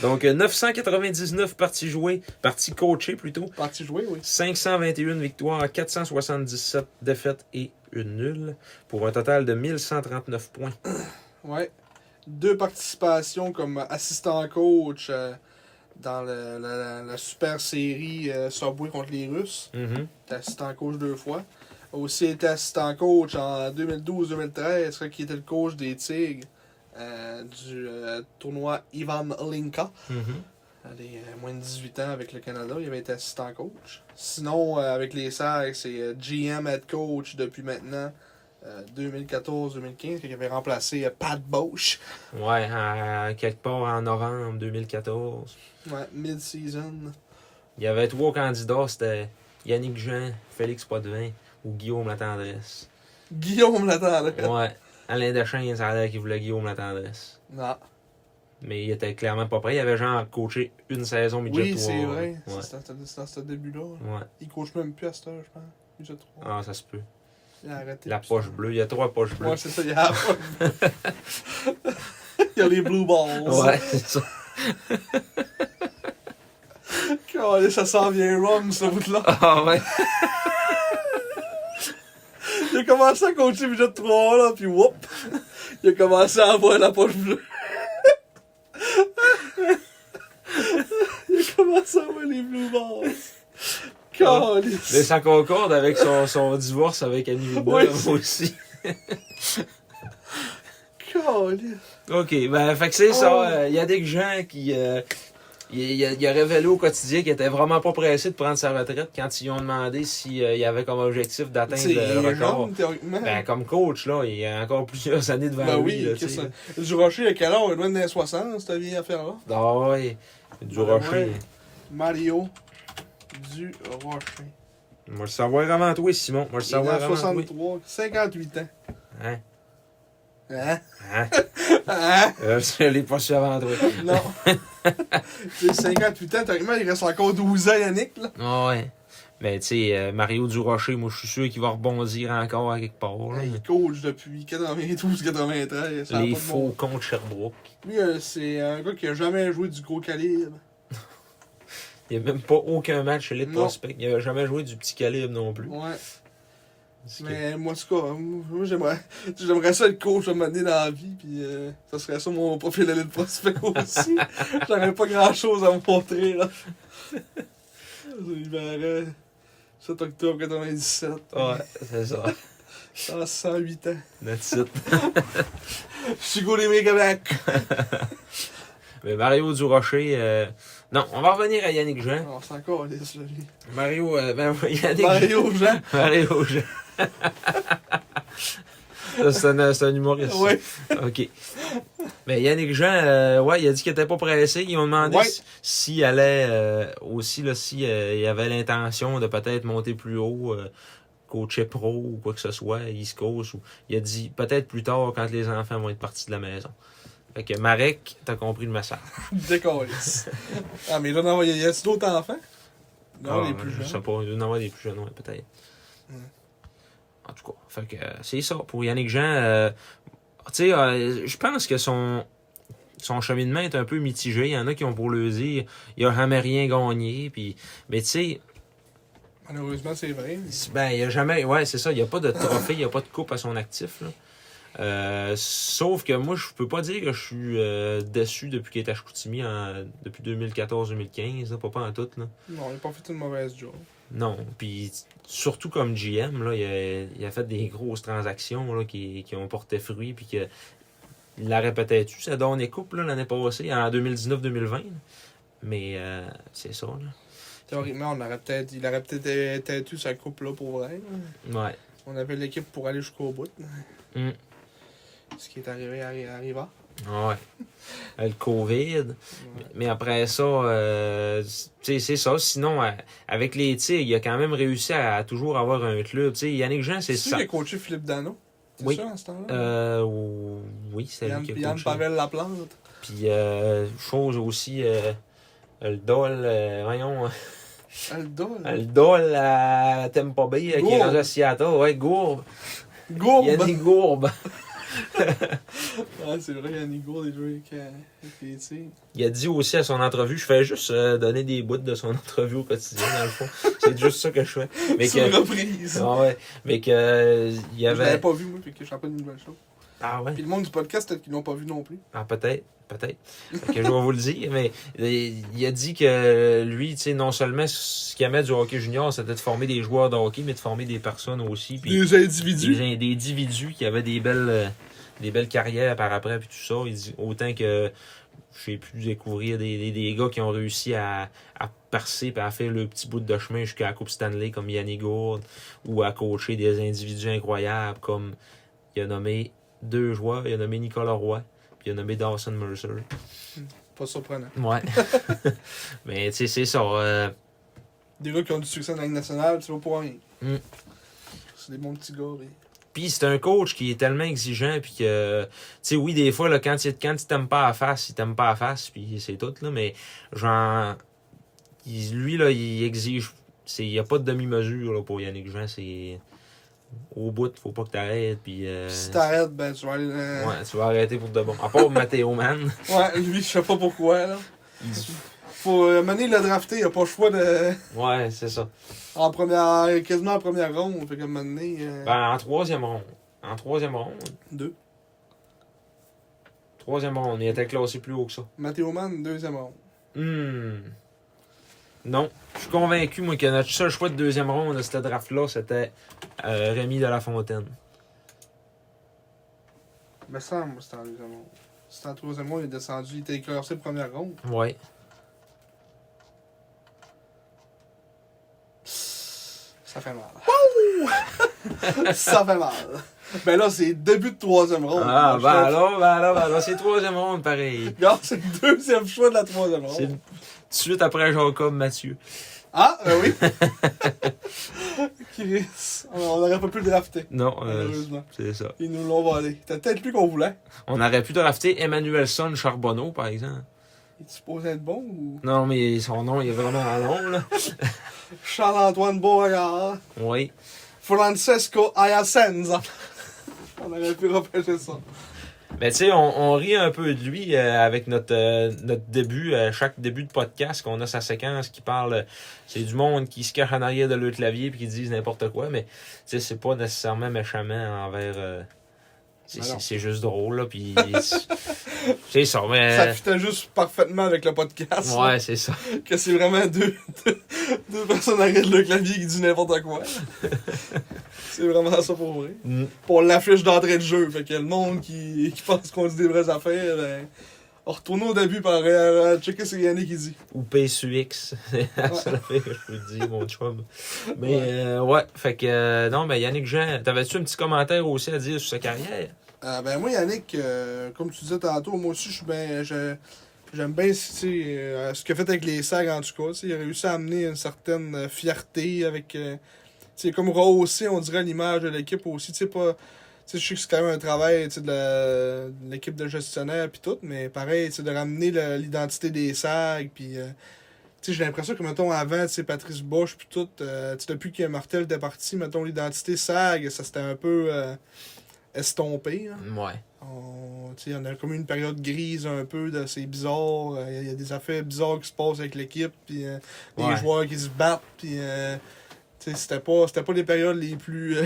[SPEAKER 3] Donc euh, 999 parties jouées, parties coachées plutôt.
[SPEAKER 2] Parti jouer, oui.
[SPEAKER 3] 521 victoires, 477 défaites et une nulle, pour un total de 1139 points.
[SPEAKER 2] Ouais. Deux participations comme assistant coach euh, dans le- la, la- la super série euh, Subway contre les Russes.
[SPEAKER 3] Mm-hmm.
[SPEAKER 2] T'es assistant coach deux fois. Aussi été assistant coach en 2012-2013, qui était le coach des Tigres euh, du euh, tournoi Ivan Linka.
[SPEAKER 3] Mm-hmm.
[SPEAKER 2] Des euh, moins de 18 ans avec le Canada, il avait été assistant coach. Sinon, euh, avec les Serres, c'est euh, GM head coach depuis maintenant euh, 2014-2015, qui avait remplacé euh, Pat Bosch.
[SPEAKER 3] Ouais, à- quelque part en novembre 2014.
[SPEAKER 2] Ouais, mid-season.
[SPEAKER 3] Il y avait trois candidats, c'était Yannick Jean, Félix Potvin ou Guillaume Latendresse.
[SPEAKER 2] Guillaume l'attendait.
[SPEAKER 3] Ouais, Alain Deschênes, ça a l'air qu'il voulait Guillaume Latendresse.
[SPEAKER 2] Non.
[SPEAKER 3] Mais il était clairement pas prêt. Il avait genre coaché une saison midget
[SPEAKER 2] Oui,
[SPEAKER 3] trois.
[SPEAKER 2] c'est vrai.
[SPEAKER 3] Ouais.
[SPEAKER 2] C'est dans ce- dans ce début-là.
[SPEAKER 3] Ouais.
[SPEAKER 2] Il coach même plus à cette heure, je pense. Il se trouve.
[SPEAKER 3] Ah, ça se peut.
[SPEAKER 2] Il a arrêté.
[SPEAKER 3] La poche bleue, il y a trois poches bleues.
[SPEAKER 2] Ouais, c'est ça, il y a la poche. Il y a les blue balls.
[SPEAKER 3] Ouais, c'est ça.
[SPEAKER 2] Calais, ça s'en vient rum, ce bout-là.
[SPEAKER 3] Ah ouais.
[SPEAKER 2] Il a commencé à coacher déjà de 3 là, puis whoop! Il a commencé à avoir la poche bleue. Il a commencé à avoir les blue balls.
[SPEAKER 3] Mais
[SPEAKER 2] Calais.
[SPEAKER 3] ça concorde avec son, son divorce avec Annie Villeneuve
[SPEAKER 2] Oui.
[SPEAKER 3] aussi.
[SPEAKER 2] Calais.
[SPEAKER 3] OK, ben, fait que c'est
[SPEAKER 2] Oh.
[SPEAKER 3] ça. Il y a des gens qui... euh, il il a, il a révélé au quotidien qu'il était vraiment pas pressé de prendre sa retraite quand ils lui ont demandé s'il y avait comme objectif d'atteindre
[SPEAKER 2] C'est
[SPEAKER 3] le
[SPEAKER 2] il
[SPEAKER 3] record.
[SPEAKER 2] jaune, théoriquement.
[SPEAKER 3] Ben, comme coach, là, il y a encore plusieurs années devant
[SPEAKER 2] Ben
[SPEAKER 3] lui.
[SPEAKER 2] oui,
[SPEAKER 3] là, tu
[SPEAKER 2] qu'est-ce
[SPEAKER 3] sais.
[SPEAKER 2] que ça- Du rocher, à quel âge? Il doit être dans les 60, cette vieille affaire-là.
[SPEAKER 3] Ah ouais, du
[SPEAKER 2] Ben
[SPEAKER 3] rocher.
[SPEAKER 2] ouais. Mario du rocher.
[SPEAKER 3] On va le savoir avant toi, Simon. On va le
[SPEAKER 2] Il est
[SPEAKER 3] savoir
[SPEAKER 2] dans
[SPEAKER 3] avant
[SPEAKER 2] 63, 58 ans.
[SPEAKER 3] toi. Hein?
[SPEAKER 2] Hein?
[SPEAKER 3] Hein?
[SPEAKER 2] Hein?
[SPEAKER 3] Euh, je l'ai pas su avant toi.
[SPEAKER 2] Non. Tu sais, 58 ans, théoriquement, il reste encore 12 ans, Yannick, là.
[SPEAKER 3] Ah ouais. Mais tu sais, euh, Mario Durocher, moi je suis sûr qu'il va rebondir encore à quelque part. là.
[SPEAKER 2] Il coach depuis 92-93. ça a
[SPEAKER 3] Les
[SPEAKER 2] pas de bon-
[SPEAKER 3] faux cons de Sherbrooke.
[SPEAKER 2] Lui, euh, c'est un gars qui a jamais joué du gros calibre.
[SPEAKER 3] Il n'y a même pas aucun match chez les
[SPEAKER 2] Non.
[SPEAKER 3] prospects. Il n'avait jamais joué du petit calibre non plus.
[SPEAKER 2] Ouais.
[SPEAKER 3] C'est que-
[SPEAKER 2] Mais moi, en tout cas, moi, j'aimerais, j'aimerais ça être coach à un moment donné dans la vie, puis euh, ça serait ça mon profil de prospect aussi. J'aurais pas grand chose à me montrer, là. Je libérais 7 octobre 97,
[SPEAKER 3] Ouais, c'est ça.
[SPEAKER 2] à 108 ans.
[SPEAKER 3] That's it.
[SPEAKER 2] Je suis go les Megaback.
[SPEAKER 3] Mais Mario Durocher. euh, Non, on va revenir à Yannick Jean.
[SPEAKER 2] On s'en calisse, là, lui.
[SPEAKER 3] Mario. euh, ben, Yannick
[SPEAKER 2] Mario Jean.
[SPEAKER 3] Jean. Mario Jean. Ça, c'est un, c'est un humoriste. ça.
[SPEAKER 2] Ouais.
[SPEAKER 3] OK. Mais Yannick Jean, euh, ouais, il a dit qu'il était pas pressé. Ils ont demandé
[SPEAKER 2] Ouais.
[SPEAKER 3] si- s'il allait euh, aussi, là, s'il il avait l'intention de peut-être monter plus haut, euh, coacher pro ou quoi que ce soit, East Coast. Ou... Il a dit peut-être plus tard quand les enfants vont être partis de la maison. Fait que Marek, t'as compris le message.
[SPEAKER 2] Décalisse. Ah, mais là, non, y a- y a-tu d'autres enfants? Non,
[SPEAKER 3] Ah,
[SPEAKER 2] les plus
[SPEAKER 3] Je sais
[SPEAKER 2] jeunes.
[SPEAKER 3] pas, il doit y en avoir des plus jeunes, ouais, peut-être.
[SPEAKER 2] Mm.
[SPEAKER 3] En tout cas, fait que euh, c'est ça. Pour Yannick Jean, euh, tu sais, euh, je pense que son, son cheminement est un peu mitigé. Il y en a qui ont pour le dire, il a jamais rien gagné. Puis, mais tu sais,
[SPEAKER 2] Malheureusement, c'est vrai.
[SPEAKER 3] c'est- ben, il a jamais. Ouais, c'est ça. Il n'y a pas de trophée, il n'y a pas de coupe à son actif. là. Euh, sauf que moi, je peux pas dire que je suis euh, déçu depuis qu'il est à Chicoutimi en- depuis 2014-2015, là, pas, pas en tout. Là.
[SPEAKER 2] Non, il n'a pas fait une mauvaise job.
[SPEAKER 3] Non. Puis surtout comme GM, là, il, a, il a fait des grosses transactions là, qui, qui ont porté fruit. Puis que, il la répétait-tu, ça donne des coupes là, l'année passée, en 2019-2020. là. Mais euh, c'est ça. Là.
[SPEAKER 2] Théoriquement, on aurait peut-être, il aurait peut-être euh, têtu sa coupe-là pour vrai. là.
[SPEAKER 3] Ouais.
[SPEAKER 2] On avait l'équipe pour aller jusqu'au bout.
[SPEAKER 3] Mm.
[SPEAKER 2] Ce qui est arrivé arri- arriva.
[SPEAKER 3] Ouais. Euh, Le COVID. Mais après ça, euh, tu sais, c'est ça. Sinon, euh, avec les Tigres, il a quand même réussi à, à toujours avoir un club. Tu sais, Yannick Jean, c'est
[SPEAKER 2] C'est ça.
[SPEAKER 3] ça.
[SPEAKER 2] qui a coaché Philippe Dano. C'est
[SPEAKER 3] Oui.
[SPEAKER 2] ça, à ce temps-là?
[SPEAKER 3] Euh, oui, c'est
[SPEAKER 2] Yann,
[SPEAKER 3] lui qui a
[SPEAKER 2] Yann
[SPEAKER 3] coaché.
[SPEAKER 2] Pavel Laplante.
[SPEAKER 3] Puis, euh, chose aussi, euh, le Dol, euh, voyons,
[SPEAKER 2] Aldol.
[SPEAKER 3] le Dol à Tampa Bay, euh, qui est
[SPEAKER 2] Gourbe.
[SPEAKER 3] rendu à Seattle. Ouais, Gourbe.
[SPEAKER 2] Gourde.
[SPEAKER 3] Yannick Gourbe.
[SPEAKER 2] Ah, c'est vrai, Yannick Gourde est joué avec, euh, avec les Tigres.
[SPEAKER 3] Il a dit aussi à son entrevue, je fais juste euh, donner des bouts de son entrevue au quotidien, dans le fond. c'est juste ça que je fais. Mais
[SPEAKER 2] C'est une
[SPEAKER 3] que,
[SPEAKER 2] reprise.
[SPEAKER 3] Ah ouais, mais que, euh, il y
[SPEAKER 2] Je l'avais
[SPEAKER 3] avait.
[SPEAKER 2] pas vu, moi, puis que je suis pas une nouvelle chose.
[SPEAKER 3] Ah ouais.
[SPEAKER 2] Puis le monde du podcast, peut-être qu'ils l'ont pas vu non plus.
[SPEAKER 3] Ah, peut-être, peut-être. Fait Que je vais vous le dire, mais il il a dit que lui, tu sais, non seulement ce qu'il aimait du hockey junior, c'était de former des joueurs de hockey, mais de former des personnes aussi, puis
[SPEAKER 2] Des individus.
[SPEAKER 3] des, des individus qui avaient des belles, euh, des belles carrières par après, puis tout ça. Il dit autant que j'ai pu découvrir des, des, des gars qui ont réussi à, à percer, puis à faire le petit bout de chemin jusqu'à la Coupe Stanley comme Yannick Gourde, ou à coacher des individus incroyables comme il a nommé deux joueurs, il a nommé Nicolas Roy. Puis il a nommé Dawson Mercer.
[SPEAKER 2] Pas surprenant.
[SPEAKER 3] Ouais. Mais tu sais, c'est ça. euh,
[SPEAKER 2] Des gars qui ont du succès dans la Ligue nationale, c'est pas pour rien.
[SPEAKER 3] Mm.
[SPEAKER 2] C'est des bons petits gars. mais-
[SPEAKER 3] Puis c'est un coach qui est tellement exigeant puis que tu sais oui des fois là quand il quand il t'aime pas à face, il t'aime pas à face puis c'est tout là mais genre il- lui là il exige c'est il y a pas de demi-mesure là, pour Yannick Jean, c'est au bout, faut pas que t'arrêtes puis euh,
[SPEAKER 2] Si t'arrêtes, ben tu vas aller. euh,
[SPEAKER 3] ouais, tu vas arrêter pour de bon. À part Matteo Mann,
[SPEAKER 2] Ouais, lui, je sais pas pourquoi, là. Faut euh, mener le drafté, il a pas le choix de.
[SPEAKER 3] ouais, c'est ça.
[SPEAKER 2] En première. quasiment en première ronde, fait comme mener. Euh,
[SPEAKER 3] Ben en troisième ronde, en troisième ronde,
[SPEAKER 2] deux.
[SPEAKER 3] troisième ronde, il était classé plus haut que ça.
[SPEAKER 2] Mathéo Mann, deuxième ronde.
[SPEAKER 3] Hmm. Non. Je suis convaincu, moi, que notre seul choix de deuxième ronde de cette draft-là, c'était euh, Rémi de la Fontaine.
[SPEAKER 2] Me semble, c'était en deuxième ronde. C'était en troisième ronde, il est descendu, il était éclaircé première ronde.
[SPEAKER 3] Ouais.
[SPEAKER 2] Ça fait mal. ça fait mal. Ben là, c'est début de troisième ronde.
[SPEAKER 3] Ah,
[SPEAKER 2] Je
[SPEAKER 3] bah
[SPEAKER 2] fais-
[SPEAKER 3] alors, bah alors, bah alors, c'est troisième ronde, pareil.
[SPEAKER 2] Regarde, c'est le deuxième choix de la troisième
[SPEAKER 3] C'est
[SPEAKER 2] ronde.
[SPEAKER 3] tout de suite après Jacob Mathieu.
[SPEAKER 2] Ah, ben oui. Chris, on on aurait pas pu le drafter,
[SPEAKER 3] Non, euh,
[SPEAKER 2] malheureusement.
[SPEAKER 3] c'est ça.
[SPEAKER 2] Ils nous l'ont volé. T'as peut-être plus qu'on voulait.
[SPEAKER 3] On aurait pu drafter Emmanuelson Charbonneau, par exemple.
[SPEAKER 2] Il est supposé être bon ou.
[SPEAKER 3] Non, mais son nom, il est vraiment long, là.
[SPEAKER 2] Charles-Antoine Beauregard.
[SPEAKER 3] Oui.
[SPEAKER 2] Francesco Ayasenza. on aurait pu repêcher ça.
[SPEAKER 3] Mais Ben, tu sais, on, on rit un peu de lui euh, avec notre, euh, notre début, euh, chaque début de podcast, qu'on a sa séquence qui parle, euh, c'est du monde qui se cache en arrière de leur clavier puis qui disent n'importe quoi, mais tu sais, c'est pas nécessairement méchamment envers... euh, c'est-
[SPEAKER 2] Ben non.
[SPEAKER 3] c'est c'est juste drôle, là, puis c'est- c'est ça, mais...
[SPEAKER 2] Ça fitait juste parfaitement avec le podcast.
[SPEAKER 3] Euh. ouais, c'est ça.
[SPEAKER 2] que c'est vraiment deux, deux, deux personnes arrière de le clavier qui disent n'importe quoi. c'est vraiment ça pour vrai.
[SPEAKER 3] Mm.
[SPEAKER 2] Pour l'affiche d'entrée de jeu, fait que le monde qui, qui pense qu'on dit des vraies affaires, ben, on retourne au début par euh, checker ce qu'il y en a qui dit.
[SPEAKER 3] Ou P sur X. c'est la seule affaire que je peux te dire, mon chum. Mais
[SPEAKER 2] Ouais.
[SPEAKER 3] euh, ouais, fait que... euh, non, mais Yannick Jean, t'avais-tu un petit commentaire aussi à dire sur sa carrière?
[SPEAKER 2] Euh, ben moi Yannick, euh, comme tu disais tantôt, moi aussi je suis ben, je- j'aime bien tu sais, euh, ce qu'il a fait avec les sacs en tout cas. tu sais, Il a réussi à amener une certaine euh, fierté avec euh, tu sais, comme rehausser, on dirait l'image de l'équipe aussi. tu sais, pas. tu sais, Je sais que c'est quand même un travail tu sais, de la- de l'équipe de gestionnaire puis tout, mais pareil, tu sais, de ramener le- l'identité des sacs puis euh, tu sais, j'ai l'impression que, mettons, avant, tu sais, Patrice Bosch, puis tout, euh, tu sais, depuis que Martel était parti, mettons, l'identité SAG, ça s'était un peu euh, estompé. hein. là.
[SPEAKER 3] Ouais.
[SPEAKER 2] On, tu sais, on a comme eu une période grise un peu de c'est bizarre. Il y, a des affaires bizarres qui se passent avec l'équipe, puis euh, des
[SPEAKER 3] Ouais.
[SPEAKER 2] joueurs qui se battent, puis euh, Tu sais, C'était pas, c'était pas les périodes les plus, euh,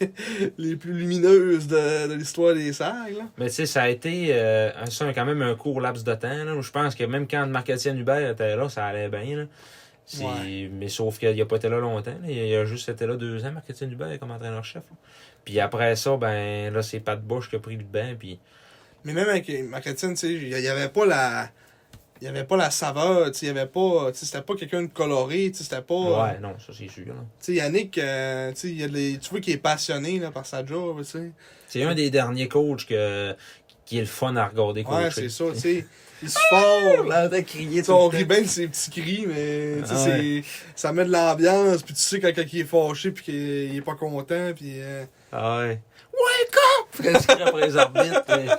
[SPEAKER 2] les plus lumineuses de, de l'histoire des SAG. Là.
[SPEAKER 3] Mais tu sais, ça a été euh, un- ça, quand même un court laps de temps. Là, où je pense que même quand Marc-Étienne Hubert était là, ça allait bien. Là. C'est-
[SPEAKER 2] Ouais.
[SPEAKER 3] Mais sauf qu'il n'a pas été là longtemps. là. Il a juste été là deux ans, Marc-Étienne Hubert, comme entraîneur-chef. là. Puis après ça, ben là, c'est Pat Bush qui a pris le bain. Puis
[SPEAKER 2] Mais même avec Marcatine, tu sais, il y avait pas la. Il y avait pas la saveur, tu sais, il y avait pas. Tu sais, c'était pas quelqu'un de coloré, tu sais, c'était pas.
[SPEAKER 3] ouais, non, ça c'est sûr. là.
[SPEAKER 2] Tu sais, Yannick, euh, tu sais, il y a les- tu vois qu'il est passionné là, par sa job, tu sais.
[SPEAKER 3] C'est un des derniers coachs que, qui est le fun à regarder coacher.
[SPEAKER 2] Ouais, c'est ça, tu sais. Il se fort, là.
[SPEAKER 3] Là, t'as crié
[SPEAKER 2] Tu sais, on
[SPEAKER 3] tout
[SPEAKER 2] rit bien de ses petits cris, mais tu sais,
[SPEAKER 3] Ah
[SPEAKER 2] c'est- ça met de l'ambiance, puis tu sais quand, quand il est fâché, puis qu'il est pas content, puis. euh,
[SPEAKER 3] Ah ouais. Wake up! Presque après les arbitres. là.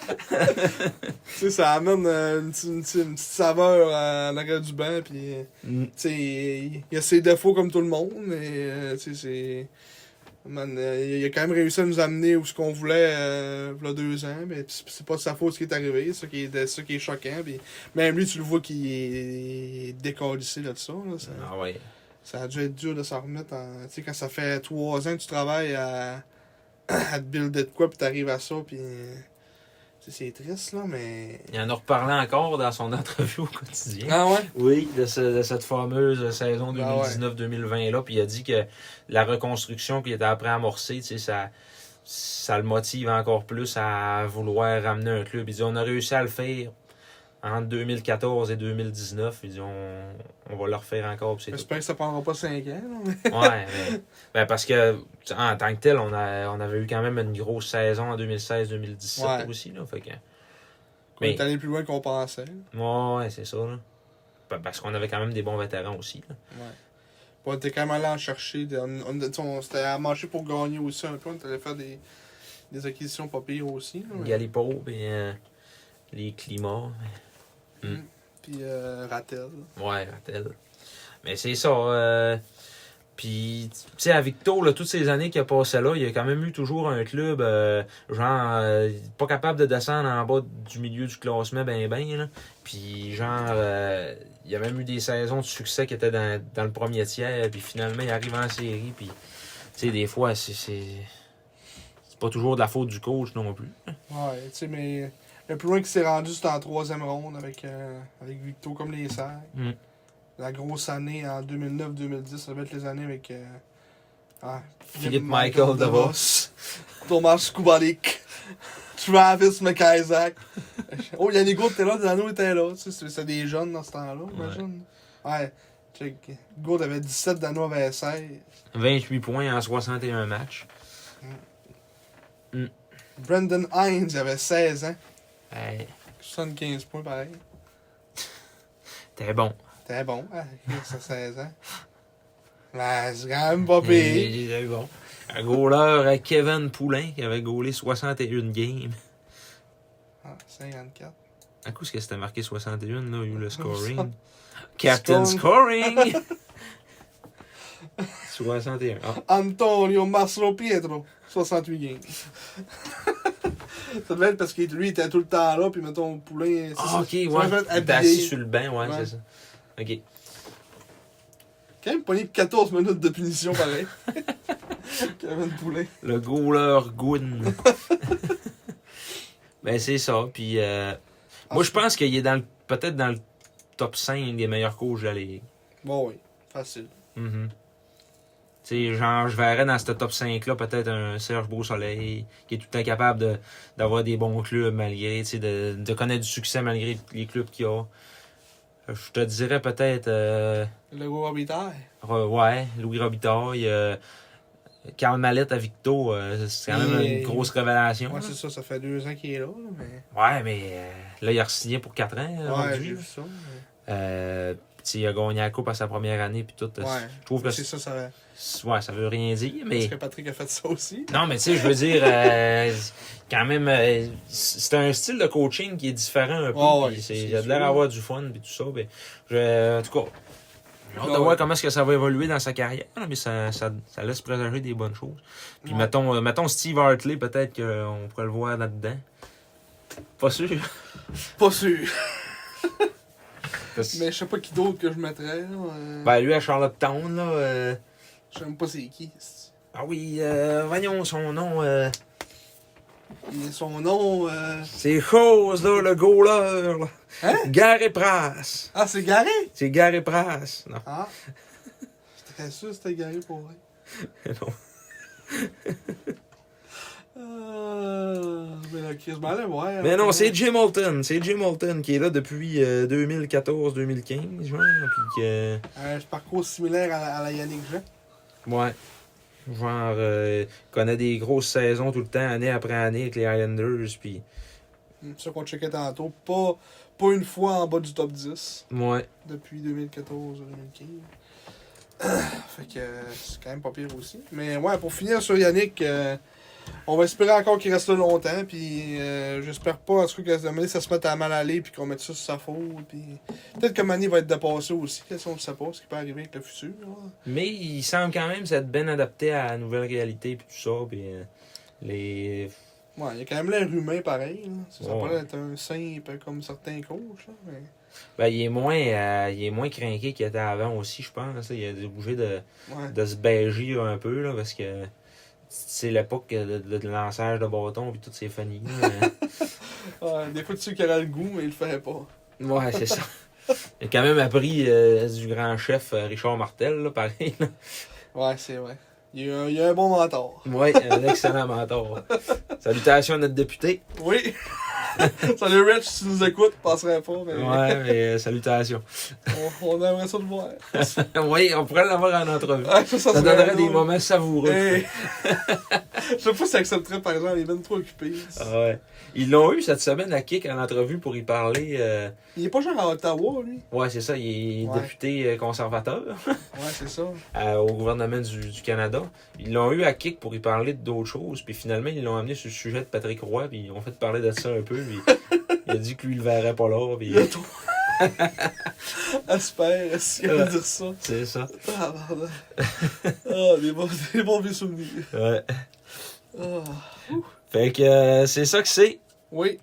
[SPEAKER 2] tu sais, ça amène euh, une, petite- une petite- une petite saveur à l'arrière du banc, puis. euh,
[SPEAKER 3] Mm.
[SPEAKER 2] Tu sais, il y a ses défauts comme tout le monde, mais euh, tu sais, c'est. Man, euh, il a quand même réussi à nous amener où ce qu'on voulait euh, il y a deux ans, mais c'est c'est pas de sa faute ce qui est arrivé, c'est ça qui est, c'est ça qui est choquant. Puis même lui, tu le vois qu'il est décalissé là, de ça. Là, ça,
[SPEAKER 3] Ah ouais.
[SPEAKER 2] ça a dû être dur de s'en remettre. en- Tu sais, quand ça fait trois ans que tu travailles à, à te builder de quoi, puis t'arrives à ça, puis. euh, tu sais, C'est triste, là, mais.
[SPEAKER 3] Il en a reparlé encore dans son entrevue au quotidien.
[SPEAKER 2] Ah ouais?
[SPEAKER 3] Oui, de, ce- de cette fameuse saison
[SPEAKER 2] Ah ouais.
[SPEAKER 3] 2019-2020 là, puis il a dit que la reconstruction qu'il était après amorcée, tu sais, ça, ça le motive encore plus à vouloir ramener un club. Il dit on a réussi à le faire entre 2014 et 2019. Il dit on, on va le refaire encore. puis c'est tout.
[SPEAKER 2] J'espère que ça prendra pas cinq ans, là, mais-
[SPEAKER 3] Ouais, mais- ben parce que tu sais, en tant que tel, on, a, on avait eu quand même une grosse saison en 2016-2017
[SPEAKER 2] Ouais.
[SPEAKER 3] aussi là, fait que.
[SPEAKER 2] On
[SPEAKER 3] Mais-
[SPEAKER 2] est allé plus loin qu'on pensait. là.
[SPEAKER 3] Ouais, ouais, c'est ça. Là. Pa- Parce qu'on avait quand même des bons vétérans aussi. là.
[SPEAKER 2] Puis on était quand même allé en chercher. de- On, on- tu sais, on s'était amanché pour gagner aussi un peu. On était allé faire des, des acquisitions pas pires aussi. là, mais-
[SPEAKER 3] Galipo, puis euh, les climats.
[SPEAKER 2] Puis euh, Rattel.
[SPEAKER 3] Ouais, Rattel. Mais c'est ça. euh, Puis, tu sais, à Victo, là, toutes ces années qu'il a passé là, il a quand même eu toujours un club, euh, genre, euh, pas capable de descendre en bas du milieu du classement, ben, ben, là. Puis, genre, euh, il y a même eu des saisons de succès qui étaient dans, dans le premier tiers, puis finalement, il arrive en série, puis, tu sais, des fois, c'est. C'est c'est pas toujours de la faute du coach non plus.
[SPEAKER 2] Ouais, tu sais, mais le plus loin qu'il s'est rendu, c'était en troisième ronde avec, euh, avec Victo comme les serres.
[SPEAKER 3] Mm.
[SPEAKER 2] La grosse année en 2009-2010, ça va être les années avec. euh, ah,
[SPEAKER 3] Philippe Michael Davos.
[SPEAKER 2] Thomas Kubalik. Travis McIsaac. oh, Yannick Gourde était là, Delano était là. Tu sais, c'est- C'était des jeunes dans ce temps-là, imagine. Ouais. check. Gourde avait 17, Dano avait 16.
[SPEAKER 3] 28 points en 61 matchs.
[SPEAKER 2] Brendan Hines il avait 16 ans.
[SPEAKER 3] Hey,
[SPEAKER 2] 75 points pareil.
[SPEAKER 3] T'es bon.
[SPEAKER 2] T'es bon, hein, ça 16 ans. Ben, c'est quand même pas pire.
[SPEAKER 3] Il était bon. Un goaler à Kevin Poulain qui avait gaulé 61 games.
[SPEAKER 2] Ah, 54.
[SPEAKER 3] À coup, ce que c'était marqué 61, là, il y a eu le scoring. Captain
[SPEAKER 2] Scoring.
[SPEAKER 3] Scoring! 61. Ah,
[SPEAKER 2] Antonio Marcelo Pietro, 68 games. ça devait être parce que lui, il était tout le temps là, puis mettons, Poulain. c'est
[SPEAKER 3] Ah,
[SPEAKER 2] ça.
[SPEAKER 3] ok,
[SPEAKER 2] Ça devait
[SPEAKER 3] ouais.
[SPEAKER 2] être
[SPEAKER 3] Il était
[SPEAKER 2] habillé.
[SPEAKER 3] assis sur le banc, ouais,
[SPEAKER 2] Ouais.
[SPEAKER 3] c'est ça. Ok.
[SPEAKER 2] Quand même pogné 14 minutes de punition, pareil. Kevin Poulain.
[SPEAKER 3] Le goaler Goon. ben, c'est ça. Puis, euh,
[SPEAKER 2] Ah,
[SPEAKER 3] moi, je pense qu'il est dans le- peut-être dans le top 5 des meilleurs coachs de la Ligue.
[SPEAKER 2] Bon, oui, facile.
[SPEAKER 3] Mhm. Tu sais, genre, je verrais dans ce top 5-là peut-être un Serge Beausoleil qui est tout le temps capable de- d'avoir des bons clubs malgré, tu sais, de, de connaître du succès malgré les clubs qu'il a. Je te dirais peut-être, euh,
[SPEAKER 2] Le gros arbitraire.
[SPEAKER 3] Ro- ouais, Louis Robitaille, euh, Karl Mallette à Victo, euh, c'est quand même
[SPEAKER 2] Et-
[SPEAKER 3] une grosse révélation.
[SPEAKER 2] Ouais,
[SPEAKER 3] là.
[SPEAKER 2] c'est ça, ça fait deux ans qu'il est là, là, mais.
[SPEAKER 3] Ouais, mais euh, là, il a signé pour 4 ans.
[SPEAKER 2] Ouais,
[SPEAKER 3] rendu,
[SPEAKER 2] j'ai
[SPEAKER 3] là.
[SPEAKER 2] vu ça. mais-
[SPEAKER 3] Euh, tu sais, il a gagné la coupe à sa première année, puis tout. euh,
[SPEAKER 2] Ouais.
[SPEAKER 3] Je trouve que
[SPEAKER 2] C'est ça, ça.
[SPEAKER 3] c'est- ouais, ça veut rien dire, mais...
[SPEAKER 2] Parce que Patrick a fait ça aussi.
[SPEAKER 3] Non, mais tu sais, je veux dire, euh, quand même, euh, c'est un style de coaching qui est différent un peu.
[SPEAKER 2] Ouais, ouais,
[SPEAKER 3] puis c'est-
[SPEAKER 2] c'est
[SPEAKER 3] il a de l'air
[SPEAKER 2] sûr.
[SPEAKER 3] d'avoir du fun puis tout ça. mais je- en tout cas, j'ai hâte de
[SPEAKER 2] Ouais, ouais.
[SPEAKER 3] voir comment est-ce que ça va évoluer dans sa carrière, là, mais ça, ça, ça laisse présager des bonnes choses. Puis
[SPEAKER 2] Ouais.
[SPEAKER 3] mettons, euh, mettons Steve Hartley, peut-être qu'on pourrait le voir là-dedans. Pas sûr.
[SPEAKER 2] Pas sûr. Mais je sais pas qui d'autre que je mettrais. là, euh.
[SPEAKER 3] Ben, lui à Charlottetown, là, euh,
[SPEAKER 2] Je sais même pas c'est qui. c'est-
[SPEAKER 3] Ah oui, euh, voyons son nom. euh,
[SPEAKER 2] Et son nom. euh,
[SPEAKER 3] c'est chose, là, le goaler. Là.
[SPEAKER 2] Hein?
[SPEAKER 3] Gary Prass.
[SPEAKER 2] Ah, c'est Garé!
[SPEAKER 3] C'est Gary Prass. Non.
[SPEAKER 2] Ah! J'étais sûr que c'était Garé pour vrai.
[SPEAKER 3] non.
[SPEAKER 2] Euh, mais là, Chris, ben allez voir.
[SPEAKER 3] Mais non, c'est Jim Holton. C'est Jim Holton qui est là depuis euh, 2014-2015, genre. Puis que.
[SPEAKER 2] Un Euh, parcours similaire à la, à la Yannick Jean.
[SPEAKER 3] Ouais. Genre, euh, connaît des grosses saisons tout le temps, année après année, avec les Highlanders. Puis.
[SPEAKER 2] Hum, C'est ça qu'on checkait tantôt. Pas, pas une fois en bas du top 10
[SPEAKER 3] Ouais.
[SPEAKER 2] depuis 2014-2015. fait que euh, c'est quand même pas pire aussi. Mais ouais, pour finir sur Yannick, euh, on va espérer encore qu'il reste là longtemps. Puis euh, j'espère pas en tout cas, qu'à ce moment ça se mette à mal aller puis qu'on mette ça sur sa faute. Puis peut-être que Manny va être dépassé aussi. Qu'est-ce qu'on ne sait pas ce qui peut arriver avec le futur. là.
[SPEAKER 3] Mais il semble quand même s'être bien adapté à la nouvelle réalité, puis tout ça. Puis. euh, les.
[SPEAKER 2] Ouais, il y a quand même l'air humain pareil. là. Ça n'a
[SPEAKER 3] Ouais.
[SPEAKER 2] pas l'air d'être un simple comme certains coachs. là, mais...
[SPEAKER 3] Ben, il est moins, euh, il est moins craqué qu'il était avant aussi, je pense. là. Il a dû bouger de,
[SPEAKER 2] Ouais.
[SPEAKER 3] de se bégir un peu, là, parce que c'est l'époque de, de, de lançage de bâton puis toutes ces fannies. là.
[SPEAKER 2] Ouais, des fois, tu sais qu'il aurait le goût, mais il le ferait pas.
[SPEAKER 3] ouais, c'est ça. Il a quand même appris euh, du grand chef euh, Richard Martel, là, pareil. là.
[SPEAKER 2] Ouais, c'est vrai. Il y a, un- il y a un bon mentor.
[SPEAKER 3] Ouais, un excellent mentor. Salutations à notre député.
[SPEAKER 2] Oui. Salut Rich, si tu nous écoutes, passerait pas, mais
[SPEAKER 3] Ouais, mais euh, salutations.
[SPEAKER 2] on, on aimerait ça le voir.
[SPEAKER 3] oui, on pourrait l'avoir en entrevue.
[SPEAKER 2] Ouais, ça,
[SPEAKER 3] Ça
[SPEAKER 2] serait
[SPEAKER 3] donnerait des
[SPEAKER 2] drôle.
[SPEAKER 3] moments savoureux.
[SPEAKER 2] Hey. Je sais pas si accepterait par exemple, il est même trop occupé.
[SPEAKER 3] Ah ouais. Ils l'ont eu cette semaine à Kick en entrevue pour y parler. euh,
[SPEAKER 2] Il est pas genre à Ottawa, lui.
[SPEAKER 3] Ouais, c'est ça, il est
[SPEAKER 2] Ouais.
[SPEAKER 3] député euh, conservateur
[SPEAKER 2] Ouais, c'est ça.
[SPEAKER 3] euh, au gouvernement du, du Canada. Ils l'ont eu à Kick pour y parler d'autres choses, puis finalement, ils l'ont amené sur le sujet de Patrick Roy, puis ils ont fait parler de ça un peu, puis il a dit que lui, il le verrait pas là, puis
[SPEAKER 2] Il est trop. Aspère, si on
[SPEAKER 3] Ouais.
[SPEAKER 2] veut dire ça.
[SPEAKER 3] c'est ça.
[SPEAKER 2] Ah, pardon. Ah, des bons, des bons vieux souvenirs.
[SPEAKER 3] Ouais.
[SPEAKER 2] Ah.
[SPEAKER 3] Fait que euh, c'est ça que c'est.
[SPEAKER 2] Oui.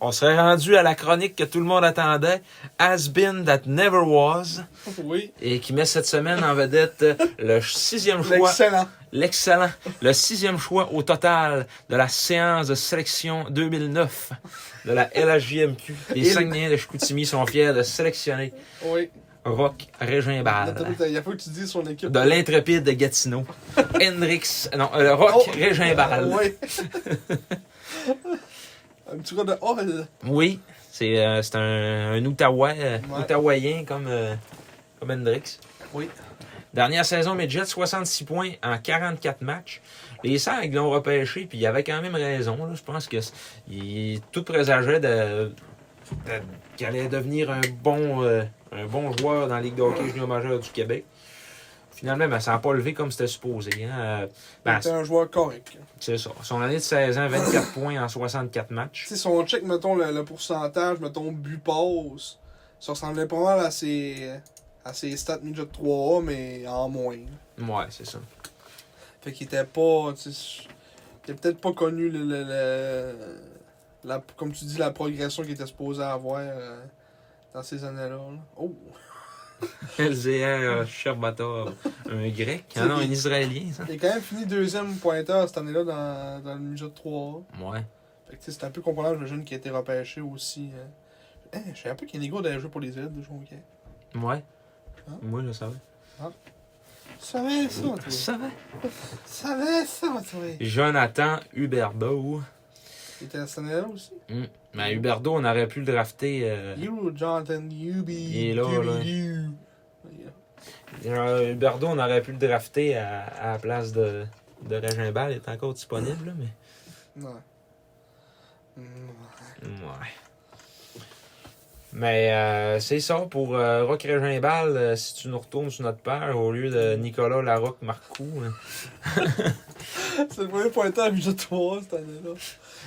[SPEAKER 3] On serait rendu à la chronique que tout le monde attendait, Has Been That Never Was,
[SPEAKER 2] Oui.
[SPEAKER 3] et qui met cette semaine en vedette euh, le sixième choix
[SPEAKER 2] Excellent.
[SPEAKER 3] L'excellent, le sixième choix au total de la séance de sélection 2009 de la LHJMQ. Les
[SPEAKER 2] Et-
[SPEAKER 3] Saguenayens de Chicoutimi sont fiers de sélectionner
[SPEAKER 2] Oui.
[SPEAKER 3] Rock
[SPEAKER 2] Attends,
[SPEAKER 3] Régimbal.
[SPEAKER 2] attends, Il faut que tu dises son équipe.
[SPEAKER 3] Bah, De l'intrépide de Gatineau. Hendrix, non, euh, Rock
[SPEAKER 2] Oh.
[SPEAKER 3] Régimbal.
[SPEAKER 2] Ouais. un petit gars de Hall.
[SPEAKER 3] Oui, c'est euh, c'est un, un Outaouais, euh,
[SPEAKER 2] Ouais.
[SPEAKER 3] Outaouayen comme, euh, comme Hendrix.
[SPEAKER 2] Oui.
[SPEAKER 3] Dernière saison, Midget, 66 points en 44 matchs. Les Sags l'ont repêché, puis il avait quand même raison. là. Je pense que c- il- tout présageait de, de- qu'il allait devenir un bon, euh, un bon joueur dans la Ligue de hockey junior majeure du Québec. Finalement, ben, ça n'a pas levé comme c'était supposé. hein. Euh, ben,
[SPEAKER 2] C'était un joueur correct.
[SPEAKER 3] c'est ça. Son année de 16 ans, 24 points en 64 matchs.
[SPEAKER 2] Si on check, mettons, le, le pourcentage, mettons, but passe, ça ressemblait pas mal à ses, à ses stats midget 3A, mais en moins.
[SPEAKER 3] Ouais, c'est ça.
[SPEAKER 2] Fait qu'il était pas. tu sais, Il a peut-être pas connu le, le- le- la, comme tu dis, la progression qu'il était supposé avoir euh, dans ces années-là. là. Oh!
[SPEAKER 3] LZR Sherbatov, euh, un grec. Ah non, un israélien, ça.
[SPEAKER 2] Il a quand même fini deuxième pointeur cette année-là dans, dans le midget 3A.
[SPEAKER 3] Ouais.
[SPEAKER 2] Fait que, tu sais, c'est un peu comparable le jeune qui a été repêché aussi. hein. Hein, je savais pas qu'il y a des gars dans les jeux pour les aides de Jonquière.
[SPEAKER 3] Ouais.
[SPEAKER 2] Hein?
[SPEAKER 3] Moi, je le savais.
[SPEAKER 2] Tu savais ça, toi?
[SPEAKER 3] Je
[SPEAKER 2] Tu
[SPEAKER 3] savais.
[SPEAKER 2] savais ça, toi?
[SPEAKER 3] Jonathan Huberdeau.
[SPEAKER 2] Il était à cette année-là aussi?
[SPEAKER 3] Mais Huberdeau, on aurait pu le drafter. euh,
[SPEAKER 2] You, Jonathan, you be...
[SPEAKER 3] Il est là,
[SPEAKER 2] you be
[SPEAKER 3] là.
[SPEAKER 2] you. Yeah.
[SPEAKER 3] euh, Huberdeau, on aurait pu le drafter à, à la place de, de Régimbal. Il est encore disponible, là, mais.
[SPEAKER 2] Non. Non.
[SPEAKER 3] Ouais. Mais euh, c'est ça pour euh, Rock Régimbal. euh, si tu nous retournes sur notre père au lieu de Nicolas Larocque Marcoux. hein.
[SPEAKER 2] C'est le premier pointeur midget 3 cette année-là.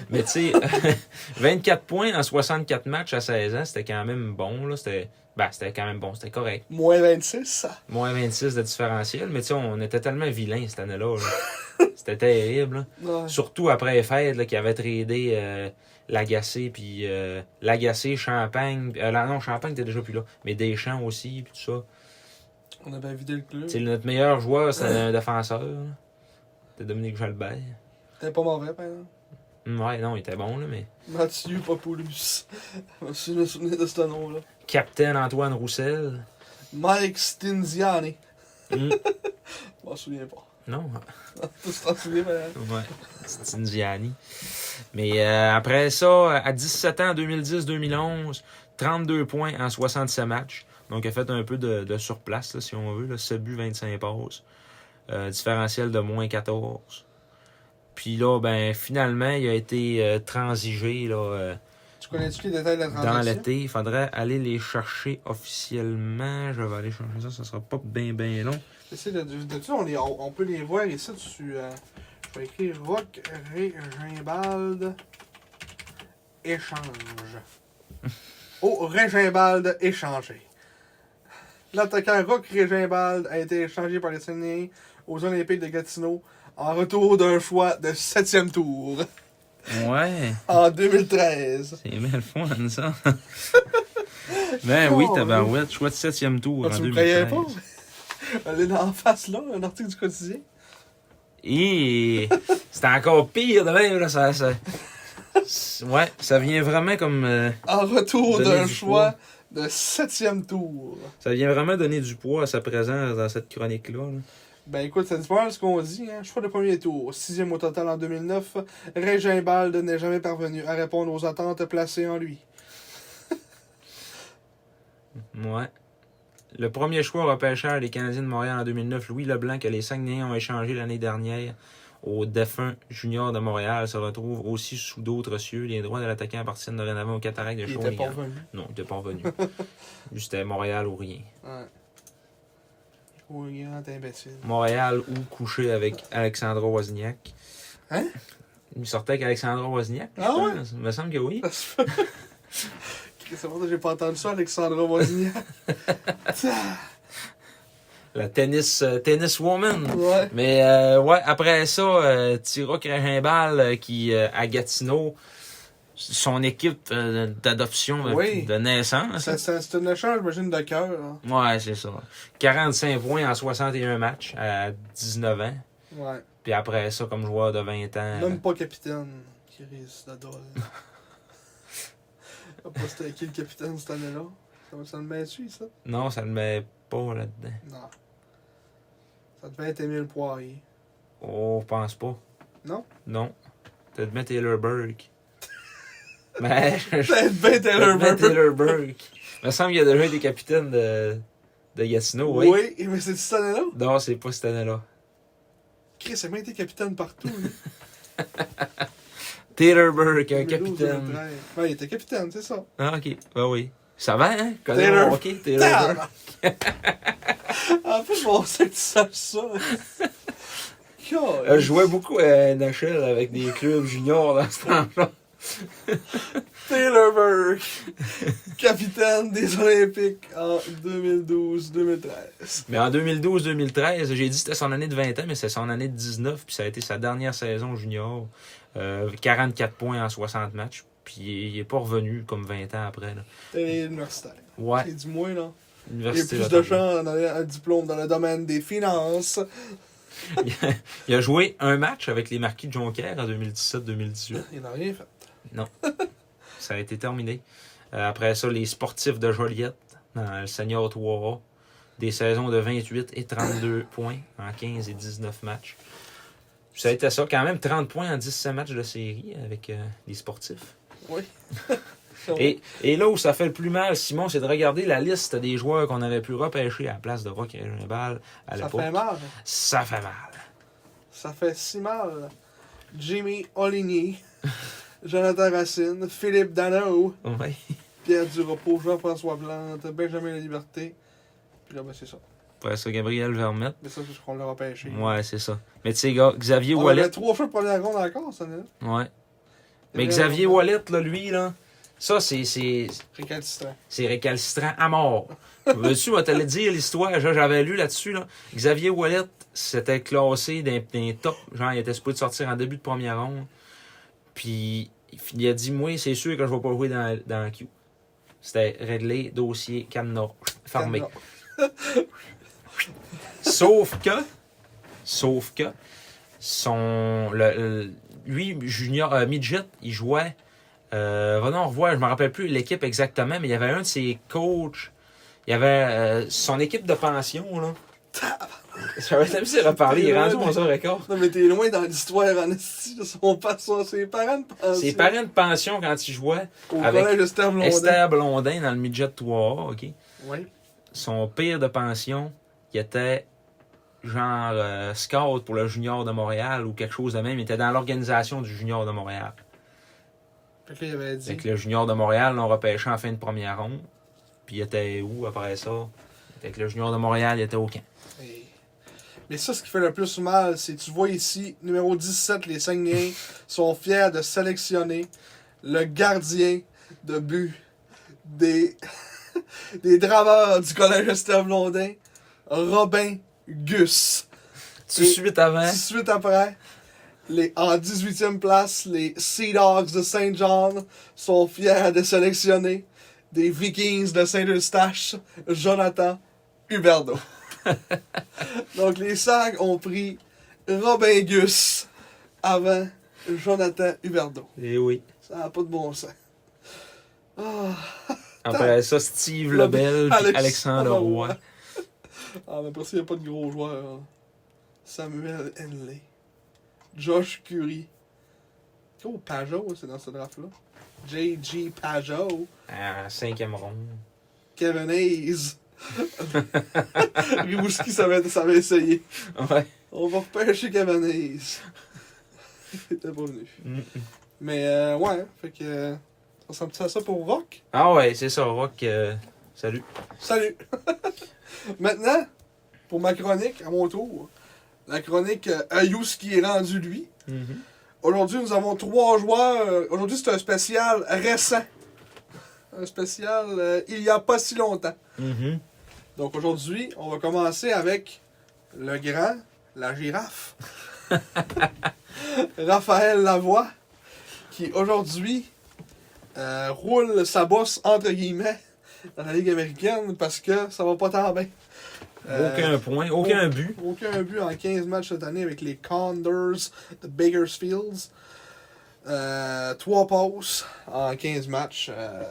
[SPEAKER 3] Mais tu sais, 24 points en 64 matchs à 16 ans, c'était quand même bon. là. C'était ben, c'était quand même bon, c'était correct.
[SPEAKER 2] Moins 26, ça.
[SPEAKER 3] Moins 26 de différentiel, mais tu sais, on était tellement vilains cette année-là. là. C'était terrible. là.
[SPEAKER 2] Ouais.
[SPEAKER 3] Surtout après les fêtes, là, qui avait tradé euh, Lagacé, puis euh, Lagacé, Champagne. euh, non, Champagne était déjà plus là, mais Deschamps aussi, puis tout ça.
[SPEAKER 2] On avait vidé le club.
[SPEAKER 3] T'sais, notre meilleur joueur, c'est un défenseur. là. C'était Dominique Jalbert.
[SPEAKER 2] T'es pas mauvais, par exemple.
[SPEAKER 3] Hum, Ouais, non, il était bon, là, mais.
[SPEAKER 2] Mathieu Papoulus. Je me suis- je me souviens de ce nom-là.
[SPEAKER 3] Capitaine Antoine Roussel.
[SPEAKER 2] Mike Stinziani.
[SPEAKER 3] Hum,
[SPEAKER 2] Je m'en souviens pas.
[SPEAKER 3] non,
[SPEAKER 2] Tu t'en souviens, mais...
[SPEAKER 3] ouais. C'est Indiani. Mais euh, après ça, à 17 ans, 2010-2011, 32 points en 67 matchs. Donc, il a fait un peu de, de surplace, là, si on veut. Là. 7 buts, 25 passes. Euh, différentiel de moins 14. Puis là, ben, finalement, il a été euh, transigé là, euh,
[SPEAKER 2] Tu connais-tu les détails de la
[SPEAKER 3] dans
[SPEAKER 2] transaction?
[SPEAKER 3] l'été. Il faudrait aller les chercher officiellement. Je vais aller chercher ça. Ça sera pas bien, bien long.
[SPEAKER 2] Essaye de, de, de- on, les- on- on peut les voir ici dessus. euh, je vais écrire Rock Régimbald Échange. Oh, Régimbald échangé. L'attaquant Rock Régimbald a été échangé par les Sénéens aux Olympiques de Gatineau en retour d'un choix de 7 tour
[SPEAKER 3] Ouais.
[SPEAKER 2] en 2013.
[SPEAKER 3] C'est bien le fun, ça. ben oui, tabarouette. Choix de septième tour
[SPEAKER 2] Ah,
[SPEAKER 3] en
[SPEAKER 2] tu me croyais
[SPEAKER 3] 2013.
[SPEAKER 2] pas? Elle est en face là, un article du quotidien.
[SPEAKER 3] Et c'était encore pire de même, là. Ça, ça- c'est- Ouais, ça vient vraiment comme... euh,
[SPEAKER 2] En retour
[SPEAKER 3] Donner
[SPEAKER 2] d'un
[SPEAKER 3] du
[SPEAKER 2] choix de septième tour.
[SPEAKER 3] ça vient vraiment donner du poids à sa présence dans cette chronique-là. là.
[SPEAKER 2] Ben écoute, ça dit pas mal ce qu'on dit, hein. Choix de premier tour, sixième au total en 2009, Régimbald n'est jamais parvenu à répondre aux attentes placées en lui.
[SPEAKER 3] Ouais. Le premier choix au repêcheur des Canadiens de Montréal en 2009, Louis Leblanc, que les Saguenayens ont échangé l'année dernière au défunt junior de Montréal, se retrouve aussi sous d'autres cieux. Les droits de l'attaquant appartiennent dorénavant aux cataractes de
[SPEAKER 2] Il était
[SPEAKER 3] Shawinigan.
[SPEAKER 2] pas revenu.
[SPEAKER 3] Non, il était pas revenu. Juste à Montréal ou rien.
[SPEAKER 2] Ouais. Oui, grand imbécile.
[SPEAKER 3] Montréal ou couché avec Alexandra Wozniak.
[SPEAKER 2] Hein?
[SPEAKER 3] Il sortait avec Alexandra Wozniak, je
[SPEAKER 2] Ah ouais?
[SPEAKER 3] pense. Il me semble que oui.
[SPEAKER 2] Ça se fait. C'est vrai que j'ai pas entendu ça, Alexandra Wozniak.
[SPEAKER 3] La tennis, euh, tennis woman.
[SPEAKER 2] Ouais.
[SPEAKER 3] Mais euh, ouais, après ça, euh, Tira Crajimbal euh, qui, euh, à Gatineau, son équipe euh, d'adoption de,
[SPEAKER 2] Oui.
[SPEAKER 3] de naissance.
[SPEAKER 2] Ça- ça- C'est un échange, j'imagine, de cœur. hein.
[SPEAKER 3] Ouais, c'est ça. 45 points en 61 matchs à 19 ans.
[SPEAKER 2] Ouais.
[SPEAKER 3] Puis après ça, comme joueur de 20 ans.
[SPEAKER 2] Même pas capitaine. Chris Nadal. Je sais pas c'était qui le capitaine cette année-là. Ça me- Ça me met dessus, ça.
[SPEAKER 3] Non, ça ne le met pas là-dedans.
[SPEAKER 2] Non. Ça devait être Émile Poirier.
[SPEAKER 3] Oh, je pense pas.
[SPEAKER 2] Non?
[SPEAKER 3] Non. T'as de mettre Taylor Burke. Mais je- je-
[SPEAKER 2] Peut-être
[SPEAKER 3] Taylor
[SPEAKER 2] Ben Taylor
[SPEAKER 3] Burke.
[SPEAKER 2] Burke.
[SPEAKER 3] Taylor Burke. Il me semble qu'il a déjà été capitaine de, de Gatineau, oui.
[SPEAKER 2] Oui, mais c'est cette année-là.
[SPEAKER 3] Non, c'est pas cette année-là.
[SPEAKER 2] Chris a même été capitaine partout. lui.
[SPEAKER 3] Taylor Burke, un
[SPEAKER 2] 2012,
[SPEAKER 3] capitaine.
[SPEAKER 2] 2013. Ouais, Ben, il était capitaine, c'est ça.
[SPEAKER 3] Ah, ok. Ben oui. Ça va, hein? Connais
[SPEAKER 2] Taylor-
[SPEAKER 3] mon hockey, Taylor Burke.
[SPEAKER 2] Tabarnak! en plus, bon, c'est que tu saches ça.
[SPEAKER 3] Euh, Je jouais beaucoup à NHL avec des clubs juniors dans ce temps-là.
[SPEAKER 2] Taylor Burke, capitaine des Olympiques en 2012-2013.
[SPEAKER 3] Mais en 2012-2013, j'ai dit que c'était son année de 20 ans, mais c'est son année de 19, puis ça a été sa dernière saison junior. Euh, 44 points en 60 matchs, puis il n'est pas revenu comme 20 ans après. Là.
[SPEAKER 2] Télé universitaire.
[SPEAKER 3] Ouais,
[SPEAKER 2] Et du moins, là, il y a
[SPEAKER 3] université.
[SPEAKER 2] plus de
[SPEAKER 3] d'Ottawa.
[SPEAKER 2] chance d'avoir un diplôme dans le domaine des finances.
[SPEAKER 3] Il a joué un match avec les Marquis de Jonquière en 2017-2018.
[SPEAKER 2] Il n'a rien fait.
[SPEAKER 3] Ça a été terminé. Euh, après ça, les sportifs de Joliette, dans le Senior 3A, des saisons de 28 et 32 points en 15 et 19 matchs. Puis Ça a été ça, quand même 30 points en 17 matchs de série avec euh, les sportifs.
[SPEAKER 2] Oui.
[SPEAKER 3] Et, et là où ça fait le plus mal, Simon, c'est de regarder la liste des joueurs qu'on aurait pu repêcher à la place de Rock et Ginebal à
[SPEAKER 2] ça
[SPEAKER 3] l'époque.
[SPEAKER 2] fait mal.
[SPEAKER 3] Ça fait mal.
[SPEAKER 2] Ça fait si mal. Jimmy Oligny, Jonathan Racine, Philippe Dano,
[SPEAKER 3] Ouais.
[SPEAKER 2] Pierre Duropo, Jean-François Plante, Benjamin La Liberté. Puis là, ben, c'est ça.
[SPEAKER 3] Après ça, Gabriel Vermette.
[SPEAKER 2] Mais ça, c'est ce qu'on l'a repêché.
[SPEAKER 3] Ouais, c'est ça. Mais tu sais, gars, Xavier
[SPEAKER 2] On
[SPEAKER 3] Wallet.
[SPEAKER 2] avait trois fois de première ronde encore, ça, là.
[SPEAKER 3] Ouais. Mais Xavier Wallet, là, lui, là, ça, c'est, c'est,
[SPEAKER 2] Récalcitrant.
[SPEAKER 3] c'est récalcitrant à mort. Veux-tu, moi, t'allais dire l'histoire, genre, j'avais lu là-dessus, là. Xavier Wallet, c'était classé d'un, d'un top. Genre, il était supposé sortir en début de première ronde. Puis, il a dit, moi, c'est sûr que je vais pas jouer dans, dans Q. C'était réglé, dossier, cadenas, fermé.
[SPEAKER 2] Cadenas.
[SPEAKER 3] Sauf que, sauf que, son, le- le- lui, Junior euh, Midget, il jouait. Euh, va donc revoir, je me rappelle plus l'équipe exactement, mais il y avait un de ses coachs. Il y avait euh, son équipe de pension, là. J'avais jamais essayé de reparler, il est rendu mon record.
[SPEAKER 2] Non, mais t'es loin dans l'histoire en esti. là. Son pa- son- ses parents de pension.
[SPEAKER 3] Ses parents de pension, quand ils jouaient,
[SPEAKER 2] Au
[SPEAKER 3] avec
[SPEAKER 2] collège de Esther Blondin.
[SPEAKER 3] Esther Blondin dans le midget 3 OK?
[SPEAKER 2] Ouais.
[SPEAKER 3] Son pire de pension, il était genre euh, scout pour le junior de Montréal ou quelque chose de même. Il était dans l'organisation du junior de Montréal.
[SPEAKER 2] Fait que là, il avait dit.
[SPEAKER 3] Fait que le junior de Montréal l'ont repêché en fin de première ronde. Puis il était où après ça? Fait que le junior de Montréal, il était au camp.
[SPEAKER 2] Hey. Mais ça, ce qui fait le plus mal, c'est tu vois ici, numéro 17, les Saguenayens sont fiers de sélectionner le gardien de but des, des drameurs du collège Esther Blondin, Robin Gus.
[SPEAKER 3] Tout de suite avant,
[SPEAKER 2] Tout de suite après, les, en 18e place, les Sea Dogs de Saint-John sont fiers de sélectionner des Vikings de Saint-Eustache, Jonathan Huberdeau. Donc les Sags ont pris Robin Gus avant Jonathan Huberdeau.
[SPEAKER 3] et Eh oui.
[SPEAKER 2] Ça n'a pas de bon sens. Ah,
[SPEAKER 3] Après ça, Steve Lebel, puis
[SPEAKER 2] Alex-
[SPEAKER 3] Alexandre Roy.
[SPEAKER 2] ah mais après ça, il n'y a pas de gros joueurs. hein. Samuel Henley. Josh Curie. Oh, Pajot, c'est dans ce draft-là. J.G. Pajot.
[SPEAKER 3] En cinquième ronde.
[SPEAKER 2] Kevin Hayes. Ribouski, ça va, ça va essayer.
[SPEAKER 3] Ouais.
[SPEAKER 2] On va repêcher Kevin Hayes. Il était pas venu.
[SPEAKER 3] Mm.
[SPEAKER 2] Mais euh, ouais, fait que. euh, Ça ressemble à ça pour Rock?
[SPEAKER 3] Ah ouais, c'est ça, Rock. euh, salut.
[SPEAKER 2] Salut! Maintenant, pour ma chronique, à mon tour, la chronique euh, Ayou, ce qui est rendu lui.
[SPEAKER 3] Mm-hmm.
[SPEAKER 2] Aujourd'hui, nous avons trois joueurs. Euh, Aujourd'hui, c'est un spécial récent. Un spécial euh, il y a pas si longtemps.
[SPEAKER 3] Mhm.
[SPEAKER 2] Donc aujourd'hui, on va commencer avec le grand, la girafe. Raphaël Lavoie, qui aujourd'hui euh, roule sa bosse entre guillemets dans la Ligue américaine parce que ça va pas tant bien. Euh,
[SPEAKER 3] Aucun point, aucun but.
[SPEAKER 2] aucun but en 15 matchs cette année avec les Condors de Bakersfield. Euh, trois passes en 15 matchs euh,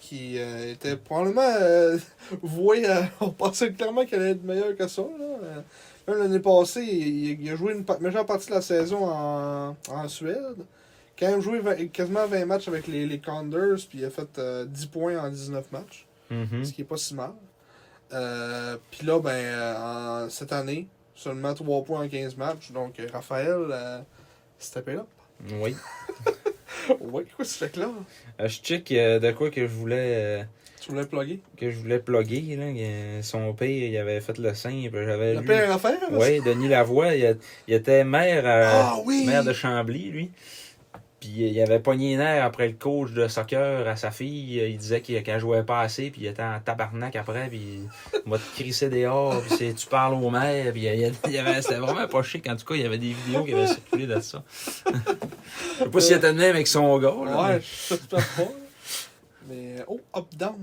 [SPEAKER 2] qui euh, étaient probablement euh, voués à- On pensait clairement qu'elle allait être meilleure que ça. là. Euh, Même l'année passée, il, il a joué une pa- majeure partie de la saison en, en Suède. Quand même joué vingt- quasiment 20 matchs avec les, les Condors, puis il a fait euh, 10 points en 19 matchs
[SPEAKER 3] Mhm.
[SPEAKER 2] ce qui est pas si mal. Euh, Puis là, ben, euh, en- cette année, seulement 3 points en 15 matchs. Donc, euh, Raphaël, euh, se tapé là.
[SPEAKER 3] Oui.
[SPEAKER 2] Ouais, quoi, tu fais que là?
[SPEAKER 3] Euh, je check euh, de quoi que je voulais euh,
[SPEAKER 2] Tu voulais plugger?
[SPEAKER 3] que je voulais plugger. Là, que son père, il avait fait le simple. J'avais lu.
[SPEAKER 2] L'appel à Raphaël? là,
[SPEAKER 3] Ben Oui, Denis Lavoie, il, a- il était maire, à-
[SPEAKER 2] hein? Ah oui!
[SPEAKER 3] maire de Chambly, lui. Puis euh, il avait pogné les nerfs après le coach de soccer à sa fille. Euh, Il disait qu'il- qu'elle jouait pas assez, puis il était en tabarnak après, puis il m'a te crissé dehors, puis c'est tu parles au maire, puis il, il- il avait- c'était vraiment pas chic. En tout cas, il y avait des vidéos qui avaient circulé de ça. Je sais pas s'il était de même avec son gars.
[SPEAKER 2] c'est-
[SPEAKER 3] là,
[SPEAKER 2] Ouais, je te pas. là. Mais, oh, Up Down.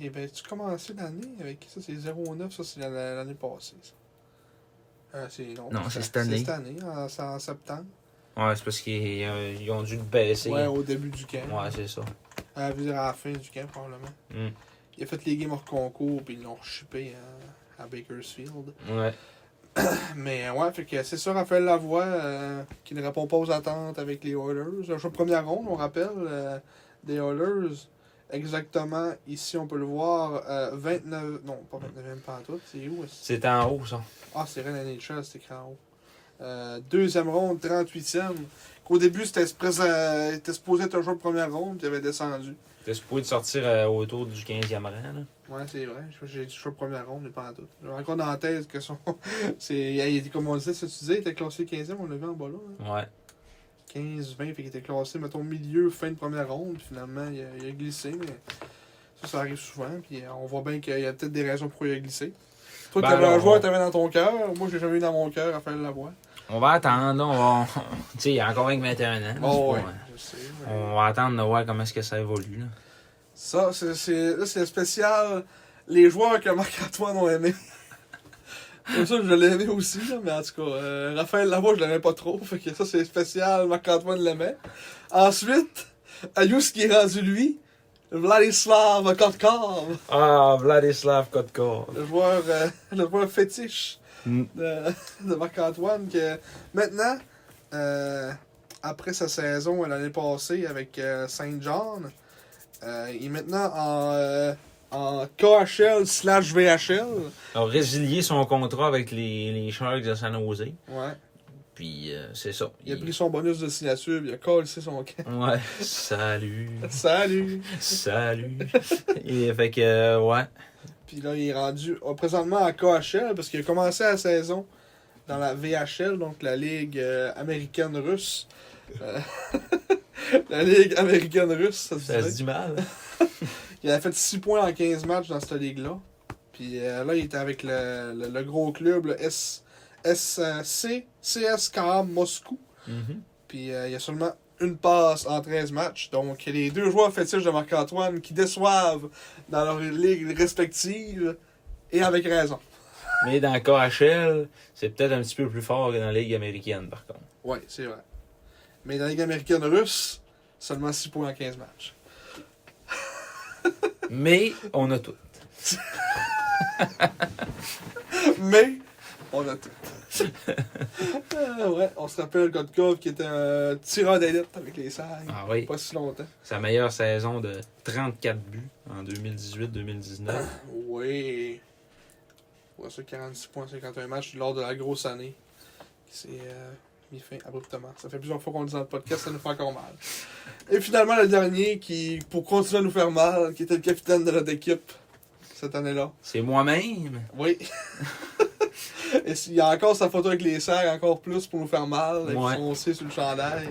[SPEAKER 2] Il avait- Tu commencé l'année avec ça? C'est 09, ça, c'est la- la- l'année passée, ça. Euh, c'est non.
[SPEAKER 3] Non, c'est cette année.
[SPEAKER 2] C'est cette année, en, c'est en septembre.
[SPEAKER 3] mais- Ouais, c'est parce qu'ils euh, ils ont dû le baisser.
[SPEAKER 2] Ouais,
[SPEAKER 3] Ouais,
[SPEAKER 2] au début du camp.
[SPEAKER 3] c'est ça.
[SPEAKER 2] À, la- à la fin du camp, probablement.
[SPEAKER 3] Mm.
[SPEAKER 2] Il a fait les games hors concours, puis ils l'ont chupé à, à Bakersfield.
[SPEAKER 3] Ouais.
[SPEAKER 2] Mais euh, ouais, fait que c'est ça, Raphaël Lavoie, euh, qui ne répond pas aux attentes avec les Oilers. Un choix de première ronde, on rappelle, euh, des Oilers. Exactement, ici, on peut le voir, euh, 29... Non, pas 29e pantoute, c'est où? est-ce-
[SPEAKER 3] C'est en haut, ça.
[SPEAKER 2] Ah, c'est Ren NHL, c'est écrit en haut. Euh, deuxième ronde, 38e. Qu'au début, c'était supposé euh, était supposé être un choix de première ronde, puis il avait descendu.
[SPEAKER 3] T'es supposé de sortir euh, autour du 15e rang, là.
[SPEAKER 2] Ouais, c'est vrai. Je- J'ai dit choix première ronde, mais pas en tout. J'ai encore dans la thèse que son. c'est, il était- comme on disait, ce que tu disais, il était classé 15e, on l'a vu en bas là. hein.
[SPEAKER 3] Ouais.
[SPEAKER 2] 15, 20, fait qu'il était classé, mettons, milieu, fin de première ronde, puis finalement, il a, il a glissé, mais ça, ça arrive souvent, puis euh, on voit bien qu'il y a peut-être des raisons pourquoi il a glissé. Toi,
[SPEAKER 3] Ben
[SPEAKER 2] t'avais un
[SPEAKER 3] alors,
[SPEAKER 2] joueur
[SPEAKER 3] on-
[SPEAKER 2] que t'avais dans ton cœur, moi, j'ai jamais eu dans mon cœur Raphaël Lavoie.
[SPEAKER 3] On va attendre, là, on va... Tu sais, il y a encore rien que 21 ans. là, c'est
[SPEAKER 2] Oh, ouais,
[SPEAKER 3] pas- Ah,
[SPEAKER 2] je sais. mais-
[SPEAKER 3] On va attendre de voir comment est-ce que ça évolue, là.
[SPEAKER 2] Ça, c'est, c'est, là, c'est spécial. Les joueurs que Marc-Antoine ont aimé. Comme ça, je l'aimais aussi, là, mais en tout cas, euh, Raphaël Lavoie, je l'aimais pas trop. Fait que ça, c'est spécial. Marc-Antoine l'aimait. Ensuite, Ayous qui est rendu lui. Vladislav Kotkov,
[SPEAKER 3] Ah, Vladislav Kotkov.
[SPEAKER 2] le joueur, euh, le joueur fétiche
[SPEAKER 5] Mm.
[SPEAKER 2] de, de Marc-Antoine, que maintenant, euh, après sa saison l'année passée avec Saint-John, il est maintenant en, euh, en KHL slash VHL.
[SPEAKER 3] a résilié son contrat avec les, les Sharks de San Jose.
[SPEAKER 2] Ouais.
[SPEAKER 3] Puis euh, c'est ça.
[SPEAKER 2] Il a pris son bonus de signature, puis il a collé son camp.
[SPEAKER 3] Ouais. Salut.
[SPEAKER 2] Salut!
[SPEAKER 3] Salut. Et fait que, euh, ouais.
[SPEAKER 2] Puis là, il est rendu euh, présentement à KHL parce qu'il a commencé la saison dans la VHL, donc la Ligue euh, américaine russe. Euh, la Ligue américaine russe, ça se
[SPEAKER 3] Ça
[SPEAKER 2] dirait.
[SPEAKER 3] se dit mal.
[SPEAKER 2] Il a fait 6 points en 15 matchs dans cette ligue-là. Puis euh, là, il était avec le, le- le gros club, le S, SC, CSKA Moscou.
[SPEAKER 3] Mhm.
[SPEAKER 2] Puis euh, il y a seulement une passe en 13 matchs. Donc les deux joueurs fétiches de Marc-Antoine qui déçoivent dans leurs ligues respectives. Et avec raison.
[SPEAKER 3] Mais dans KHL, c'est peut-être un petit peu plus fort que dans la Ligue américaine, par contre.
[SPEAKER 2] Oui, c'est vrai. Mais dans la Ligue américaine russe, seulement 6 points en 15 matchs.
[SPEAKER 3] Mais on a tout.
[SPEAKER 2] Mais on a tout. Euh, ouais, on se rappelle Godkov qui était un tireur d'élite avec les Sags.
[SPEAKER 3] Ah oui.
[SPEAKER 2] Pas si longtemps.
[SPEAKER 3] Sa meilleure saison de 34 buts en 2018-2019.
[SPEAKER 2] Oui. Ouais, ça, 46 points, 51 matchs lors de la grosse année. Qui s'est euh, mis fin abruptement. Ça fait plusieurs fois qu'on le dit dans le podcast, ça nous fait encore mal. Et finalement, le dernier qui, pour continuer à nous faire mal, qui était le capitaine de notre équipe cette année-là.
[SPEAKER 3] C'est moi-même.
[SPEAKER 2] Oui. Et s'il y a encore sa photo avec les serres, encore plus pour nous faire mal, avec
[SPEAKER 3] Ouais.
[SPEAKER 2] son C sur le chandail.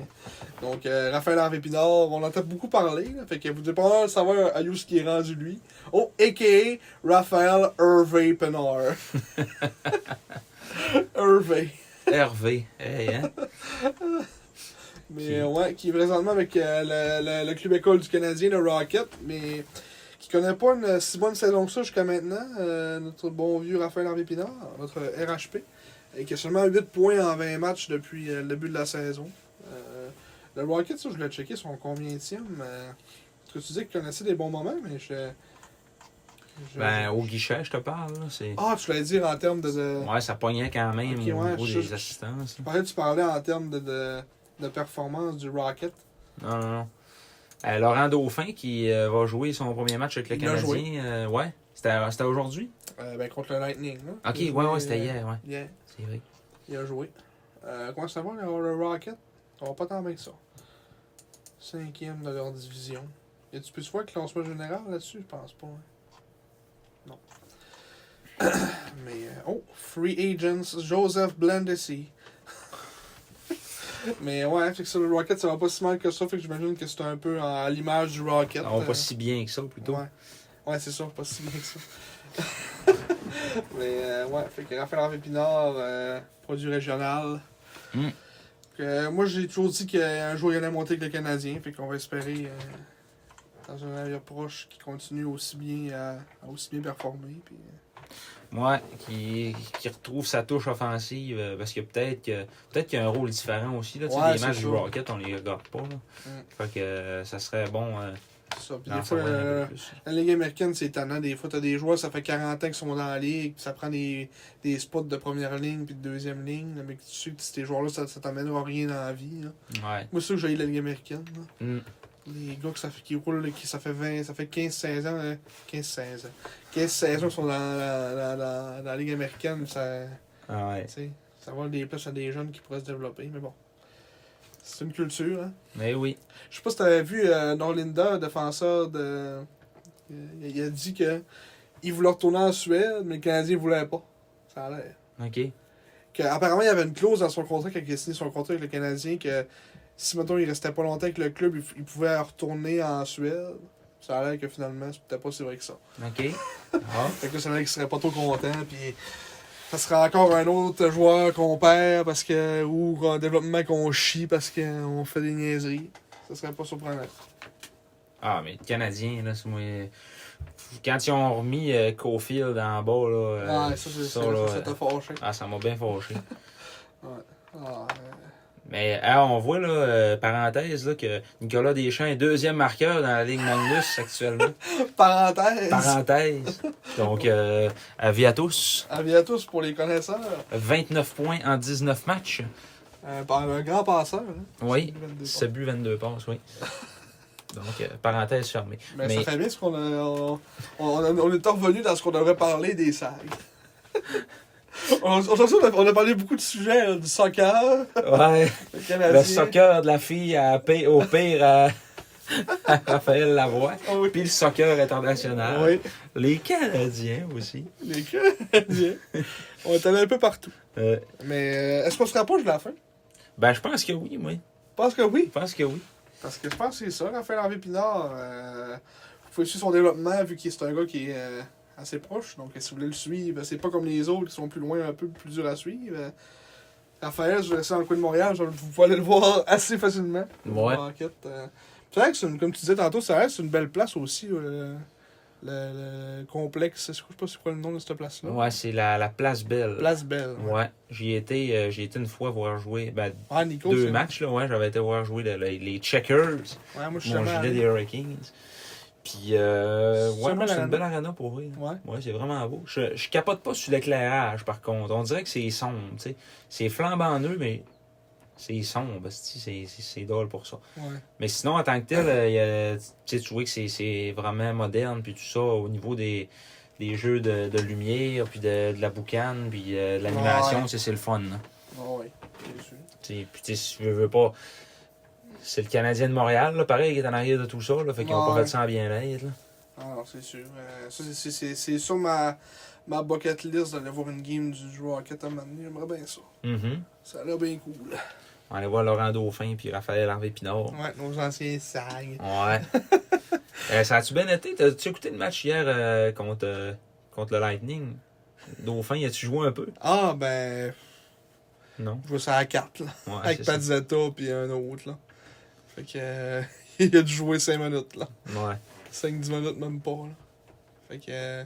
[SPEAKER 2] Donc, euh, Raphaël Harvey Pinard, on entend beaucoup parler, là, fait que vous devez pas savoir à où ce qui est rendu lui. Oh, a.k.a. Raphaël Hervé Pinard. Hervé.
[SPEAKER 3] Hervé. Hey, hein?
[SPEAKER 2] Mais
[SPEAKER 3] Qui-
[SPEAKER 2] euh, ouais, qui est présentement avec euh, le, le- le club école du Canadien, le Rocket, mais qui connaît pas une si bonne saison que ça jusqu'à maintenant, euh, notre bon vieux Raphaël Harvey Pinard, notre RHP, et qui a seulement 8 points en 20 matchs depuis euh, le début de la saison. Euh, le Rocket, ça, je l'ai checké, ils sont combien euh, Parce que tu dis qu'ils connaissaient des bons moments, mais je. je-
[SPEAKER 3] Ben, au guichet, je te parle. là, C'est...
[SPEAKER 2] Ah, tu voulais dire en termes de. de-
[SPEAKER 3] Ouais, ça pognait quand même
[SPEAKER 2] Ok,
[SPEAKER 3] au
[SPEAKER 2] ouais,
[SPEAKER 3] niveau
[SPEAKER 2] je-
[SPEAKER 3] des assistances. là.
[SPEAKER 2] Je parlais- tu parlais en termes de, de, de performance du Rocket.
[SPEAKER 3] Non, non, non. Euh, Laurent Dauphin qui euh, va jouer son premier match avec le
[SPEAKER 2] Il l'a joué.
[SPEAKER 3] Canadien. euh, ouais. C'était, c'était aujourd'hui?
[SPEAKER 2] Euh, ben, contre le Lightning. Là.
[SPEAKER 3] Ok,
[SPEAKER 2] Il
[SPEAKER 3] ouais,
[SPEAKER 2] jouait,
[SPEAKER 3] ouais, c'était
[SPEAKER 2] euh,
[SPEAKER 3] hier, ouais.
[SPEAKER 2] hier.
[SPEAKER 3] C'est vrai.
[SPEAKER 2] Il a joué. Euh, comment ça va, le, le Rocket? On va pas tant bien que ça. Cinquième de leur division. Y a-tu plus de fois que classement général là-dessus? Je pense pas. hein. Non. Mais, euh, oh, Free Agents, Joseph Blandesi. Mais ouais, hein, fait que ça, le Rocket, ça va pas si mal que ça. Fait que j'imagine que c'est un peu à l'image du Rocket.
[SPEAKER 3] Ah, On va
[SPEAKER 2] euh,
[SPEAKER 3] pas si bien que ça, plutôt.
[SPEAKER 2] Ouais, ouais c'est sûr, pas si bien que ça. Mais euh, ouais, fait que Raphaël Harvey Pinard, euh, produit régional.
[SPEAKER 3] Mm.
[SPEAKER 2] Que, euh, moi, j'ai toujours dit qu'un jour, il allait monter avec le Canadien. Fait qu'on va espérer, euh, dans un avenir proche, qu'il continue aussi bien à, à aussi bien performer. Puis, euh,
[SPEAKER 3] Ouais, qui, qui retrouve sa touche offensive. euh, parce que peut-être, que, peut-être qu'il y a un rôle différent aussi. Là, tu sais,
[SPEAKER 2] Ouais,
[SPEAKER 3] les
[SPEAKER 2] c'est
[SPEAKER 3] matchs
[SPEAKER 2] sûr.
[SPEAKER 3] du Rocket, on les regarde pas. Là. Fait que euh, ça serait bon euh,
[SPEAKER 2] c'est ça. Puis
[SPEAKER 3] d'en
[SPEAKER 2] des fois,
[SPEAKER 3] savoir un
[SPEAKER 2] euh,
[SPEAKER 3] peu plus.
[SPEAKER 2] la Ligue américaine, c'est étonnant. Des fois, t'as des joueurs, ça fait 40 ans qu'ils sont dans la Ligue. Puis ça prend des, des spots de première ligne puis de deuxième ligne. là, Mais tu sais que ces joueurs-là, ça, ça t'amènera rien dans la vie. là.
[SPEAKER 3] Ouais.
[SPEAKER 2] Moi, c'est sûr que j'ai la Ligue américaine. là.
[SPEAKER 3] Mm.
[SPEAKER 2] Les gars que ça fait, qui roulent, là, qui, ça fait 20, ça fait 15-16 ans, hein. 15-16 ans. 15-16 ans qu'ils sont dans, la- la- la- la Ligue américaine, ça,
[SPEAKER 3] Ah ouais.
[SPEAKER 2] tu sais, ça va des places à des jeunes qui pourraient se développer, mais bon. C'est une culture, hein.
[SPEAKER 3] Mais oui.
[SPEAKER 2] Je sais pas si t'avais vu euh, Norlinda, défenseur de. Il, il a dit que il voulait retourner en Suède, mais le Canadien voulait pas. Ça a l'air
[SPEAKER 3] Ok.
[SPEAKER 2] que, apparemment, il y avait une clause dans son contrat quand il a signé son contrat avec le Canadien que si, mettons, il restait pas longtemps avec le club, il, f- il pouvait retourner en Suède. Ça a l'air que finalement, c'est peut-être pas si vrai que ça.
[SPEAKER 3] Ok. Ah.
[SPEAKER 2] Fait que là, ça a l'air qu'il serait pas trop content, puis ça serait encore un autre joueur qu'on perd parce que, ou un développement qu'on chie parce qu'on fait des niaiseries. Ça serait pas surprenant.
[SPEAKER 3] Ah, mais le Canadien, là, c'est moi. Quand ils ont remis euh, Cofield en bas, là. euh,
[SPEAKER 2] Ah, Ouais, ça, c'est ça,
[SPEAKER 3] là,
[SPEAKER 2] ça, ça t'a fâché.
[SPEAKER 3] ah, ça m'a bien fâché.
[SPEAKER 2] Ah, euh,
[SPEAKER 3] Mais ah, on voit, là, euh, parenthèse, là, que Nicolas Deschamps est deuxième marqueur dans la Ligue Magnus actuellement.
[SPEAKER 2] Parenthèse.
[SPEAKER 3] Parenthèse. Donc, euh, avis à tous.
[SPEAKER 2] Avis à tous pour les connaisseurs.
[SPEAKER 3] 29 points en 19 matchs.
[SPEAKER 2] Un, par- un grand passeur. hein.
[SPEAKER 3] Oui.
[SPEAKER 2] 22
[SPEAKER 3] C'est but 22 passes, oui. Donc, euh, parenthèse fermée.
[SPEAKER 2] Mais,
[SPEAKER 3] Mais-
[SPEAKER 2] Ben, ça fait bien ce qu'on a. On, on- on- on est revenu dans ce qu'on devrait parler des sages. on, aujourd'hui, on a, on a parlé beaucoup de sujets, euh, du soccer,
[SPEAKER 3] Ouais.
[SPEAKER 2] le Canadien.
[SPEAKER 3] Le soccer de la fille à pi- au pire à, à Raphaël Lavoie.
[SPEAKER 2] Ah oui.
[SPEAKER 3] Puis le soccer international.
[SPEAKER 2] Oui,
[SPEAKER 3] Les Canadiens aussi.
[SPEAKER 2] les Canadiens. on est allé un peu partout.
[SPEAKER 3] Euh,
[SPEAKER 2] Mais euh, est-ce qu'on se rapproche de la fin? Je
[SPEAKER 3] ben, je pense que oui, moi.
[SPEAKER 2] pense que oui.
[SPEAKER 3] Je pense que oui.
[SPEAKER 2] Parce que je pense que c'est ça, Raphaël Harvey Pinard. Euh, vous pouvez suivre son développement vu que c'est un gars qui est euh, assez proche. Donc euh, si vous voulez le suivre, c'est pas comme les autres qui sont plus loin, un peu plus dur à suivre. Euh, Raphaël, je vais dans le coin de Montréal, genre, vous pouvez aller le voir assez facilement.
[SPEAKER 3] Ouais.
[SPEAKER 2] En enquête, euh. C'est vrai que, c'est une- comme tu disais tantôt, ça reste une belle place aussi. euh, le, le complexe, je sais pas c'est quoi le nom de cette place-là.
[SPEAKER 3] Ouais, c'est la, la place belle.
[SPEAKER 2] Mm. Place Belle.
[SPEAKER 3] Ouais. J'y étais, euh, j'y étais une fois voir jouer. Ben,
[SPEAKER 2] Ah, Nico,
[SPEAKER 3] deux
[SPEAKER 2] c'est-
[SPEAKER 3] matchs, là, ouais. J'avais été voir jouer le- le- les Checkers.
[SPEAKER 2] Ouais, moi, je suis
[SPEAKER 3] Mon gilet
[SPEAKER 2] jamais allé.
[SPEAKER 3] des Hurricanes. Puis, euh, ouais,
[SPEAKER 2] C'est
[SPEAKER 3] non,
[SPEAKER 2] une
[SPEAKER 3] c'est
[SPEAKER 2] belle
[SPEAKER 3] une belle arena pour eux.
[SPEAKER 2] Ouais.
[SPEAKER 3] Ouais, c'est vraiment beau. Je, je capote pas sur l'éclairage, par contre. On dirait que c'est sombre, tu sais. C'est flambant nœud, mais c'est sombre. esti. C'est c'est- c'est drôle pour ça.
[SPEAKER 2] Ouais.
[SPEAKER 3] Mais sinon, en tant que tel, euh, il y a- tu sais, tu vois que c'est- c'est vraiment moderne, puis tout ça, au niveau des, des jeux de, de lumière, puis de, de la boucane, puis euh, de l'animation,
[SPEAKER 2] Ouais.
[SPEAKER 3] c'est c'est le fun. là.
[SPEAKER 2] Ah ouais, bien sûr.
[SPEAKER 3] T'sais, Puis, tu sais, si tu veux, veux pas. C'est le Canadien de Montréal, là, pareil, qui est en arrière de tout ça. Là, fait qu'ils ont
[SPEAKER 2] Ouais.
[SPEAKER 3] pas fait ça en bien l'aide.
[SPEAKER 2] Ah non, c'est sûr. Euh, ça, c'est- c'est- c'est c'est sur ma, ma bucket list d'aller voir une game du joueur Rocket à un moment donné. J'aimerais bien ça. Ça a l'air bien cool.
[SPEAKER 3] Mm-hmm. On allait voir Laurent Dauphin puis Raphaël Harvey Pinard.
[SPEAKER 2] Ouais, nos anciens sags.
[SPEAKER 3] Ouais. Euh, ça a-tu bien été? T'as-tu écouté le match hier euh, contre, euh, contre le Lightning? Dauphin, y a-tu joué un peu?
[SPEAKER 2] Ah, ben,
[SPEAKER 3] Non.
[SPEAKER 2] je vois ça à la carte, là.
[SPEAKER 3] Ouais,
[SPEAKER 2] avec
[SPEAKER 3] c'est ça.
[SPEAKER 2] Pazzetta puis un autre, là. Fait que, euh, il a dû jouer 5 minutes, là.
[SPEAKER 3] Ouais.
[SPEAKER 2] 5-10 minutes, même pas, là. Fait que, euh,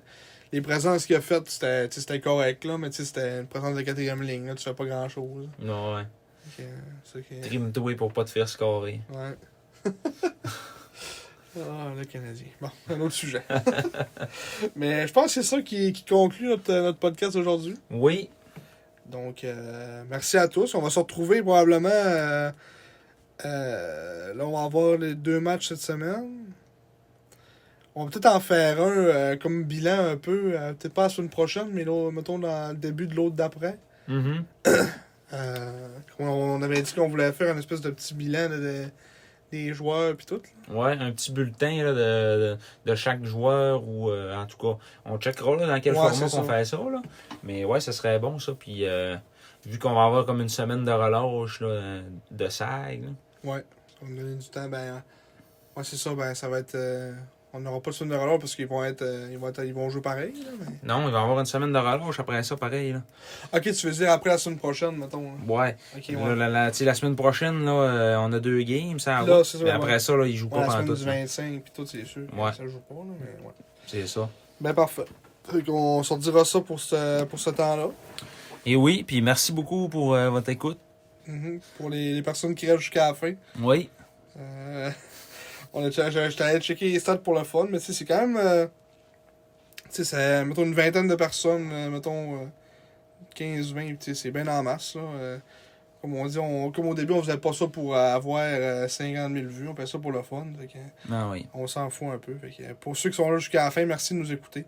[SPEAKER 2] les présences qu'il a faites, c'était tu sais, c'était correct, là, mais tu sais, c'était une présence de quatrième ligne, là. Tu fais pas grand-chose, là.
[SPEAKER 3] Non, ouais.
[SPEAKER 2] Fait que, euh, c'est que-
[SPEAKER 3] Trime-toi pour pas te faire scorer.
[SPEAKER 2] Ouais. ah, le Canadien. Bon, un autre sujet. Mais je pense que c'est ça qui, qui conclut notre, euh, notre podcast aujourd'hui.
[SPEAKER 3] Oui.
[SPEAKER 2] Donc, euh, merci à tous. On va se retrouver probablement. euh, euh, là, on va avoir les deux matchs cette semaine. On va peut-être en faire un euh, comme bilan un peu. euh, peut-être pas la semaine prochaine, mais là, mettons dans le début de l'autre d'après.
[SPEAKER 3] Mhm.
[SPEAKER 2] Euh, on- on avait dit qu'on voulait faire un espèce de petit bilan de- de- des joueurs puis tout.
[SPEAKER 3] Ouais, un petit bulletin là, de, de, de chaque joueur ou euh, en tout cas, on checkera là, dans quel
[SPEAKER 2] Ouais,
[SPEAKER 3] format
[SPEAKER 2] c'est
[SPEAKER 3] qu'on
[SPEAKER 2] ça.
[SPEAKER 3] fait ça. Là. Mais ouais, ça serait bon ça. Puis euh, vu qu'on va avoir comme une semaine de relâche là, de SAG. là.
[SPEAKER 2] Ouais, ça va me donner du temps. Ben, ouais, c'est ça. Ben, ça va être. euh, on n'aura pas de semaine de relâche parce qu'ils vont être, euh, ils vont être, ils vont jouer pareil. là, mais-
[SPEAKER 3] Non, il va y avoir une semaine de relâche après ça, pareil. Là.
[SPEAKER 2] Ok, tu veux dire après la semaine prochaine, mettons. là.
[SPEAKER 3] Ouais.
[SPEAKER 2] Ok,
[SPEAKER 3] Là,
[SPEAKER 2] ouais.
[SPEAKER 3] la, la- tu sais, la semaine prochaine, là, euh, on a deux games, ça
[SPEAKER 2] Là,
[SPEAKER 3] route.
[SPEAKER 2] c'est ça,
[SPEAKER 3] Mais
[SPEAKER 2] ouais.
[SPEAKER 3] après ça, là, ils jouent
[SPEAKER 2] Ouais, la
[SPEAKER 3] pas
[SPEAKER 2] semaine
[SPEAKER 3] pendant
[SPEAKER 2] du
[SPEAKER 3] tout. là.
[SPEAKER 2] 25 puis tout, c'est sûr.
[SPEAKER 3] Ouais.
[SPEAKER 2] Ça joue pas, là, mais ouais.
[SPEAKER 3] C'est ça.
[SPEAKER 2] Ben, parfait. Fait qu'on sortira ça pour ce, pour ce temps-là.
[SPEAKER 3] Et oui, puis merci beaucoup pour euh, votre écoute.
[SPEAKER 2] Mhm. Pour les, les personnes qui restent jusqu'à la fin.
[SPEAKER 3] Oui.
[SPEAKER 2] Euh, on a, je- j'étais allé checker les stats pour le fun, mais tu sais, c'est quand même. euh, tu sais, c'est, mettons, une vingtaine de personnes, euh, mettons, euh, 15, 20, tu sais, c'est bien en masse, là. euh. comme on dit, on, comme au début, on faisait pas ça pour euh, avoir euh, 50 000 vues, on fait ça pour le fun, fait que, euh,
[SPEAKER 3] Ah oui.
[SPEAKER 2] on s'en fout un peu. Fait que, euh, pour ceux qui sont là jusqu'à la fin, merci de nous écouter.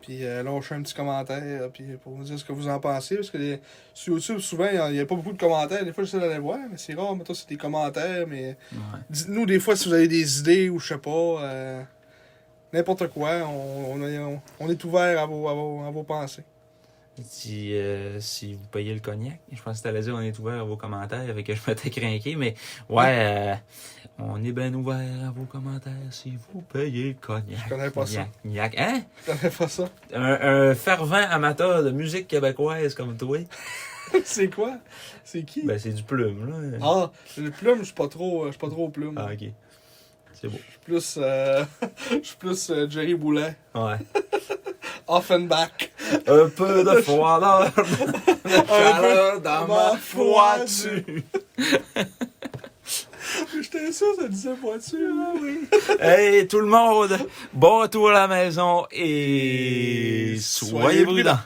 [SPEAKER 2] Puis euh, lâchez un petit commentaire euh, puis pour nous dire ce que vous en pensez. Parce que les- sur YouTube, souvent, il n'y a, pas beaucoup de commentaires. Des fois, j'essaie d'aller voir, mais c'est rare. Mettons, c'est des commentaires, mais
[SPEAKER 3] Ouais.
[SPEAKER 2] Dites-nous des fois si vous avez des idées ou je sais pas. euh, N'importe quoi. On, on est, on- on est ouvert à vos, à vos, à vos pensées.
[SPEAKER 3] Si, euh, si vous payez le cognac, je pense que t'allais dire on est ouvert à vos commentaires, fait que je m'étais craqué, mais ouais, euh, on est bien ouvert à vos commentaires si vous payez le cognac.
[SPEAKER 2] Je connais pas ça.
[SPEAKER 3] Gnac, gnac. Hein?
[SPEAKER 2] T'en fais pas ça.
[SPEAKER 3] Un, un fervent amateur de musique québécoise comme toi,
[SPEAKER 2] c'est quoi C'est qui
[SPEAKER 3] ben c'est du plume, là.
[SPEAKER 2] Ah, le plume, je suis pas trop, je suis pas trop au plume.
[SPEAKER 3] Ah, ok. C'est beau.
[SPEAKER 2] suis plus, euh, je suis plus euh, Jerry Boulet.
[SPEAKER 3] Ouais.
[SPEAKER 2] Off and back.
[SPEAKER 3] Un peu de froideur,
[SPEAKER 2] Un peu.
[SPEAKER 4] Chaleur dans ma
[SPEAKER 2] foiture.
[SPEAKER 4] foiture.
[SPEAKER 2] J'étais sûr, ça disait hein. voiture. là, oui.
[SPEAKER 3] Hey tout le monde, bon retour à la maison et soyez,
[SPEAKER 2] Soyez
[SPEAKER 3] prudents.